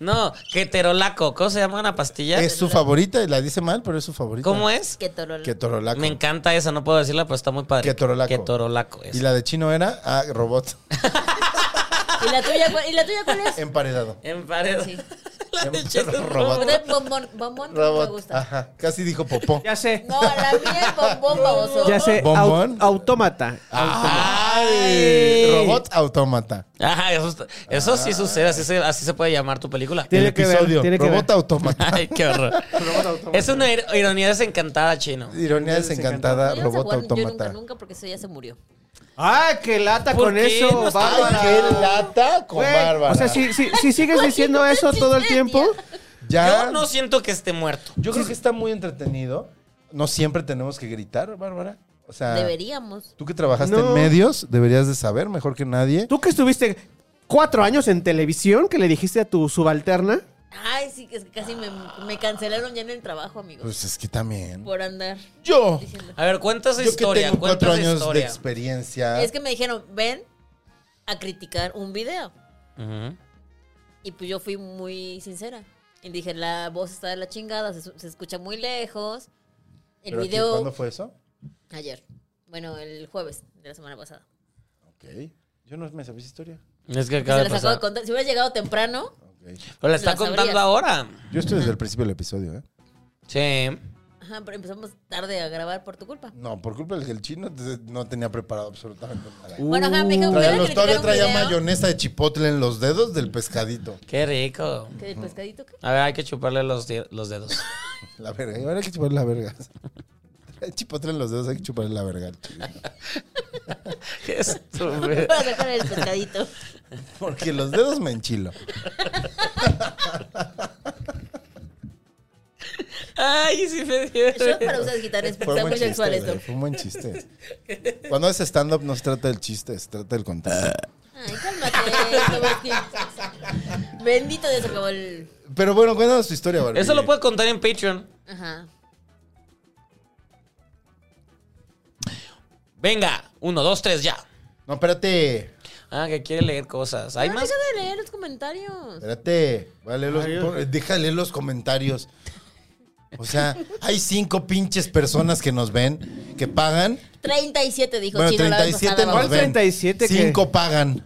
[SPEAKER 4] No, keterolaco. ¿Cómo se llama una pastilla?
[SPEAKER 5] Es su favorita y la dice mal, pero es su favorita.
[SPEAKER 4] ¿Cómo es?
[SPEAKER 7] Que torola.
[SPEAKER 5] Que torolaco.
[SPEAKER 4] Me encanta esa, no puedo decirla, pero está muy padre.
[SPEAKER 5] Ketorolaco.
[SPEAKER 4] Ketorolaco,
[SPEAKER 5] Y
[SPEAKER 4] esa.
[SPEAKER 5] la de chino era ah, robot
[SPEAKER 7] ¿Y la tuya cuál, ¿y la tuya cuál es?
[SPEAKER 5] emparedado.
[SPEAKER 4] En
[SPEAKER 5] Eh,
[SPEAKER 4] pared.
[SPEAKER 7] Sí.
[SPEAKER 4] La de
[SPEAKER 5] En-
[SPEAKER 4] Chester
[SPEAKER 5] robot.
[SPEAKER 4] Robot.
[SPEAKER 7] Usted, bombón, bombón, no me
[SPEAKER 5] Robot. Ah.
[SPEAKER 7] gusta.
[SPEAKER 5] Ajá. Casi dijo popó.
[SPEAKER 6] Ya sé.
[SPEAKER 7] No, la mía es
[SPEAKER 5] *laughs*
[SPEAKER 7] bombón, baboso.
[SPEAKER 6] Ya sé.
[SPEAKER 5] ¿Bombón? Ah.
[SPEAKER 6] au- Autómata.
[SPEAKER 4] Ay.
[SPEAKER 5] Robot autómata.
[SPEAKER 4] Ajá, eso, está- eso
[SPEAKER 5] Ah.
[SPEAKER 4] sí sucede, así se, así se puede llamar tu película.
[SPEAKER 6] Tiene
[SPEAKER 5] el
[SPEAKER 6] que ver,
[SPEAKER 5] episodio.
[SPEAKER 6] tiene que
[SPEAKER 5] robot
[SPEAKER 6] ver.
[SPEAKER 5] autómata.
[SPEAKER 4] *laughs* Ay, qué
[SPEAKER 5] *laughs*
[SPEAKER 4] horror. Es una ir- ironía desencantada, chino.
[SPEAKER 5] Ironía desencantada,
[SPEAKER 7] No íbamos a
[SPEAKER 5] robot
[SPEAKER 7] jugar Yo nunca,
[SPEAKER 5] autómata.
[SPEAKER 7] nunca, porque eso ya se murió.
[SPEAKER 6] Ah, qué lata
[SPEAKER 4] ¿Por
[SPEAKER 6] con
[SPEAKER 4] qué?
[SPEAKER 6] eso,
[SPEAKER 4] No está-
[SPEAKER 6] Bárbara.
[SPEAKER 5] lata con
[SPEAKER 6] Güey, O sea, si, si, si sigues diciendo eso todo el tiempo,
[SPEAKER 5] Ya.
[SPEAKER 4] Yo no siento que esté muerto.
[SPEAKER 5] Yo creo que está muy entretenido. No siempre tenemos que gritar, Bárbara. O sea,
[SPEAKER 7] Deberíamos.
[SPEAKER 5] tú que trabajaste
[SPEAKER 6] No.
[SPEAKER 5] en medios, deberías de saber mejor que nadie.
[SPEAKER 6] tú que estuviste cuatro años en televisión, que le dijiste a tu subalterna,
[SPEAKER 7] Ay, sí, que es que casi me, me cancelaron ya en el trabajo, amigos.
[SPEAKER 5] Pues es que también.
[SPEAKER 7] Por andar
[SPEAKER 5] Yo,
[SPEAKER 7] diciendo.
[SPEAKER 4] A ver, cuenta esa
[SPEAKER 5] yo que
[SPEAKER 4] historia.
[SPEAKER 5] tengo
[SPEAKER 4] cuenta
[SPEAKER 5] cuatro
[SPEAKER 4] esa
[SPEAKER 5] años de
[SPEAKER 4] historia.
[SPEAKER 5] experiencia.
[SPEAKER 7] Es que me dijeron, ven a criticar un video.
[SPEAKER 4] Ujú.
[SPEAKER 7] Y pues yo fui muy sincera. Y dije, la voz está de la chingada, se, se escucha muy lejos. El
[SPEAKER 5] Pero aquí,
[SPEAKER 7] video
[SPEAKER 5] ¿Cuándo fue eso?
[SPEAKER 7] ayer. Bueno, el jueves de la semana pasada.
[SPEAKER 5] Ok. Yo no me sabía esa historia.
[SPEAKER 4] Es que acaba
[SPEAKER 7] Se
[SPEAKER 4] de
[SPEAKER 7] las acabo de
[SPEAKER 4] pasar.
[SPEAKER 7] contar. Si hubiera llegado temprano,
[SPEAKER 5] Ok.
[SPEAKER 4] Pero la está
[SPEAKER 7] las
[SPEAKER 4] contando
[SPEAKER 7] sabrías.
[SPEAKER 4] ahora.
[SPEAKER 5] Yo estoy desde el principio del episodio, ¿eh?
[SPEAKER 4] Sí.
[SPEAKER 7] ajá, pero empezamos tarde a grabar por tu culpa.
[SPEAKER 5] No, por culpa del que el chino te- no tenía preparado absolutamente nada.
[SPEAKER 7] Bueno, ajá, me dijeron,
[SPEAKER 5] Traía
[SPEAKER 7] ven a
[SPEAKER 5] los Uh, todavía
[SPEAKER 7] criticar un
[SPEAKER 5] traía
[SPEAKER 7] video.
[SPEAKER 5] mayonesa de chipotle en los dedos del pescadito.
[SPEAKER 4] Qué rico.
[SPEAKER 7] ¿Qué del
[SPEAKER 5] *laughs*
[SPEAKER 7] pescadito qué?
[SPEAKER 4] A ver, hay que chuparle los, di- los dedos. *laughs*
[SPEAKER 5] La verga. Y ahora hay que chuparle la verga. Trae chipotle en los dedos, hay que chuparle la verga. al chino.
[SPEAKER 4] Qué estúpido.
[SPEAKER 7] Para sacar el pescadito.
[SPEAKER 5] Porque los dedos me enchilo.
[SPEAKER 4] Ay, sí me dio.
[SPEAKER 7] Yo para usar guitarras
[SPEAKER 5] Fue
[SPEAKER 7] está
[SPEAKER 5] un
[SPEAKER 7] muy
[SPEAKER 5] buen
[SPEAKER 7] sexual
[SPEAKER 5] chiste. güey,
[SPEAKER 7] esto.
[SPEAKER 5] Fue un buen chiste. Cuando haces stand-up no se trata del chiste, se trata del contenido.
[SPEAKER 7] Ay, cálmate. Tomasín. Bendito Dios, se acabó el...
[SPEAKER 5] Pero bueno, cuéntanos tu historia, Barbie.
[SPEAKER 4] Eso lo puedes contar en Patreon.
[SPEAKER 7] Ajá.
[SPEAKER 4] Venga, uno, dos, tres, ya.
[SPEAKER 5] No, espérate.
[SPEAKER 4] Ah, que quiere leer cosas. ¿Hay
[SPEAKER 7] No,
[SPEAKER 4] más?
[SPEAKER 7] deja de leer los comentarios.
[SPEAKER 5] Espérate. Voy a leer los- por- deja de leer los comentarios. O sea, hay cinco pinches personas que nos ven, que pagan.
[SPEAKER 7] 37 dijo
[SPEAKER 5] Bueno,
[SPEAKER 7] Chino la
[SPEAKER 5] 37
[SPEAKER 7] vez pasada.
[SPEAKER 5] nos
[SPEAKER 6] ¿Cuál
[SPEAKER 5] ven.
[SPEAKER 6] 37 que-
[SPEAKER 5] Cinco pagan.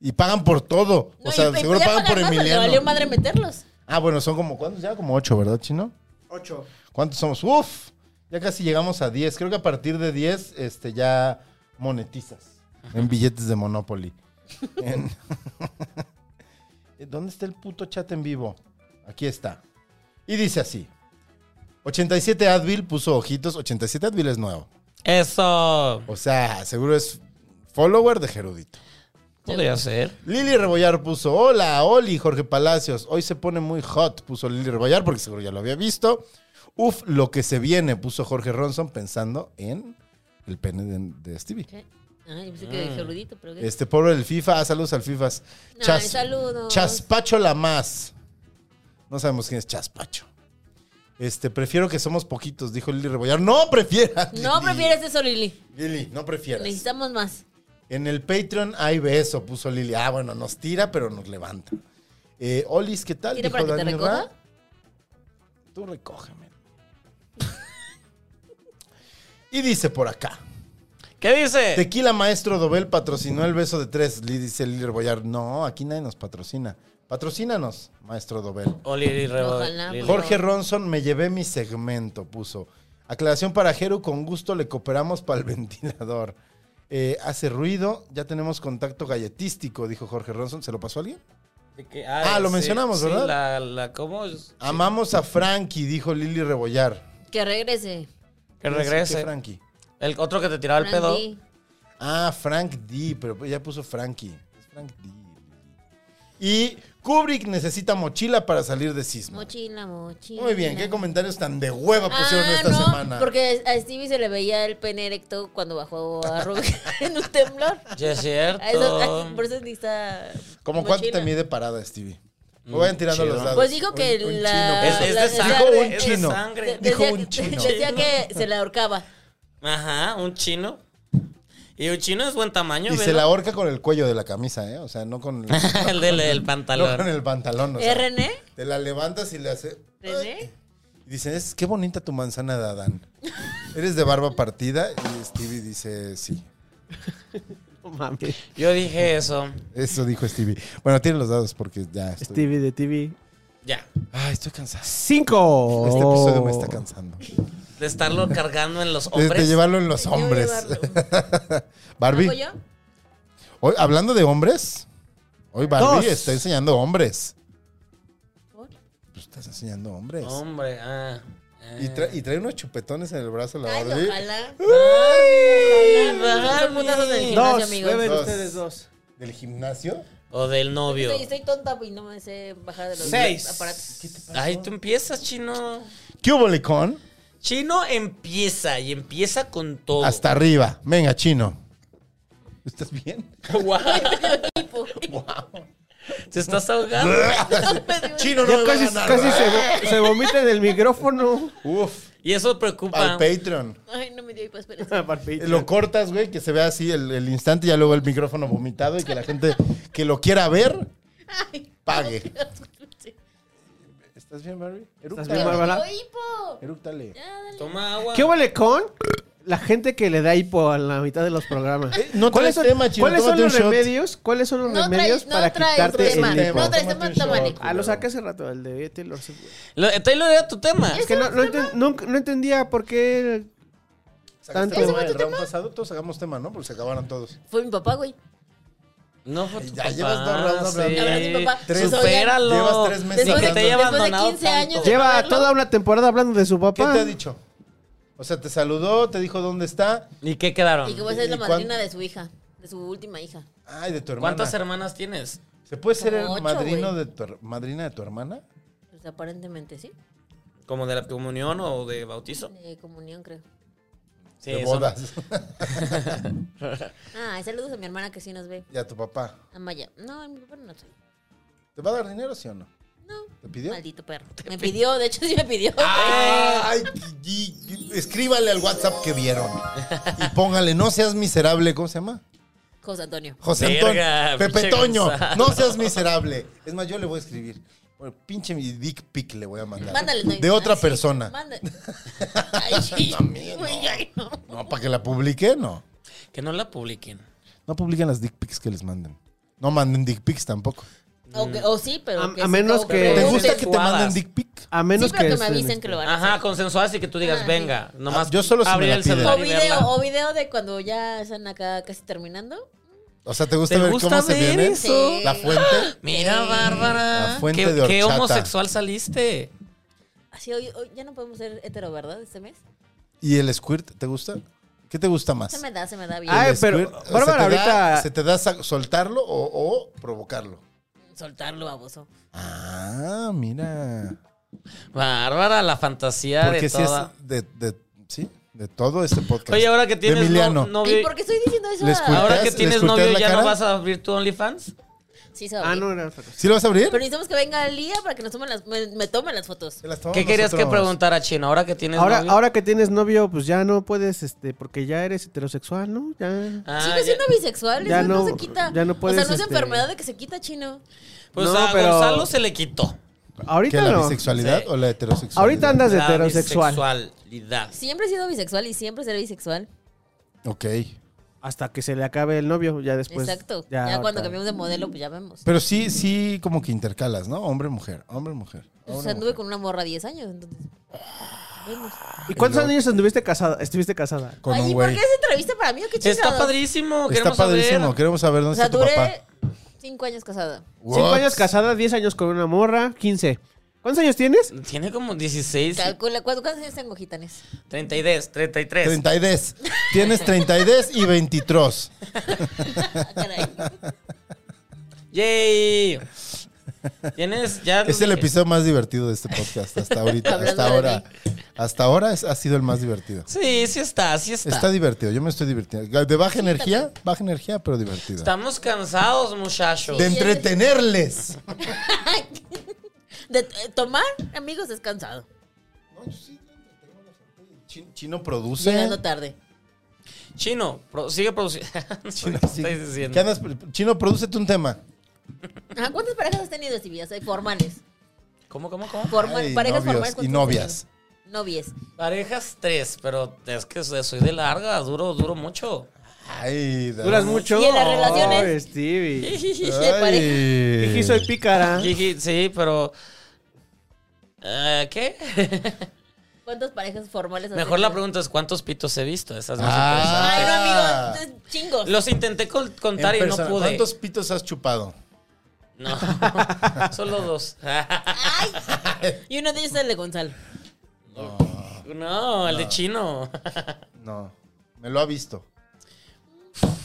[SPEAKER 5] Y pagan por todo.
[SPEAKER 7] No,
[SPEAKER 5] o
[SPEAKER 7] y-
[SPEAKER 5] sea,
[SPEAKER 7] y
[SPEAKER 5] seguro
[SPEAKER 7] ya
[SPEAKER 5] pagan por
[SPEAKER 7] pagaron más, Le
[SPEAKER 5] Emiliano.
[SPEAKER 7] valió madre meterlos.
[SPEAKER 5] Ah, bueno, son como, ¿cuántos? Ya como ocho, ¿verdad, Chino? Ocho. ¿Cuántos somos? Uf, ya casi llegamos a 10. Creo que a partir de 10 este, ya monetizas en billetes de Monopoly. *laughs* En- ¿Dónde está el puto chat en vivo? Aquí está. Y dice así. 87 Advil puso ojitos. 87 Advil es nuevo.
[SPEAKER 4] Eso.
[SPEAKER 5] O sea, seguro es follower de Gerudito.
[SPEAKER 4] Podría ser.
[SPEAKER 5] Lili Rebollar puso, hola, Oli, Jorge Palacios. Hoy se pone muy hot, puso Lili Rebollar, porque seguro ya lo había visto. Uf, lo que se viene, puso Jorge Ronson pensando en el pene de, de Stevie.
[SPEAKER 7] ¿Qué? Ay, pensé que gerudito, pero qué.
[SPEAKER 5] Este pobre del FIFA, ah, saludos al FIFAs.
[SPEAKER 7] Ay, saludos.
[SPEAKER 5] Chaspacho la más. No sabemos quién es Chaspacho. Este, prefiero que somos poquitos, dijo Lili Rebollar. No prefieras.
[SPEAKER 7] No
[SPEAKER 5] Lili.
[SPEAKER 7] prefieres eso, Lili.
[SPEAKER 5] Lili, no prefieras.
[SPEAKER 7] Necesitamos más.
[SPEAKER 5] En el Patreon hay beso, puso Lili. Ah, bueno, nos tira, pero nos levanta. Eh, Olis, ¿qué tal?
[SPEAKER 7] ¿Tira para que te
[SPEAKER 5] Dani Ra.
[SPEAKER 7] recoja?
[SPEAKER 5] Tú recógeme. y dice por acá.
[SPEAKER 4] ¿Qué dice?
[SPEAKER 5] Tequila Maestro Dobel patrocinó el beso de tres. Li- dice Lili Boyar. No, aquí nadie nos patrocina. Patrocínanos, Maestro Dobel.
[SPEAKER 4] Oli, Rebo-
[SPEAKER 7] Ojalá,
[SPEAKER 4] Oh, Lili.
[SPEAKER 7] por
[SPEAKER 5] Jorge Ronson, me llevé mi segmento, puso. Aclaración para Jero, con gusto le cooperamos para el *laughs* ventilador. Eh, hace ruido, ya tenemos contacto galletístico, dijo Jorge Ronson. ¿Se lo pasó a alguien?
[SPEAKER 4] De que-
[SPEAKER 5] Ah, lo Ah, mencionamos, ¿verdad?
[SPEAKER 4] la, la, ¿cómo? es?
[SPEAKER 5] Amamos a Frankie, dijo Lili Rebollar.
[SPEAKER 7] Que regrese.
[SPEAKER 4] Que
[SPEAKER 5] ¿Quién es
[SPEAKER 4] regrese.
[SPEAKER 5] este Frankie.
[SPEAKER 4] El otro que te tiraba el pedo.
[SPEAKER 7] Brandy.
[SPEAKER 5] Ah, Frank D, pero ya puso Frankie. Es Frank D. Y Kubrick necesita mochila para salir de sismo.
[SPEAKER 7] Mochila, mochila.
[SPEAKER 5] Muy bien, qué comentarios tan de hueva pusieron
[SPEAKER 7] Ah,
[SPEAKER 5] esta
[SPEAKER 7] no,
[SPEAKER 5] semana.
[SPEAKER 7] Porque a Stevie se le veía el pene erecto cuando bajó a Rubén *laughs* en un temblor.
[SPEAKER 4] Ya es *laughs* cierto.
[SPEAKER 7] A eso- a- por eso necesita.
[SPEAKER 5] ¿Cómo
[SPEAKER 7] mochila.
[SPEAKER 5] cuánto te mide parada, Stevie? Me vayan tirando
[SPEAKER 4] chido.
[SPEAKER 5] los dados.
[SPEAKER 7] Pues dijo que
[SPEAKER 5] Un- un
[SPEAKER 7] la-
[SPEAKER 4] es,
[SPEAKER 5] chino.
[SPEAKER 4] es
[SPEAKER 7] la-
[SPEAKER 4] de sangre.
[SPEAKER 7] la-
[SPEAKER 5] Dijo un
[SPEAKER 4] es de
[SPEAKER 5] chino.
[SPEAKER 4] sangre.
[SPEAKER 5] De- Dijo
[SPEAKER 7] decía, *laughs*
[SPEAKER 5] un chino.
[SPEAKER 7] Decía que se le ahorcaba.
[SPEAKER 4] Ajá, un chino. Y un chino es buen tamaño,
[SPEAKER 5] Y se la ahorca con el cuello de la camisa, ¿eh? O sea, no
[SPEAKER 4] *laughs*
[SPEAKER 5] con,
[SPEAKER 4] velo. El del el
[SPEAKER 5] no con
[SPEAKER 4] pantalón.
[SPEAKER 5] el pantalón. o sea,
[SPEAKER 7] ¿Es René?
[SPEAKER 5] te la levantas y le hace...
[SPEAKER 7] ¿René?
[SPEAKER 5] Y dice, es, qué bonita tu manzana de
[SPEAKER 7] *laughs*
[SPEAKER 5] Adán. ¿Eres de barba partida? Y Stevie dice, sí.
[SPEAKER 6] No mames.
[SPEAKER 4] Yo dije eso.
[SPEAKER 5] Eso dijo Stevie. Bueno, tiene los dados porque ya estoy...
[SPEAKER 6] Stevie de TV.
[SPEAKER 4] Ya.
[SPEAKER 5] Ay, estoy cansado.
[SPEAKER 6] Cinco.
[SPEAKER 5] Este episodio me está cansando.
[SPEAKER 4] De estarlo cargando en los
[SPEAKER 5] De, de
[SPEAKER 4] hombres.
[SPEAKER 5] llevarlo en los
[SPEAKER 7] Quiero
[SPEAKER 5] hombres.
[SPEAKER 7] llevarlo.
[SPEAKER 5] *laughs* Barbie,
[SPEAKER 7] ¿Hago yo?
[SPEAKER 5] hoy, hablando de hombres, hoy Barbie
[SPEAKER 6] Dos.
[SPEAKER 5] está enseñando hombres.
[SPEAKER 7] ¿Por?
[SPEAKER 5] Pues estás enseñando hombres.
[SPEAKER 4] Hombre, ah. ah.
[SPEAKER 5] Y, tra- y trae unos chupetones en el brazo la
[SPEAKER 7] Ay,
[SPEAKER 5] Barbie.
[SPEAKER 7] ojalá.
[SPEAKER 4] Ay,
[SPEAKER 7] Son putazos del
[SPEAKER 4] Barbie.
[SPEAKER 7] gimnasio,
[SPEAKER 6] Dos.
[SPEAKER 7] amigos.
[SPEAKER 6] Beben
[SPEAKER 5] Dos.
[SPEAKER 6] ustedes dos.
[SPEAKER 5] ¿Del gimnasio?
[SPEAKER 4] O del novio.
[SPEAKER 7] Estoy, estoy tonta pues, y no me sé bajar de los
[SPEAKER 6] Seis.
[SPEAKER 7] aparatos.
[SPEAKER 4] Ay, tú empiezas, chino.
[SPEAKER 5] ¿Qué hubo, Lecón?
[SPEAKER 4] Chino empieza y empieza con todo.
[SPEAKER 5] Oh. Hasta arriba. Venga, chino. ¿Estás bien?
[SPEAKER 4] *laughs* Guau, Te estás ahogando.
[SPEAKER 5] *laughs* chino no
[SPEAKER 6] Ya
[SPEAKER 5] me va a
[SPEAKER 6] casi,
[SPEAKER 5] ganar.
[SPEAKER 6] casi se, vo- se vomita en el micrófono.
[SPEAKER 5] Uf.
[SPEAKER 4] Y eso preocupa.
[SPEAKER 5] Al Patreon.
[SPEAKER 7] Ay, no me dio hipospéresis.
[SPEAKER 5] Lo cortas, güey, que se vea así el, el instante, ya luego el micrófono vomitado y que la gente que lo quiera ver
[SPEAKER 7] *laughs*
[SPEAKER 5] pague. ¿Estás bien, Barbie?
[SPEAKER 6] ¿Estás
[SPEAKER 5] Eructale.
[SPEAKER 6] bien, Bárbara?
[SPEAKER 7] Yo hipo.
[SPEAKER 5] Eructale.
[SPEAKER 7] Ya, dale.
[SPEAKER 4] Toma agua.
[SPEAKER 6] ¿Qué huele con la gente que le da hipo a la mitad de los programas?
[SPEAKER 5] Eh, no
[SPEAKER 6] ¿Cuáles
[SPEAKER 5] traes
[SPEAKER 6] son,
[SPEAKER 5] tema, chino,
[SPEAKER 6] ¿cuáles son
[SPEAKER 5] tómate
[SPEAKER 6] los
[SPEAKER 5] un shot.
[SPEAKER 6] remedios? ¿Cuáles son los
[SPEAKER 7] No
[SPEAKER 6] remedios
[SPEAKER 7] traes, no
[SPEAKER 6] para
[SPEAKER 7] traes
[SPEAKER 6] quitarte
[SPEAKER 7] tema.
[SPEAKER 6] el hipo?
[SPEAKER 7] No traes
[SPEAKER 5] Tómate
[SPEAKER 7] tema,
[SPEAKER 5] un shot,
[SPEAKER 7] tómale.
[SPEAKER 6] Ah, lo saqué hace rato, el de Taylor Swift.
[SPEAKER 4] Lo, estoy lo era tu tema.
[SPEAKER 6] Es que no, no enten- nunca- no entendía por qué.
[SPEAKER 5] ¿Sacaste
[SPEAKER 6] Tanto.
[SPEAKER 5] tema del round pasado? Todos sacamos tema, ¿no? Porque se acabaron todos.
[SPEAKER 7] Fue mi papá, güey.
[SPEAKER 4] No fue tu
[SPEAKER 5] Ya
[SPEAKER 4] papá,
[SPEAKER 5] llevas dos rounds
[SPEAKER 4] sí.
[SPEAKER 5] hablando.
[SPEAKER 7] Ahora sí, papá.
[SPEAKER 5] Tres-
[SPEAKER 4] Supéralo.
[SPEAKER 5] Llevas tres meses
[SPEAKER 4] Ni que
[SPEAKER 5] hablando.
[SPEAKER 4] te haya
[SPEAKER 7] Después de
[SPEAKER 4] abandonado
[SPEAKER 7] 15
[SPEAKER 4] tanto.
[SPEAKER 7] años.
[SPEAKER 6] Lleva
[SPEAKER 7] verlo?
[SPEAKER 6] toda una temporada hablando de su
[SPEAKER 5] ¿Qué
[SPEAKER 6] papá.
[SPEAKER 5] te ha dicho? O sea, te saludó, te dijo dónde está.
[SPEAKER 4] ¿Y qué quedaron?
[SPEAKER 7] Y que voy a ser la
[SPEAKER 5] ¿Y cuán-
[SPEAKER 7] madrina de su hija, de su última hija.
[SPEAKER 5] Ay, de tu hermana.
[SPEAKER 4] ¿Cuántas hermanas tienes?
[SPEAKER 5] ¿Se puede ser el
[SPEAKER 7] Como ocho,
[SPEAKER 5] madrino
[SPEAKER 7] güey.
[SPEAKER 5] de tu, her- madrina de tu hermana?
[SPEAKER 7] Pues aparentemente, ¿sí?
[SPEAKER 4] ¿Como de la comunión o de bautizo?
[SPEAKER 7] De comunión, creo.
[SPEAKER 4] Sí,
[SPEAKER 5] de
[SPEAKER 4] eso.
[SPEAKER 5] bodas.
[SPEAKER 7] Ah, saludos a mi hermana que sí nos ve.
[SPEAKER 5] *laughs* y a tu papá.
[SPEAKER 7] A Maya. No, a mi papá no nos ve.
[SPEAKER 5] ¿Te va a dar dinero, sí o no?
[SPEAKER 7] No.
[SPEAKER 5] ¿Te pidió? Ah.
[SPEAKER 7] Maldito perro. Me pidió, de hecho sí me pidió.
[SPEAKER 5] Ay, y- y- escríbale al WhatsApp que vieron. Y póngale, no seas miserable, ¿cómo se llama?
[SPEAKER 7] José Antonio.
[SPEAKER 5] José
[SPEAKER 4] Verga, *laughs*
[SPEAKER 5] Antonio. Pepe
[SPEAKER 4] pinche
[SPEAKER 5] Toño,
[SPEAKER 4] Gonzalo.
[SPEAKER 5] no seas miserable. Es más, yo le voy a escribir. Bueno, pinche mi dick pic le voy a mandar.
[SPEAKER 7] Mándale. no,
[SPEAKER 5] De otra
[SPEAKER 7] así,
[SPEAKER 5] persona. *laughs*
[SPEAKER 7] Mándale. Ay, sí.
[SPEAKER 5] También, Ah. no.
[SPEAKER 7] Güey, ay, no.
[SPEAKER 5] No, para que la publique, no.
[SPEAKER 4] Que no la publiquen.
[SPEAKER 5] No publiquen las dick pics que les manden. No manden dick pics tampoco.
[SPEAKER 7] O, que- o sí, pero.
[SPEAKER 6] A-
[SPEAKER 7] que
[SPEAKER 6] a
[SPEAKER 7] sí,
[SPEAKER 6] menos
[SPEAKER 7] o
[SPEAKER 6] que-
[SPEAKER 5] ¿Te
[SPEAKER 4] Pero
[SPEAKER 5] gusta que te
[SPEAKER 4] sexuadas.
[SPEAKER 5] manden dick pic?
[SPEAKER 6] A
[SPEAKER 7] Sí,
[SPEAKER 6] menos
[SPEAKER 7] pero que me
[SPEAKER 6] estén-
[SPEAKER 7] avisen que lo van a hacer.
[SPEAKER 4] Ajá, consensuadas y que tú digas,
[SPEAKER 7] Ah,
[SPEAKER 4] venga, nomás
[SPEAKER 5] Ah, yo solo si me
[SPEAKER 4] abrir
[SPEAKER 5] la
[SPEAKER 4] el
[SPEAKER 5] piden.
[SPEAKER 4] celular
[SPEAKER 7] O
[SPEAKER 4] y
[SPEAKER 7] video,
[SPEAKER 4] verla.
[SPEAKER 7] o video de cuando ya están acá casi terminando.
[SPEAKER 5] O sea, ¿te gusta
[SPEAKER 4] ¿Te
[SPEAKER 5] ver
[SPEAKER 4] gusta
[SPEAKER 5] cómo se
[SPEAKER 4] ver
[SPEAKER 5] vienen?
[SPEAKER 4] eso?
[SPEAKER 5] La fuente.
[SPEAKER 4] Mira, Bárbara.
[SPEAKER 5] La fuente
[SPEAKER 4] ¿qué,
[SPEAKER 5] de
[SPEAKER 4] qué
[SPEAKER 5] horchata.
[SPEAKER 4] homosexual saliste?
[SPEAKER 7] Así hoy, hoy ya no podemos ser hetero, ¿verdad? Este mes.
[SPEAKER 5] ¿Y el squirt te gusta? ¿Qué te gusta más?
[SPEAKER 7] Se me da, se me da bien.
[SPEAKER 6] Ay,
[SPEAKER 5] El
[SPEAKER 6] pero,
[SPEAKER 5] squirt,
[SPEAKER 6] Bárbara,
[SPEAKER 5] ¿se te da-
[SPEAKER 6] ahorita-
[SPEAKER 5] ¿Se te da sa- soltarlo o, o provocarlo?
[SPEAKER 7] Soltarlo, baboso.
[SPEAKER 5] Ah, mira.
[SPEAKER 4] Bárbara, la fantasía
[SPEAKER 5] Porque
[SPEAKER 4] de
[SPEAKER 5] si es
[SPEAKER 4] toda.
[SPEAKER 5] de, de- sí, de todo este podcast.
[SPEAKER 4] Oye, ahora que
[SPEAKER 5] De
[SPEAKER 4] tienes no-
[SPEAKER 5] Emiliano.
[SPEAKER 4] novio.
[SPEAKER 7] ¿Y por qué estoy diciendo eso?
[SPEAKER 5] Les
[SPEAKER 7] a-
[SPEAKER 5] cuento.
[SPEAKER 4] Ahora que
[SPEAKER 5] ¿Les
[SPEAKER 4] tienes
[SPEAKER 5] curteas
[SPEAKER 4] novio,
[SPEAKER 5] la
[SPEAKER 4] ¿ya
[SPEAKER 5] cara?
[SPEAKER 4] no vas a abrir tu OnlyFans?
[SPEAKER 7] Sí, se va
[SPEAKER 6] Ah,
[SPEAKER 7] bien.
[SPEAKER 6] no, era otra cosa.
[SPEAKER 5] ¿Sí lo vas a abrir?
[SPEAKER 7] Pero necesitamos que venga Lía para que nos tomen las, me, me tomen las fotos.
[SPEAKER 5] Se las tomamos
[SPEAKER 4] ¿Qué querías que
[SPEAKER 5] nosotros.
[SPEAKER 4] preguntara, Chino? Ahora que tienes
[SPEAKER 6] Ahora,
[SPEAKER 4] novio.
[SPEAKER 6] ahora que tienes novio, pues ya no puedes, este, porque ya eres heterosexual, ¿no? Ya.
[SPEAKER 4] Ah,
[SPEAKER 7] Sigue
[SPEAKER 4] ya-
[SPEAKER 7] siendo bisexual,
[SPEAKER 6] Ya
[SPEAKER 7] eso no,
[SPEAKER 6] no-
[SPEAKER 7] se quita.
[SPEAKER 6] ya no puedes,
[SPEAKER 7] o sea, no es
[SPEAKER 6] este-
[SPEAKER 7] enfermedad de que se quita, chino.
[SPEAKER 4] Pues
[SPEAKER 6] No,
[SPEAKER 4] a
[SPEAKER 6] pero-
[SPEAKER 4] Gonzalo se le quitó.
[SPEAKER 5] ¿Que
[SPEAKER 6] Ahorita
[SPEAKER 5] la
[SPEAKER 6] no.
[SPEAKER 5] bisexualidad
[SPEAKER 4] Sí.
[SPEAKER 5] o la heterosexualidad?
[SPEAKER 6] Ahorita andas de
[SPEAKER 4] La
[SPEAKER 6] heterosexual.
[SPEAKER 4] bisexualidad.
[SPEAKER 7] Siempre he sido bisexual y siempre seré bisexual.
[SPEAKER 5] Ok.
[SPEAKER 6] Hasta que se le acabe el novio, Pues, ya después.
[SPEAKER 7] Exacto. Ya, cuando
[SPEAKER 6] ahorita.
[SPEAKER 7] cambiamos de modelo, pues ya vemos.
[SPEAKER 5] Pero sí, sí, como que intercalas, ¿no? Hombre, mujer, hombre, mujer.
[SPEAKER 7] Pues,
[SPEAKER 5] hombre,
[SPEAKER 7] anduve
[SPEAKER 5] mujer.
[SPEAKER 7] con una morra 10 años, entonces. Vemos.
[SPEAKER 6] ¿Y cuántos años estuviste casada? Estuviste casada.
[SPEAKER 5] Con
[SPEAKER 7] Ay,
[SPEAKER 5] un
[SPEAKER 7] ¿y por qué
[SPEAKER 5] güey.
[SPEAKER 7] esa entrevista para mí o qué chingados?
[SPEAKER 4] Está padrísimo.
[SPEAKER 5] Está
[SPEAKER 4] queremos
[SPEAKER 5] padrísimo.
[SPEAKER 4] saber.
[SPEAKER 5] Queremos saber
[SPEAKER 7] O
[SPEAKER 5] dónde
[SPEAKER 7] sea,
[SPEAKER 5] está tu
[SPEAKER 7] duré
[SPEAKER 5] papá.
[SPEAKER 7] 5 años casada.
[SPEAKER 6] Cinco
[SPEAKER 5] What?
[SPEAKER 6] años casada, diez años con una morra, quince. ¿Cuántos años tienes?
[SPEAKER 4] Tiene como 16,
[SPEAKER 7] Calcula, ¿cuántos cuántos años tengo, gitanes?
[SPEAKER 4] 32, 33.
[SPEAKER 5] 32. Tienes 32 y
[SPEAKER 4] *laughs*
[SPEAKER 5] 23.
[SPEAKER 7] Ah, caray.
[SPEAKER 4] ¡Yay! Tienes ya.
[SPEAKER 5] *laughs* Es el episodio más divertido de este podcast hasta ahorita.
[SPEAKER 7] *laughs* Hablando
[SPEAKER 5] Hasta
[SPEAKER 7] de
[SPEAKER 5] ahora. Hasta ahora es- ha sido el más divertido.
[SPEAKER 4] Sí, sí está, sí está.
[SPEAKER 5] Está divertido, yo me estoy divirtiendo. De baja energía, baja energía, pero divertido.
[SPEAKER 4] Estamos cansados, muchachos.
[SPEAKER 5] De entretenerles.
[SPEAKER 7] *laughs* De eh, tomar, amigos, descansado.
[SPEAKER 5] Chin- Chino produce.
[SPEAKER 7] Llegando tarde.
[SPEAKER 4] Chino, pro- sigue *laughs* produciendo.
[SPEAKER 5] Chino,
[SPEAKER 4] ¿Qué
[SPEAKER 5] sí.
[SPEAKER 4] estáis diciendo?
[SPEAKER 5] ¿Qué andas- Chino, producete un tema.
[SPEAKER 7] Ajá, ¿Cuántas parejas has tenido, Silvia? Hay formales.
[SPEAKER 4] ¿Cómo, cómo, cómo?
[SPEAKER 7] Formal,
[SPEAKER 5] Ay,
[SPEAKER 7] parejas
[SPEAKER 5] novios
[SPEAKER 7] formales.
[SPEAKER 5] y
[SPEAKER 7] ¿cuántas
[SPEAKER 5] novias.
[SPEAKER 7] has tenido? Novias.
[SPEAKER 4] Parejas tres, pero es que soy de larga, duro, duro mucho.
[SPEAKER 5] Ay, de-
[SPEAKER 6] ¿Duras mucho?
[SPEAKER 7] ¿Y en las relaciones?
[SPEAKER 6] *laughs* Ay, Stevie.
[SPEAKER 7] *laughs* De pareja.
[SPEAKER 5] Ay.
[SPEAKER 6] Dije, soy
[SPEAKER 5] Ah.
[SPEAKER 6] pícara.
[SPEAKER 4] Jiji, Sí, pero. eh, ¿Qué? *laughs*
[SPEAKER 7] ¿Cuántas parejas formales has
[SPEAKER 4] Mejor la
[SPEAKER 7] tenido?
[SPEAKER 4] pregunta es: ¿cuántos pitos he visto? Esa es más
[SPEAKER 5] Ah.
[SPEAKER 7] Ay, no,
[SPEAKER 5] Ah.
[SPEAKER 7] amigo, entonces, chingos.
[SPEAKER 4] interesante. Los intenté col-
[SPEAKER 5] En
[SPEAKER 4] contar y no
[SPEAKER 5] persona,
[SPEAKER 4] pude.
[SPEAKER 5] ¿Cuántos pitos has chupado?
[SPEAKER 4] No, *laughs* solo dos. *laughs*
[SPEAKER 7] Y uno de ellos es el de Gonzalo.
[SPEAKER 4] No, el de chino.
[SPEAKER 5] No. Me lo ha visto.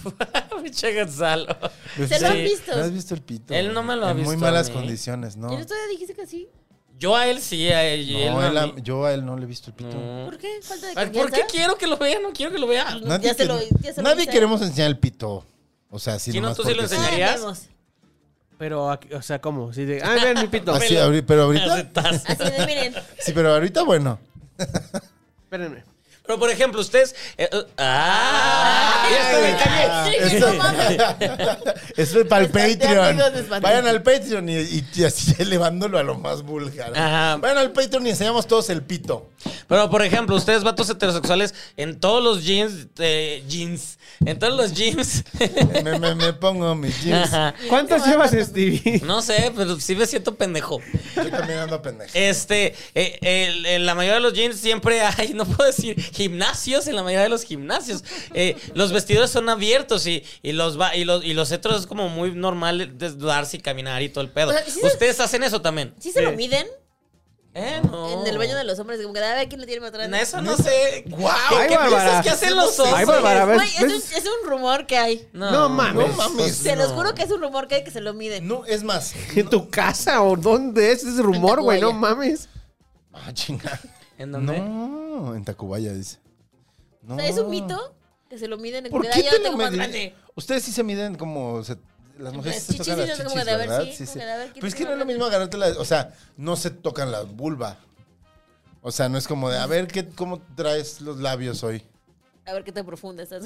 [SPEAKER 4] *laughs* Pinche Gonzalo.
[SPEAKER 7] Se lo han visto.
[SPEAKER 5] ¿No has visto el pito?
[SPEAKER 4] Él no me lo ha
[SPEAKER 5] en
[SPEAKER 4] visto
[SPEAKER 5] Muy
[SPEAKER 4] a
[SPEAKER 5] malas
[SPEAKER 4] mí.
[SPEAKER 5] condiciones, ¿no?
[SPEAKER 7] Yo todavía dijiste que sí.
[SPEAKER 4] Yo a él sí, a él. y él
[SPEAKER 5] No,
[SPEAKER 4] a
[SPEAKER 5] él a-
[SPEAKER 4] mí.
[SPEAKER 5] yo a él no le he visto el pito.
[SPEAKER 4] No.
[SPEAKER 7] ¿Por qué? Falta de
[SPEAKER 4] Ay,
[SPEAKER 7] confianza.
[SPEAKER 4] ¿Por qué quiero que lo vea? No quiero que lo vea.
[SPEAKER 7] Ya se
[SPEAKER 5] que-
[SPEAKER 7] lo- ya se lo
[SPEAKER 5] nadie
[SPEAKER 7] hice.
[SPEAKER 5] queremos enseñar el pito. O sea, sí,
[SPEAKER 4] Si no,
[SPEAKER 5] nomás
[SPEAKER 4] tú sí lo
[SPEAKER 5] porque sí.
[SPEAKER 4] enseñarías.
[SPEAKER 7] Ah, vemos.
[SPEAKER 6] Pero, aquí- o sea, ¿cómo? Sí, de, ay, ven mi pito.
[SPEAKER 5] Así, ahorita- Ah, pero
[SPEAKER 4] Así
[SPEAKER 5] ahorita.
[SPEAKER 4] estás.
[SPEAKER 7] Así
[SPEAKER 4] *laughs*
[SPEAKER 7] de, miren.
[SPEAKER 5] Sí, pero ahorita,
[SPEAKER 7] *laughs*
[SPEAKER 5] bueno.
[SPEAKER 6] *laughs* Espérenme.
[SPEAKER 4] Pero por ejemplo, ustedes. eh, eh, ¡Ah!
[SPEAKER 7] Ay,
[SPEAKER 4] Ya está, me
[SPEAKER 7] ay,
[SPEAKER 4] cagué.
[SPEAKER 7] *laughs* ay,
[SPEAKER 5] Eso,
[SPEAKER 7] no
[SPEAKER 5] *laughs*
[SPEAKER 7] mames.
[SPEAKER 5] eso es para el
[SPEAKER 7] Espanté,
[SPEAKER 5] Patreon.
[SPEAKER 7] amigos, espanté.
[SPEAKER 5] Vayan al Patreon y, y- y así *laughs* elevándolo a lo más vulgar.
[SPEAKER 4] Ajá.
[SPEAKER 5] Vayan al Patreon y enseñamos todos el pito.
[SPEAKER 4] Pero por ejemplo, ustedes, vatos heterosexuales, en todos los jeans. eh, jeans. En todos los jeans. *laughs*
[SPEAKER 5] Me, me- me pongo mis jeans.
[SPEAKER 4] Ajá.
[SPEAKER 6] ¿Cuántos llevas, Stevie?
[SPEAKER 4] No sé, pero sí me siento pendejo.
[SPEAKER 5] Yo también ando pendejo.
[SPEAKER 4] Este, eh, el- en la mayoría de los jeans siempre *laughs* hay, no puedo decir, gimnasios, en la mayoría de los gimnasios. Eh, los vestidores son abiertos y, y los va, y los, y los heteros es como muy normal desnudarse y caminar y todo el pedo.
[SPEAKER 7] O sea, sí se-
[SPEAKER 4] Ustedes hacen eso también.
[SPEAKER 7] ¿Sí se lo
[SPEAKER 6] Sí.
[SPEAKER 7] miden?
[SPEAKER 4] Eh, no.
[SPEAKER 7] En el baño de los hombres, como que a ver quién lo tiene más grande.
[SPEAKER 4] Eso no sé. ¡Guau!
[SPEAKER 6] Ay,
[SPEAKER 4] ¿Qué
[SPEAKER 6] Bárbara.
[SPEAKER 4] piensas que hacen los
[SPEAKER 6] Ay,
[SPEAKER 4] hombres?
[SPEAKER 6] Bárbara, a ver.
[SPEAKER 7] Güey, es, un,
[SPEAKER 6] ¿ves?
[SPEAKER 7] es un rumor que hay.
[SPEAKER 6] No mames.
[SPEAKER 5] Pues No mames.
[SPEAKER 7] Se los juro que es un rumor que hay que se lo miden.
[SPEAKER 5] No, es
[SPEAKER 4] *laughs*
[SPEAKER 5] más.
[SPEAKER 6] ¿En tu casa o dónde es ese rumor, güey? No mames.
[SPEAKER 5] Ah, chinga.
[SPEAKER 4] ¿En dónde?
[SPEAKER 5] No, en Tacubaya dice. No.
[SPEAKER 7] O sea, es un mito que se lo miden en
[SPEAKER 5] ¿Por
[SPEAKER 7] que
[SPEAKER 5] qué
[SPEAKER 7] "Ay,
[SPEAKER 5] te
[SPEAKER 7] yo
[SPEAKER 5] lo
[SPEAKER 7] tengo más
[SPEAKER 5] medí?
[SPEAKER 7] grande.
[SPEAKER 5] Ustedes sí se miden como... se- las mujeres
[SPEAKER 7] Las
[SPEAKER 5] se tocan
[SPEAKER 7] chichis,
[SPEAKER 5] las
[SPEAKER 7] sí, como
[SPEAKER 5] chichis,
[SPEAKER 7] de a ver,
[SPEAKER 5] ¿verdad?
[SPEAKER 7] sí,
[SPEAKER 5] Sí,
[SPEAKER 7] como
[SPEAKER 5] sí.
[SPEAKER 7] de a ver, ¿quién
[SPEAKER 5] Pero es
[SPEAKER 7] tiene
[SPEAKER 5] que no es lo
[SPEAKER 7] más grande?
[SPEAKER 5] mismo agarrarte la... O sea, no se tocan la vulva. O sea, no es como de, a ver, ¿qué, ¿cómo traes los labios hoy?
[SPEAKER 7] A ver qué tan profunda estás.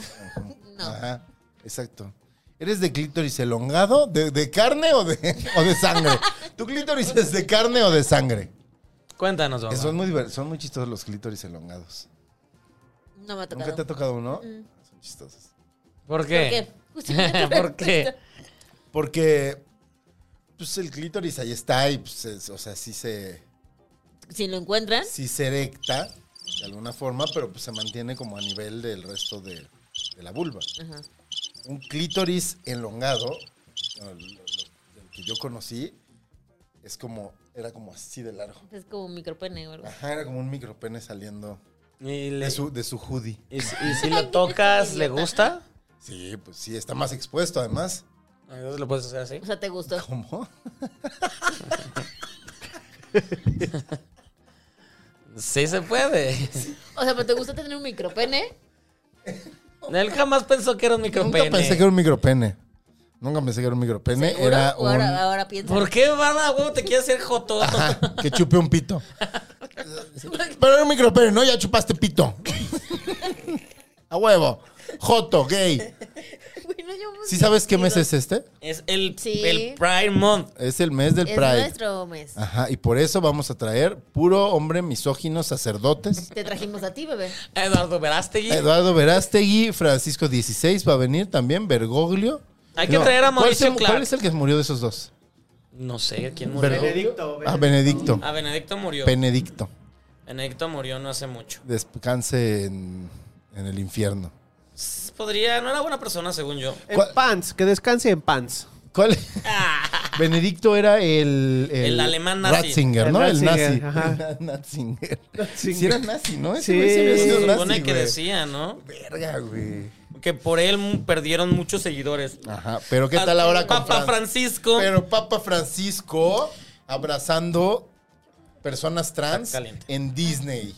[SPEAKER 7] no.
[SPEAKER 5] Ajá, Ah, exacto. ¿Eres de clítoris elongado? ¿De, de carne o de, o de sangre? ¿Tu clítoris es de carne o de sangre?
[SPEAKER 4] Cuéntanos, Bárbara.
[SPEAKER 5] Son muy, diver- son muy chistosos los clítoris elongados.
[SPEAKER 7] No me ha tocado.
[SPEAKER 5] ¿Nunca te ha tocado uno?
[SPEAKER 7] Mm.
[SPEAKER 5] Son chistosos.
[SPEAKER 4] ¿Por
[SPEAKER 7] ¿Por qué?
[SPEAKER 4] qué?
[SPEAKER 7] *laughs*
[SPEAKER 5] *laughs*
[SPEAKER 7] Justifica tu
[SPEAKER 4] *laughs* ¿Por qué?
[SPEAKER 7] respuesta.
[SPEAKER 5] Porque pues el clítoris ahí está y pues es- o sea, sí se
[SPEAKER 7] Si lo encuentran,
[SPEAKER 5] sí se erecta de alguna forma, pero pues se mantiene como a nivel del resto de, de la vulva.
[SPEAKER 7] Ajá.
[SPEAKER 5] Un clítoris elongado, bueno, lo- lo- el que yo conocí es como era como así de largo.
[SPEAKER 7] es como un micropene o algo.
[SPEAKER 5] Ajá, era como un micropene saliendo
[SPEAKER 4] ¿Y, le-
[SPEAKER 5] de su, de su hoodie.
[SPEAKER 4] y- y si lo tocas, le gusta?
[SPEAKER 5] Sí, pues sí, está más expuesto además. *laughs*
[SPEAKER 4] Entonces lo puedes hacer así.
[SPEAKER 7] O sea, ¿te gustó?
[SPEAKER 5] ¿Cómo?
[SPEAKER 4] Sí se puede.
[SPEAKER 7] O sea, ¿pero te gusta tener un micropene?
[SPEAKER 4] Él jamás pensó que era un micropene.
[SPEAKER 5] Nunca pensé que era un micropene. Nunca pensé que era un micropene.
[SPEAKER 7] ¿Seguro?
[SPEAKER 5] Era
[SPEAKER 7] O
[SPEAKER 5] un...
[SPEAKER 7] Ahora, ahora piensa.
[SPEAKER 4] ¿Por qué van a huevo te quieres hacer joto?
[SPEAKER 5] Ajá, *laughs* que chupe un pito. Pero era un micropene, ¿no? Ya chupaste
[SPEAKER 7] *laughs*
[SPEAKER 5] pito. A huevo. Joto, gay.
[SPEAKER 7] *laughs* Bueno, yo pues,
[SPEAKER 5] ¿Sí sabes qué mes es este?
[SPEAKER 4] Es el,
[SPEAKER 7] Sí.
[SPEAKER 4] el Pride Month.
[SPEAKER 5] Es el mes del
[SPEAKER 7] Es
[SPEAKER 5] Pride. Ah.
[SPEAKER 7] nuestro mes.
[SPEAKER 5] Ajá, y por eso vamos a traer puro hombre misógino, sacerdotes.
[SPEAKER 7] Te trajimos a ti, bebé.
[SPEAKER 4] Eduardo Verástegui.
[SPEAKER 5] Eduardo Verástegui, Francisco XVI va a venir también, Bergoglio.
[SPEAKER 4] Hay que traer a
[SPEAKER 5] ¿cuál
[SPEAKER 4] Mauricio
[SPEAKER 5] se-
[SPEAKER 4] Clark.
[SPEAKER 5] ¿Cuál es el que murió de esos dos?
[SPEAKER 4] No sé quién murió.
[SPEAKER 5] Vergo-
[SPEAKER 6] Benedicto,
[SPEAKER 5] Ah, Benedicto.
[SPEAKER 4] Ah, Benedicto murió.
[SPEAKER 5] Benedicto.
[SPEAKER 4] Benedicto murió no hace mucho.
[SPEAKER 5] Descanse en, en el infierno.
[SPEAKER 4] Podría, no era buena persona según yo.
[SPEAKER 6] En
[SPEAKER 5] ¿Cuál-
[SPEAKER 6] pants, que descanse en pants.
[SPEAKER 4] *laughs*
[SPEAKER 5] ¿Cuál? Benedicto era el.
[SPEAKER 4] El alemán nazi.
[SPEAKER 5] Ratzinger, ¿no?
[SPEAKER 6] El
[SPEAKER 5] *laughs* El nazi.
[SPEAKER 6] Ratzinger, ajá.
[SPEAKER 5] Natzinger.
[SPEAKER 6] Ratzinger.
[SPEAKER 5] Sí, era nazi, ¿no? Ese
[SPEAKER 6] Sí.
[SPEAKER 5] güey había
[SPEAKER 4] Se
[SPEAKER 5] sido
[SPEAKER 4] supone
[SPEAKER 5] nazi,
[SPEAKER 4] que
[SPEAKER 5] güey.
[SPEAKER 4] decía, ¿no?
[SPEAKER 5] Verga, güey.
[SPEAKER 4] Que por él mu- perdieron muchos seguidores.
[SPEAKER 5] Ajá. Pero ¿qué tal ahora con
[SPEAKER 4] Papa
[SPEAKER 5] Fran-
[SPEAKER 4] Francisco.
[SPEAKER 5] Pero Papa Francisco abrazando personas trans
[SPEAKER 4] Está caliente.
[SPEAKER 5] en Disney.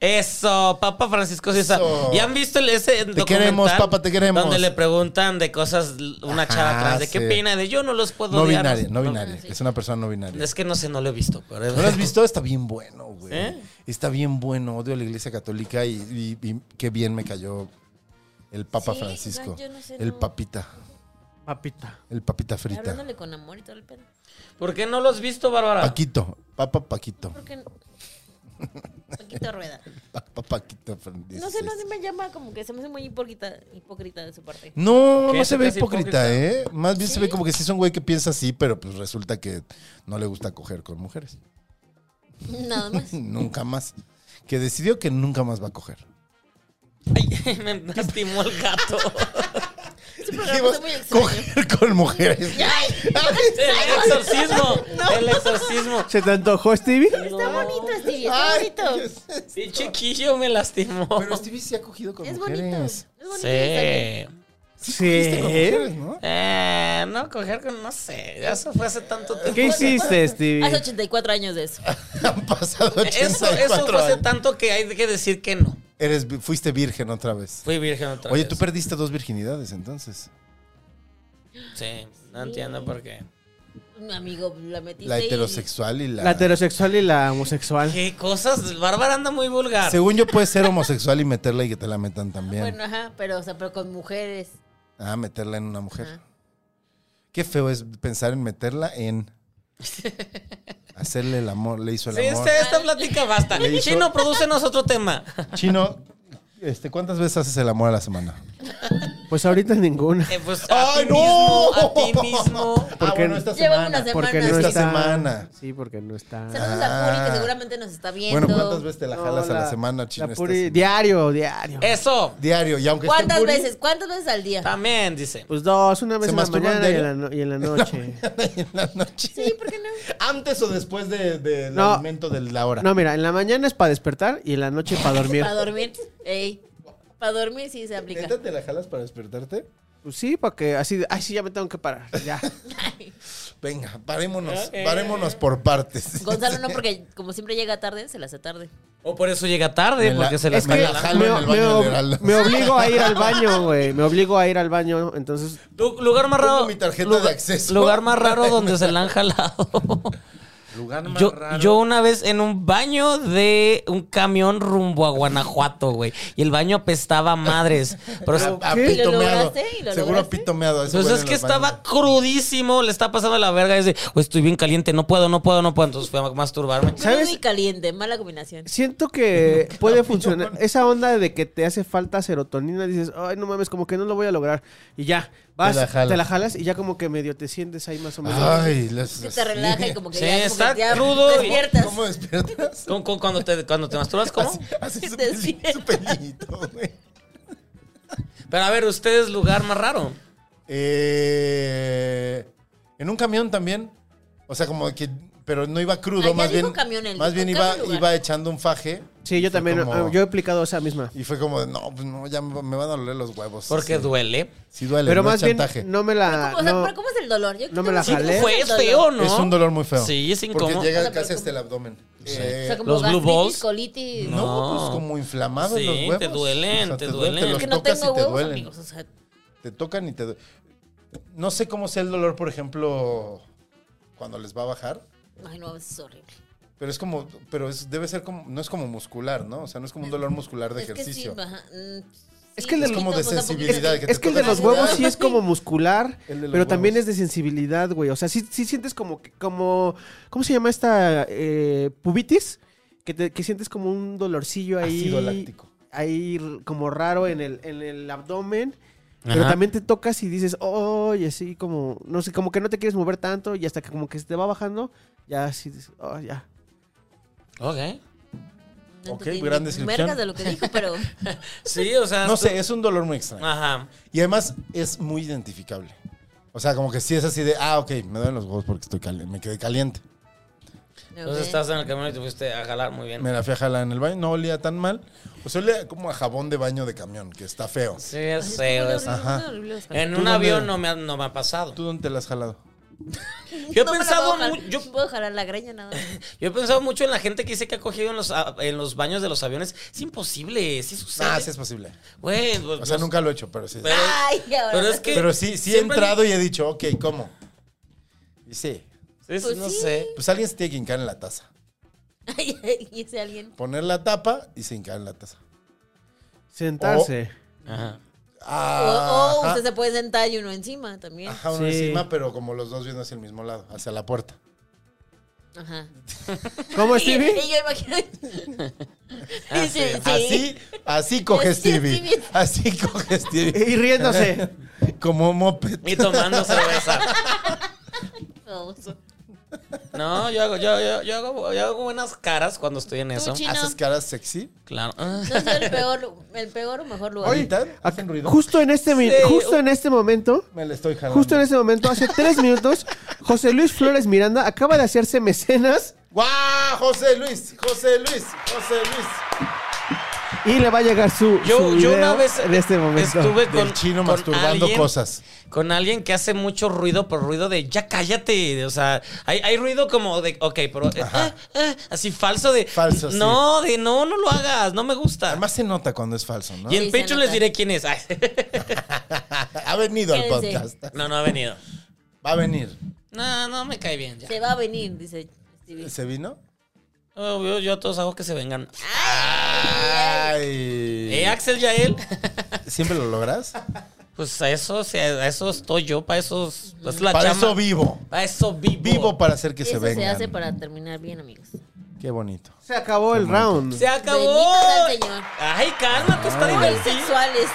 [SPEAKER 4] Eso, Papa Francisco sí está-
[SPEAKER 5] Eso.
[SPEAKER 4] ¿Ya han visto el- ese documental?
[SPEAKER 5] queremos, Papa, te queremos.
[SPEAKER 4] Donde le preguntan de cosas, una chava
[SPEAKER 5] Ajá,
[SPEAKER 4] trans, de qué
[SPEAKER 5] sí.
[SPEAKER 4] opina, de yo no los puedo
[SPEAKER 5] No
[SPEAKER 4] odiar.
[SPEAKER 5] binaria, no binaria. Es una persona no binaria.
[SPEAKER 4] Es que no sé, no lo he visto. pero-
[SPEAKER 5] ¿No lo has visto? Está bien bueno, güey.
[SPEAKER 4] ¿Eh?
[SPEAKER 5] Está bien bueno. Odio a la iglesia católica y, y- y qué bien me cayó el Papa
[SPEAKER 7] Sí,
[SPEAKER 5] Francisco.
[SPEAKER 7] no, yo no sé,
[SPEAKER 5] el
[SPEAKER 7] no.
[SPEAKER 5] papita.
[SPEAKER 6] Papita.
[SPEAKER 5] El papita frita.
[SPEAKER 7] Hablándole con amor y todo el pedo.
[SPEAKER 4] *laughs* ¿Por qué no los has visto, Bárbara?
[SPEAKER 5] Paquito. Papa Paquito. *laughs*
[SPEAKER 7] Porque no? Paquito Rueda.
[SPEAKER 5] Papa Paquito. Fernández.
[SPEAKER 7] No sé, no sé, me llama como que se me hace muy hipócrita, hipócrita de su parte.
[SPEAKER 5] No,
[SPEAKER 4] ¿Qué?
[SPEAKER 5] no
[SPEAKER 4] ¿Se
[SPEAKER 5] se
[SPEAKER 4] te
[SPEAKER 5] ve
[SPEAKER 4] hace
[SPEAKER 5] hipócrita, ¿eh? Más bien se ve
[SPEAKER 7] ¿Sí?
[SPEAKER 5] como que sí es un güey que piensa así, pero pues resulta que no le gusta coger con mujeres.
[SPEAKER 7] *laughs*
[SPEAKER 5] *laughs*
[SPEAKER 7] Nada *laughs* más.
[SPEAKER 5] nunca más. Que decidió que nunca más va a coger.
[SPEAKER 4] Ay, *laughs* me lastimó
[SPEAKER 5] *laughs*
[SPEAKER 4] el gato. *laughs*
[SPEAKER 7] Su Este programa
[SPEAKER 5] Dijimos,
[SPEAKER 7] está pues, muy extraño.
[SPEAKER 5] coger con mujeres.
[SPEAKER 7] *laughs*
[SPEAKER 4] el exorcismo. El exorcismo.
[SPEAKER 6] ¿Se te antojó, Stevie?
[SPEAKER 7] Está bonito, Stevie, está
[SPEAKER 5] Ay,
[SPEAKER 7] bonito.
[SPEAKER 5] ¿qué es esto?
[SPEAKER 4] Sí, chiquillo me lastimó.
[SPEAKER 5] Pero Stevie sí ha cogido con
[SPEAKER 7] Es bonito.
[SPEAKER 5] mujeres.
[SPEAKER 7] Es bonito. está
[SPEAKER 4] Sí.
[SPEAKER 5] Cogiste con mujeres, ¿no?
[SPEAKER 4] Eh, no, coger con, no sé, ya eso fue hace tanto tiempo.
[SPEAKER 6] ¿Qué hiciste,
[SPEAKER 7] bien. Hace
[SPEAKER 6] Stevie?
[SPEAKER 7] 84 años de eso.
[SPEAKER 5] *laughs* Han pasado
[SPEAKER 4] Eso,
[SPEAKER 5] 84
[SPEAKER 4] eso fue hace
[SPEAKER 5] años.
[SPEAKER 4] tanto que hay que decir que no.
[SPEAKER 5] Eres, fuiste virgen otra vez.
[SPEAKER 4] Fui virgen otra
[SPEAKER 5] Oye,
[SPEAKER 4] vez.
[SPEAKER 5] tú perdiste dos virginidades entonces.
[SPEAKER 4] Sí, no entiendo por qué.
[SPEAKER 7] Un amigo la metiste
[SPEAKER 5] La
[SPEAKER 7] y-
[SPEAKER 5] heterosexual y la...
[SPEAKER 6] La heterosexual y la homosexual.
[SPEAKER 4] ¿Qué cosas? Bárbara anda muy vulgar.
[SPEAKER 5] Según yo puedes ser homosexual y meterla y que te la metan también.
[SPEAKER 7] Bueno, ajá, pero, o sea, pero con mujeres.
[SPEAKER 5] Ah, meterla en una mujer.
[SPEAKER 7] Ajá.
[SPEAKER 5] Qué feo es pensar en meterla
[SPEAKER 4] *laughs*
[SPEAKER 5] en... Hacerle el amor, le hizo el
[SPEAKER 4] Sí,
[SPEAKER 5] amor.
[SPEAKER 4] esta, esta plática basta.
[SPEAKER 5] Le hizo-
[SPEAKER 4] Chino, prodúcenos otro
[SPEAKER 5] *laughs*
[SPEAKER 4] tema.
[SPEAKER 5] Chino, este, ¿cuántas veces haces el amor a la semana?
[SPEAKER 6] Pues ahorita ninguna.
[SPEAKER 4] Eh, pues a ti mismo, a ti
[SPEAKER 5] *laughs*
[SPEAKER 4] mismo.
[SPEAKER 5] Ah,
[SPEAKER 6] Porque-
[SPEAKER 5] bueno, esta
[SPEAKER 7] Llevan
[SPEAKER 5] semana.
[SPEAKER 7] una
[SPEAKER 6] Porque
[SPEAKER 7] Semana.
[SPEAKER 6] no
[SPEAKER 5] Esta
[SPEAKER 6] está.
[SPEAKER 5] semana.
[SPEAKER 6] Sí, porque no está.
[SPEAKER 7] Saludos a Puri,
[SPEAKER 5] Ah.
[SPEAKER 7] que seguramente nos está viendo.
[SPEAKER 5] Bueno, ¿cuántas veces te la jalas
[SPEAKER 6] No,
[SPEAKER 5] a la semana, Chino?
[SPEAKER 6] la
[SPEAKER 5] esta
[SPEAKER 6] puri-
[SPEAKER 5] semana?
[SPEAKER 6] Diario, diario.
[SPEAKER 4] Eso,
[SPEAKER 5] Diario, y aunque esté
[SPEAKER 7] ¿Cuántas
[SPEAKER 5] en puri,
[SPEAKER 7] veces? ¿Cuántas veces al día?
[SPEAKER 4] también, dice.
[SPEAKER 6] Pues dos, una vez
[SPEAKER 5] ¿Se
[SPEAKER 6] en la
[SPEAKER 5] masturban
[SPEAKER 6] mañana y en
[SPEAKER 5] diario?
[SPEAKER 6] la, no- y en
[SPEAKER 5] *laughs*
[SPEAKER 6] la noche.
[SPEAKER 5] en la noche.
[SPEAKER 7] Sí, ¿por qué no?
[SPEAKER 5] *laughs* Antes o después de- del
[SPEAKER 6] No.
[SPEAKER 5] alimento de la hora.
[SPEAKER 6] No, mira, en la mañana es para despertar y en la noche
[SPEAKER 7] *laughs*
[SPEAKER 6] para dormir.
[SPEAKER 7] Para dormir. Ey. Para dormir sí se aplica.
[SPEAKER 5] ¿Neta te la jalas para despertarte?
[SPEAKER 6] Pues sí, para que así, de- ay, sí, ya me tengo que parar.
[SPEAKER 5] *laughs*
[SPEAKER 6] Ya.
[SPEAKER 5] Venga, parémonos,
[SPEAKER 7] Ah,
[SPEAKER 4] Ok.
[SPEAKER 7] eh.
[SPEAKER 5] parémonos por partes. *laughs*
[SPEAKER 7] Gonzalo no, porque como siempre llega tarde, se la hace tarde.
[SPEAKER 4] O por eso llega
[SPEAKER 5] Me
[SPEAKER 4] tarde,
[SPEAKER 5] la-
[SPEAKER 4] porque se las
[SPEAKER 5] es que-
[SPEAKER 4] jala.
[SPEAKER 5] la jalo
[SPEAKER 6] me,
[SPEAKER 5] en el
[SPEAKER 6] me
[SPEAKER 5] baño
[SPEAKER 6] ob-
[SPEAKER 5] de Heraldo.
[SPEAKER 6] me obligo a ir al baño, güey. Me obligo a ir al baño. Entonces,
[SPEAKER 4] Lu- Lugar más
[SPEAKER 5] Pongo
[SPEAKER 4] raro.
[SPEAKER 5] mi tarjeta
[SPEAKER 4] lugar,
[SPEAKER 5] de acceso.
[SPEAKER 4] Lugar más
[SPEAKER 5] *laughs*
[SPEAKER 4] raro donde se la han jalado.
[SPEAKER 5] Lugar más
[SPEAKER 4] Yo,
[SPEAKER 5] raro.
[SPEAKER 4] yo una vez en un baño de un camión rumbo a Guanajuato, güey. Y el baño apestaba a madres.
[SPEAKER 5] *laughs*
[SPEAKER 4] Pero
[SPEAKER 5] A- a
[SPEAKER 7] ¿Qué?
[SPEAKER 5] pito
[SPEAKER 7] ¿Lo
[SPEAKER 5] meado.
[SPEAKER 7] lograste? ¿Y lo
[SPEAKER 5] Seguro a
[SPEAKER 7] lograste?
[SPEAKER 5] pito meado. eso
[SPEAKER 4] Pues
[SPEAKER 5] huele
[SPEAKER 4] es
[SPEAKER 5] en
[SPEAKER 4] que
[SPEAKER 5] los baños.
[SPEAKER 4] estaba crudísimo, le está pasando la verga. Dice, "Oh, estoy bien caliente, no puedo, no puedo, no puedo. Entonces fui a masturbarme.
[SPEAKER 6] ¿Sabes?
[SPEAKER 7] Menudo y caliente, mala combinación.
[SPEAKER 6] siento
[SPEAKER 5] *laughs*
[SPEAKER 6] que puede funcionar. Esa onda de que te hace falta serotonina, dices, ay, no mames, como que no lo voy a lograr. Y ya, vas, te
[SPEAKER 5] la
[SPEAKER 6] la
[SPEAKER 5] jalas.
[SPEAKER 6] jalas, y ya como que medio te sientes ahí más o menos.
[SPEAKER 5] Ay, las-
[SPEAKER 7] Se te relaja y como que
[SPEAKER 4] Sí,
[SPEAKER 7] ya, como
[SPEAKER 4] está
[SPEAKER 7] que ya
[SPEAKER 4] crudo y-
[SPEAKER 5] *laughs*
[SPEAKER 7] despiertas.
[SPEAKER 5] ¿Cómo despiertas?
[SPEAKER 4] Con- con- cuando, te, cuando te masturbas, ¿cómo?
[SPEAKER 5] Así, así su,
[SPEAKER 7] *laughs* Te
[SPEAKER 5] pelito, su pelito, *laughs* güey.
[SPEAKER 4] Pero a ver, ustedes, lugar más raro.
[SPEAKER 5] Eh, en un camión también. O sea, como que. Pero no iba crudo,
[SPEAKER 7] Ah, ya
[SPEAKER 5] más
[SPEAKER 7] dijo
[SPEAKER 5] bien.
[SPEAKER 7] camión, él
[SPEAKER 5] más
[SPEAKER 7] dijo
[SPEAKER 5] bien
[SPEAKER 7] cada
[SPEAKER 5] iba,
[SPEAKER 7] lugar.
[SPEAKER 5] iba echando un faje.
[SPEAKER 6] Sí, yo
[SPEAKER 5] Fue
[SPEAKER 6] también,
[SPEAKER 5] como-
[SPEAKER 6] eh, yo he aplicado esa misma.
[SPEAKER 5] Y fue como, de, no, pues no, ya me, me van a doler los huevos.
[SPEAKER 4] Porque
[SPEAKER 5] sí,
[SPEAKER 4] duele.
[SPEAKER 5] Sí duele,
[SPEAKER 6] Pero
[SPEAKER 5] no es
[SPEAKER 6] más bien,
[SPEAKER 5] chantaje.
[SPEAKER 6] no me
[SPEAKER 7] ¿Cómo,
[SPEAKER 6] la...
[SPEAKER 7] o sea,
[SPEAKER 6] no.
[SPEAKER 7] pero ¿cómo es el dolor? Yo
[SPEAKER 6] No me la
[SPEAKER 7] creo que
[SPEAKER 6] jalé.
[SPEAKER 7] ¿cómo
[SPEAKER 4] Fue
[SPEAKER 7] el dolor?
[SPEAKER 4] feo, ¿no?
[SPEAKER 5] Es un dolor muy feo.
[SPEAKER 4] Sí, es incómodo.
[SPEAKER 5] Porque
[SPEAKER 7] O
[SPEAKER 5] llega
[SPEAKER 7] sea,
[SPEAKER 5] casi
[SPEAKER 7] pero
[SPEAKER 5] hasta el abdomen.
[SPEAKER 7] O
[SPEAKER 5] Eh,
[SPEAKER 7] sea, como
[SPEAKER 4] Los blue
[SPEAKER 7] gastritis,
[SPEAKER 4] balls.
[SPEAKER 7] colitis.
[SPEAKER 4] No.
[SPEAKER 5] no, pues como inflamados
[SPEAKER 4] Sí,
[SPEAKER 5] los
[SPEAKER 4] te
[SPEAKER 5] huevos.
[SPEAKER 4] duelen, te duelen.
[SPEAKER 5] los
[SPEAKER 7] Es que no
[SPEAKER 5] tocas y
[SPEAKER 7] tengo
[SPEAKER 5] te
[SPEAKER 7] huevos,
[SPEAKER 5] duelen.
[SPEAKER 7] amigos. O sea,
[SPEAKER 5] te tocan y te duele. No sé cómo sea el dolor, por ejemplo, cuando les va a bajar,
[SPEAKER 7] ay, no, es horrible.
[SPEAKER 5] pero es como, pero es, debe ser como, no es como muscular, ¿no? O sea, no es como un dolor muscular de
[SPEAKER 7] Es que sí,
[SPEAKER 5] ejercicio.
[SPEAKER 7] ajá, mm,
[SPEAKER 6] Es
[SPEAKER 7] sí,
[SPEAKER 6] que el de
[SPEAKER 7] poquito, pues,
[SPEAKER 6] los-
[SPEAKER 5] como de
[SPEAKER 7] o sea, poquito.
[SPEAKER 5] sensibilidad, que te
[SPEAKER 6] Es que el de
[SPEAKER 5] tocan
[SPEAKER 6] los
[SPEAKER 5] así,
[SPEAKER 6] huevos
[SPEAKER 5] ay.
[SPEAKER 6] sí es como muscular,
[SPEAKER 5] El de los
[SPEAKER 6] pero también
[SPEAKER 5] huevos.
[SPEAKER 6] es de sensibilidad, güey. O sea, sí, sí sientes como, que- como, ¿cómo se llama esta eh, pubitis? Que, te- que sientes como un dolorcillo ahí.
[SPEAKER 5] Ácido láctico.
[SPEAKER 6] Ahí r- como raro en el, en el abdomen. Pero
[SPEAKER 4] Ajá.
[SPEAKER 6] también te tocas y dices, oye, así como, no sé, como que no te quieres mover tanto y hasta que como que se te va bajando, ya así dices, oh, ya.
[SPEAKER 4] Ok.
[SPEAKER 7] No
[SPEAKER 5] Ok,
[SPEAKER 7] entendí
[SPEAKER 5] gran
[SPEAKER 7] ni
[SPEAKER 5] descripción.
[SPEAKER 7] mergas de lo que dijo,
[SPEAKER 5] *laughs*
[SPEAKER 7] pero
[SPEAKER 4] Sí, o sea.
[SPEAKER 5] No
[SPEAKER 4] esto- Ah.
[SPEAKER 5] sé, es un dolor muy extraño.
[SPEAKER 4] Ajá.
[SPEAKER 5] Y además es muy identificable. O sea, como que sí es así de, ah, ok, me duelen los huevos porque estoy cali- me quedé caliente.
[SPEAKER 4] Entonces estás en el camión y te fuiste a jalar muy bien.
[SPEAKER 5] Me la fui a jalar en el baño, no olía tan mal. O sea, olía como a jabón de baño de camión, que está feo.
[SPEAKER 4] Sí, es
[SPEAKER 7] Ay, es
[SPEAKER 4] feo
[SPEAKER 7] horrible,
[SPEAKER 4] eso.
[SPEAKER 7] horrible, horrible los *laughs*
[SPEAKER 4] En
[SPEAKER 5] ¿Tú
[SPEAKER 4] un
[SPEAKER 5] dónde-
[SPEAKER 4] avión no me ha, no me ha pasado.
[SPEAKER 5] ¿Tú dónde te la has jalado?
[SPEAKER 4] Yo he
[SPEAKER 7] No me la
[SPEAKER 4] pensado
[SPEAKER 7] puedo jalar,
[SPEAKER 4] mu- yo-
[SPEAKER 7] no puedo jalar la greña nada más.
[SPEAKER 4] Yo he pensado mucho en la gente que dice que ha cogido en los, a- en los baños de los aviones. Es imposible, sí sucede.
[SPEAKER 5] Ah, sí es posible.
[SPEAKER 4] Güey, pues,
[SPEAKER 5] O sea,
[SPEAKER 4] los-
[SPEAKER 5] nunca lo he hecho, pero sí.
[SPEAKER 4] Pero-
[SPEAKER 7] Ay, ahora.
[SPEAKER 4] Pero es que.
[SPEAKER 5] Pero sí, sí he
[SPEAKER 4] siempre-
[SPEAKER 5] entrado y he dicho, ok, ¿cómo? Y sí.
[SPEAKER 4] Sí, sí,
[SPEAKER 7] Pues
[SPEAKER 4] no
[SPEAKER 7] sí.
[SPEAKER 4] sé.
[SPEAKER 5] Pues alguien se tiene que hincar en la taza.
[SPEAKER 7] *laughs* Ay, ay, y ese alguien.
[SPEAKER 5] Poner la tapa y se hincar en la taza.
[SPEAKER 6] Sentarse.
[SPEAKER 4] Ajá.
[SPEAKER 7] O,
[SPEAKER 5] Ah,
[SPEAKER 7] o
[SPEAKER 5] ajá.
[SPEAKER 7] usted se puede sentar y uno encima también.
[SPEAKER 5] Ajá, uno
[SPEAKER 6] Sí.
[SPEAKER 5] encima, pero como los dos viendo hacia el mismo lado, hacia la puerta.
[SPEAKER 7] Ajá.
[SPEAKER 6] *laughs* ¿Cómo,
[SPEAKER 7] Y,
[SPEAKER 6] Stevie?
[SPEAKER 7] y yo
[SPEAKER 4] *laughs*
[SPEAKER 7] imagino.
[SPEAKER 4] Ah,
[SPEAKER 7] Sí, sí, sí.
[SPEAKER 5] Así, así coge
[SPEAKER 7] Sí,
[SPEAKER 5] Stevie.
[SPEAKER 7] Stevie.
[SPEAKER 5] Así coge Stevie.
[SPEAKER 6] Y
[SPEAKER 5] *laughs*
[SPEAKER 6] riéndose.
[SPEAKER 5] Como moped.
[SPEAKER 4] Y tomando cerveza.
[SPEAKER 7] Famoso.
[SPEAKER 4] No, yo hago, yo, yo, yo hago, yo hago buenas caras cuando estoy en eso.
[SPEAKER 7] Tú, chino.
[SPEAKER 5] ¿Haces caras sexy?
[SPEAKER 4] Claro. Ah.
[SPEAKER 7] No soy el peor, el peor o mejor lugar.
[SPEAKER 5] ¿Ahorita? ¿Hacen ruido?
[SPEAKER 6] Justo en este, mi-
[SPEAKER 4] Sí.
[SPEAKER 6] justo en este momento.
[SPEAKER 5] Me la estoy jalando.
[SPEAKER 6] Justo en este momento, hace tres minutos, José Luis Flores Miranda acaba de hacerse mecenas
[SPEAKER 5] ¡Guau! José Luis, José Luis, José Luis.
[SPEAKER 6] y le va a llegar su,
[SPEAKER 4] Ah. Yo,
[SPEAKER 6] su
[SPEAKER 4] yo
[SPEAKER 6] video
[SPEAKER 4] una vez
[SPEAKER 6] en este momento.
[SPEAKER 4] estuve con,
[SPEAKER 5] Del chino
[SPEAKER 4] con
[SPEAKER 5] masturbando
[SPEAKER 4] alguien-
[SPEAKER 5] cosas.
[SPEAKER 4] Con alguien que hace mucho ruido, pero ruido de ya cállate. O sea, hay, hay ruido como de, ok, pero eh, ah, ah, así falso de.
[SPEAKER 5] Falso, sí.
[SPEAKER 4] No, de no, no lo hagas, no me gusta.
[SPEAKER 5] Además se nota cuando es falso, ¿no? Ah,
[SPEAKER 4] y en
[SPEAKER 7] Sí, se
[SPEAKER 4] Patreon
[SPEAKER 7] nota.
[SPEAKER 4] les diré quién es. Ay, *laughs*
[SPEAKER 5] Ha venido al
[SPEAKER 7] Quédense.
[SPEAKER 5] podcast.
[SPEAKER 4] no, no ha venido.
[SPEAKER 5] Va a venir.
[SPEAKER 4] No, no me cae bien. Ya.
[SPEAKER 7] Se va a venir, dice Stevie.
[SPEAKER 5] ¿Se vino?
[SPEAKER 4] Oh, yo, yo a todos hago que se vengan.
[SPEAKER 5] Ay.
[SPEAKER 4] Eh, Axel Yael.
[SPEAKER 5] ¿Siempre lo logras?
[SPEAKER 4] Pues a eso, sí, a eso estoy yo, para eso es es la
[SPEAKER 5] Para
[SPEAKER 4] chama.
[SPEAKER 5] eso vivo.
[SPEAKER 4] Para eso vivo.
[SPEAKER 5] Vivo para hacer que se
[SPEAKER 7] Eso
[SPEAKER 5] vengan.
[SPEAKER 7] se hace para terminar bien, amigos.
[SPEAKER 5] Qué bonito.
[SPEAKER 6] Se acabó el round.
[SPEAKER 4] Se acabó.
[SPEAKER 7] Bendito sea el Señor.
[SPEAKER 4] Ay, cálmate, está
[SPEAKER 7] Muy
[SPEAKER 4] divertido.
[SPEAKER 7] sexuales.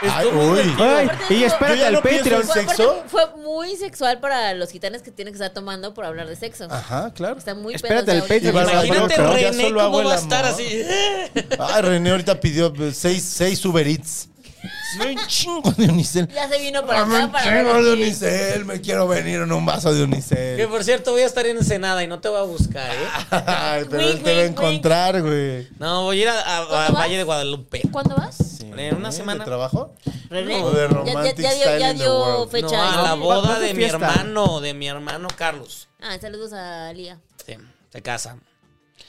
[SPEAKER 5] Ay,
[SPEAKER 4] Estuvo
[SPEAKER 5] uy.
[SPEAKER 4] divertido.
[SPEAKER 6] Ay,
[SPEAKER 7] Aparte
[SPEAKER 6] y
[SPEAKER 7] digo-
[SPEAKER 6] espérate
[SPEAKER 5] Yo ya
[SPEAKER 6] al
[SPEAKER 5] no pienso
[SPEAKER 6] Patreon.
[SPEAKER 5] en-
[SPEAKER 7] Fue, aparte,
[SPEAKER 5] ¿Sexo?
[SPEAKER 7] fue muy sexual para los gitanes que tienen que estar tomando por hablar de sexo.
[SPEAKER 5] Ajá, claro.
[SPEAKER 7] Está muy
[SPEAKER 6] Espérate,
[SPEAKER 7] pedos ya
[SPEAKER 6] el
[SPEAKER 7] ahorita.
[SPEAKER 6] Patreon.
[SPEAKER 5] Bárbara
[SPEAKER 4] Imagínate
[SPEAKER 5] Broccoli, ya
[SPEAKER 4] René
[SPEAKER 5] solo hago
[SPEAKER 4] cómo
[SPEAKER 5] el
[SPEAKER 4] va a estar
[SPEAKER 5] amor.
[SPEAKER 4] así. *laughs*
[SPEAKER 5] Ay, René ahorita pidió eh, seis, seis Uber Eats. Soy un chingo de Unicel.
[SPEAKER 7] Ya se vino para
[SPEAKER 5] Ah,
[SPEAKER 7] acá
[SPEAKER 5] un
[SPEAKER 7] para
[SPEAKER 5] chingo
[SPEAKER 7] ver
[SPEAKER 5] de
[SPEAKER 7] aquí.
[SPEAKER 5] Unicel. Me quiero venir en un vaso de
[SPEAKER 4] Que
[SPEAKER 5] Unicel.
[SPEAKER 4] por cierto, voy a estar en Ensenada y no te voy a buscar, ¿eh?
[SPEAKER 5] *laughs* Ay, pero él
[SPEAKER 7] Wink,
[SPEAKER 5] te va a
[SPEAKER 7] wink, wink.
[SPEAKER 5] encontrar, güey.
[SPEAKER 4] No, voy a ir a, a- a
[SPEAKER 7] ¿Cuándo vas?
[SPEAKER 4] Valle de Guadalupe.
[SPEAKER 7] ¿Cuándo vas?
[SPEAKER 4] En una
[SPEAKER 5] ¿Eh? ¿De
[SPEAKER 4] semana.
[SPEAKER 5] trabajo?
[SPEAKER 7] René.
[SPEAKER 5] O de
[SPEAKER 7] Ya- ya,
[SPEAKER 5] Romantic
[SPEAKER 7] ya dio,
[SPEAKER 5] Style
[SPEAKER 7] ya
[SPEAKER 5] in the
[SPEAKER 7] dio
[SPEAKER 5] World.
[SPEAKER 7] fecha.
[SPEAKER 4] No, a la
[SPEAKER 7] ¿no?
[SPEAKER 6] vas
[SPEAKER 4] boda
[SPEAKER 6] de
[SPEAKER 4] de mi
[SPEAKER 6] fiesta.
[SPEAKER 4] hermano, de mi hermano Carlos.
[SPEAKER 7] Ah, saludos a Lía.
[SPEAKER 4] Sí, se casa.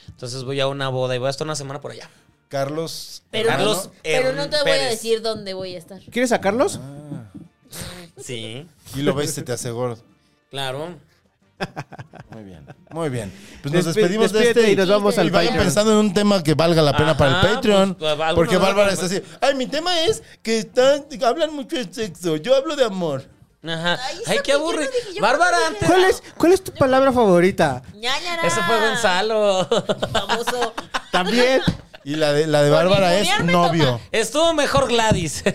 [SPEAKER 4] Entonces voy a una boda y voy a estar una semana por allá.
[SPEAKER 5] Carlos.
[SPEAKER 7] Pero,
[SPEAKER 4] Carlos
[SPEAKER 7] pero no te voy a
[SPEAKER 4] Ah, Pérez.
[SPEAKER 7] decir dónde voy a estar.
[SPEAKER 6] ¿Quieres sacarlos?
[SPEAKER 4] Sí,
[SPEAKER 5] Y lo ves, se te hace gordo.
[SPEAKER 4] claro.
[SPEAKER 5] Muy bien. Muy bien. Pues nos
[SPEAKER 6] Despi-
[SPEAKER 5] despedimos de
[SPEAKER 6] despídete
[SPEAKER 5] este.
[SPEAKER 6] y nos vamos
[SPEAKER 7] Y
[SPEAKER 6] al
[SPEAKER 5] Y vayan
[SPEAKER 6] Patreon.
[SPEAKER 5] pensando en un tema que valga la pena
[SPEAKER 4] Ajá,
[SPEAKER 5] para el Patreon.
[SPEAKER 4] pues, alguno
[SPEAKER 5] porque
[SPEAKER 4] de
[SPEAKER 5] Bárbara está
[SPEAKER 4] nosotros-
[SPEAKER 5] así. Ay, mi tema es que están, hablan mucho de sexo. Yo hablo de amor.
[SPEAKER 4] Ajá.
[SPEAKER 7] Ay,
[SPEAKER 4] Ay,
[SPEAKER 7] esa
[SPEAKER 4] qué
[SPEAKER 7] yo no
[SPEAKER 4] aburrido.
[SPEAKER 7] dije, yo
[SPEAKER 4] Bárbara,
[SPEAKER 7] no dije.
[SPEAKER 4] antes.
[SPEAKER 6] ¿Cuál es, ¿Cuál es tu palabra favorita?
[SPEAKER 7] Ñañara.
[SPEAKER 4] Ese fue Gonzalo. *laughs*
[SPEAKER 7] Famoso.
[SPEAKER 6] También.
[SPEAKER 5] Y la de, la de Bárbara es
[SPEAKER 7] ningunearme,
[SPEAKER 5] novio.
[SPEAKER 4] Estuvo mejor Gladys. *laughs*
[SPEAKER 5] La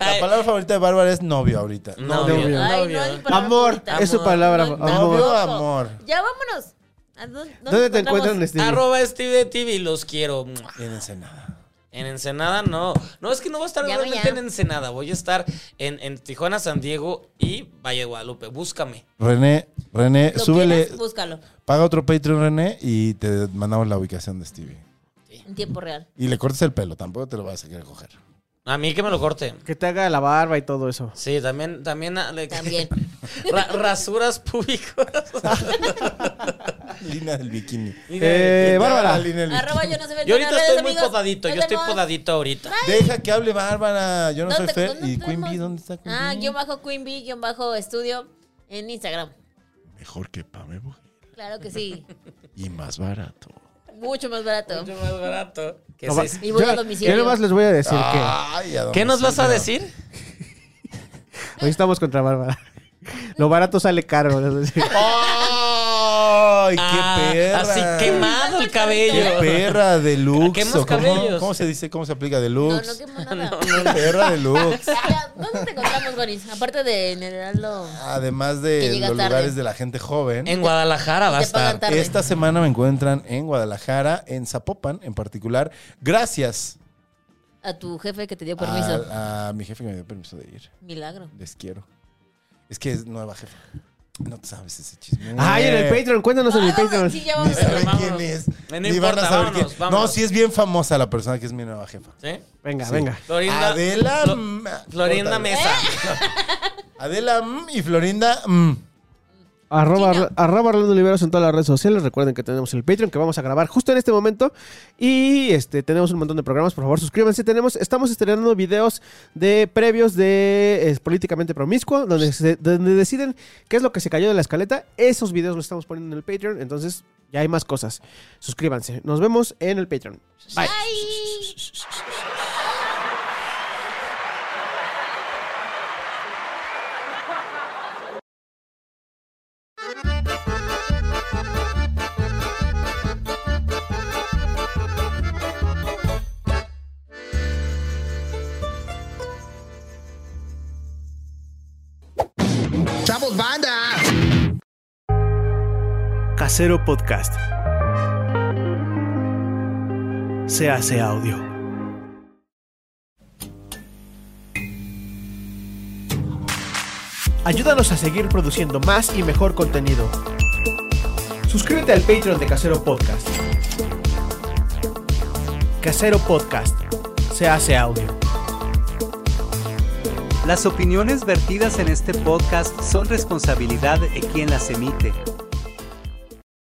[SPEAKER 4] Ay,
[SPEAKER 5] palabra favorita de Bárbara es novio ahorita.
[SPEAKER 4] No,
[SPEAKER 6] Novio.
[SPEAKER 4] novio.
[SPEAKER 7] Ay,
[SPEAKER 4] novio.
[SPEAKER 7] no, es mi palabra
[SPEAKER 6] Amor.
[SPEAKER 7] favorita.
[SPEAKER 6] Es su
[SPEAKER 4] Amor.
[SPEAKER 6] palabra.
[SPEAKER 7] No,
[SPEAKER 6] Amor.
[SPEAKER 5] Novio,
[SPEAKER 7] Ojo.
[SPEAKER 5] amor.
[SPEAKER 7] Ya vámonos. ¿A dó- dónde,
[SPEAKER 6] ¿Dónde te
[SPEAKER 7] encontramos?
[SPEAKER 6] encuentran, Stevie?
[SPEAKER 4] Arroba Steve de TV, los quiero. Mua.
[SPEAKER 5] En Ensenada.
[SPEAKER 4] En Ensenada no. No, es que no voy a estar
[SPEAKER 7] Ya,
[SPEAKER 4] realmente
[SPEAKER 7] ya.
[SPEAKER 4] en Ensenada. Voy a estar en, en Tijuana, San Diego y Valle de Guadalupe. Búscame.
[SPEAKER 5] René, René,
[SPEAKER 7] Lo
[SPEAKER 5] súbele.
[SPEAKER 7] quieres, búscalo.
[SPEAKER 5] Paga otro Patreon, René, y te mandamos la ubicación de Stevie.
[SPEAKER 7] En tiempo real.
[SPEAKER 5] Y le cortes el pelo, tampoco te lo vas a querer coger.
[SPEAKER 4] A mí que me lo corte.
[SPEAKER 6] Que te haga la barba y todo eso.
[SPEAKER 4] Sí, también, también. ah, le- *laughs*
[SPEAKER 7] También.
[SPEAKER 4] Ra- rasuras *laughs* públicas.
[SPEAKER 5] Lina del bikini.
[SPEAKER 6] Eh, Bárbara.
[SPEAKER 5] Lina del
[SPEAKER 7] Arroba
[SPEAKER 5] bikini.
[SPEAKER 7] yo no sé ver
[SPEAKER 4] Yo ahorita
[SPEAKER 7] redes,
[SPEAKER 4] estoy muy
[SPEAKER 7] amigos.
[SPEAKER 4] podadito.
[SPEAKER 7] Nos
[SPEAKER 4] Yo estoy
[SPEAKER 7] vemos.
[SPEAKER 4] podadito ahorita.
[SPEAKER 5] Deja que hable Bárbara. Yo no soy
[SPEAKER 7] ¿Dónde-
[SPEAKER 5] Fer.
[SPEAKER 7] dónde
[SPEAKER 5] ¿Y
[SPEAKER 7] nos
[SPEAKER 5] Queen Bee?
[SPEAKER 7] vemos?
[SPEAKER 5] ¿Dónde está Queen
[SPEAKER 7] Ah,
[SPEAKER 5] Bee?
[SPEAKER 7] guión bajo Queen Bee, guión bajo estudio en Instagram.
[SPEAKER 5] Mejor que Pame
[SPEAKER 7] Claro que sí.
[SPEAKER 5] Y más barato.
[SPEAKER 7] Mucho más barato.
[SPEAKER 4] Mucho más barato. ¿Qué,
[SPEAKER 6] No, va-
[SPEAKER 4] es-
[SPEAKER 7] Y voy a
[SPEAKER 6] yo,
[SPEAKER 7] domicilio.
[SPEAKER 6] yo nomás les voy a decir
[SPEAKER 5] Ay, a
[SPEAKER 4] ¿Qué nos vas a
[SPEAKER 5] domicilio.
[SPEAKER 4] decir?
[SPEAKER 6] que hoy estamos contra Bárbara. *laughs* Lo barato sale caro. ¿no?
[SPEAKER 5] ¡Ay,
[SPEAKER 4] Ah,
[SPEAKER 5] qué perra!
[SPEAKER 4] Así quemado el
[SPEAKER 5] ¡Qué
[SPEAKER 4] cabello.
[SPEAKER 5] perra de lux!
[SPEAKER 4] Quemas
[SPEAKER 5] ¿Cómo,
[SPEAKER 4] cabellos.
[SPEAKER 5] cómo se dice? ¿Cómo se aplica de
[SPEAKER 7] No,
[SPEAKER 5] *laughs*
[SPEAKER 7] no
[SPEAKER 5] lux?
[SPEAKER 7] quemo nada.
[SPEAKER 5] perra de lux.
[SPEAKER 7] Ya, ¿Dónde te encontramos, Boris? Aparte de en el Heraldo.
[SPEAKER 5] Además
[SPEAKER 7] Que
[SPEAKER 5] de
[SPEAKER 7] llegas
[SPEAKER 5] los
[SPEAKER 7] tarde.
[SPEAKER 5] lugares de la gente joven.
[SPEAKER 4] En Guadalajara va a
[SPEAKER 7] Te pagan
[SPEAKER 4] estar.
[SPEAKER 7] tarde.
[SPEAKER 5] Esta semana me encuentran en Guadalajara, en Zapopan en particular. Gracias
[SPEAKER 7] A tu jefe que te dio permiso.
[SPEAKER 5] Ah, A, a mi jefe que me dio permiso de ir.
[SPEAKER 7] Milagro.
[SPEAKER 5] Les quiero. Es que es nueva jefa. No te sabes ese chisme.
[SPEAKER 6] Ay, en el Patreon, cuéntanos en el Eh. Patreon.
[SPEAKER 7] Ah, Sí, ya
[SPEAKER 5] Ni
[SPEAKER 7] vamos a
[SPEAKER 5] saben
[SPEAKER 4] Vámonos.
[SPEAKER 5] quién es.
[SPEAKER 4] No
[SPEAKER 5] ni
[SPEAKER 4] importa,
[SPEAKER 5] van a saber
[SPEAKER 4] vámonos,
[SPEAKER 5] quién. No,
[SPEAKER 4] vámonos.
[SPEAKER 5] sí es bien famosa la persona que es mi nueva jefa.
[SPEAKER 4] ¿Sí?
[SPEAKER 6] Venga,
[SPEAKER 5] Sí.
[SPEAKER 6] venga.
[SPEAKER 4] Florinda.
[SPEAKER 5] Adela.
[SPEAKER 4] Flo-
[SPEAKER 5] mm,
[SPEAKER 4] Florinda
[SPEAKER 5] córtale.
[SPEAKER 4] Mesa.
[SPEAKER 7] ¿Eh?
[SPEAKER 5] Adela mm, y Florinda. mm.
[SPEAKER 6] Arroba,
[SPEAKER 7] Chino.
[SPEAKER 6] arroba Orlando Oliveros en todas las redes sociales. Recuerden que tenemos el Patreon que vamos a grabar justo en este momento. Y este tenemos un montón de programas. Por favor, suscríbanse. Tenemos, estamos estrenando videos de previos de eh, Políticamente Promiscuo, donde, se- donde deciden qué es lo que se cayó de la escaleta. Esos videos los estamos poniendo en el Patreon. Entonces, ya hay más cosas. Suscríbanse. Nos vemos en el Patreon. Bye.
[SPEAKER 7] Ay.
[SPEAKER 3] Casero Podcast. Se hace audio.
[SPEAKER 2] Ayúdanos a seguir produciendo más y mejor contenido. Suscríbete al Patreon de Casero Podcast. Casero Podcast. Se hace audio.
[SPEAKER 1] Las opiniones vertidas en este podcast son responsabilidad de quien las emite.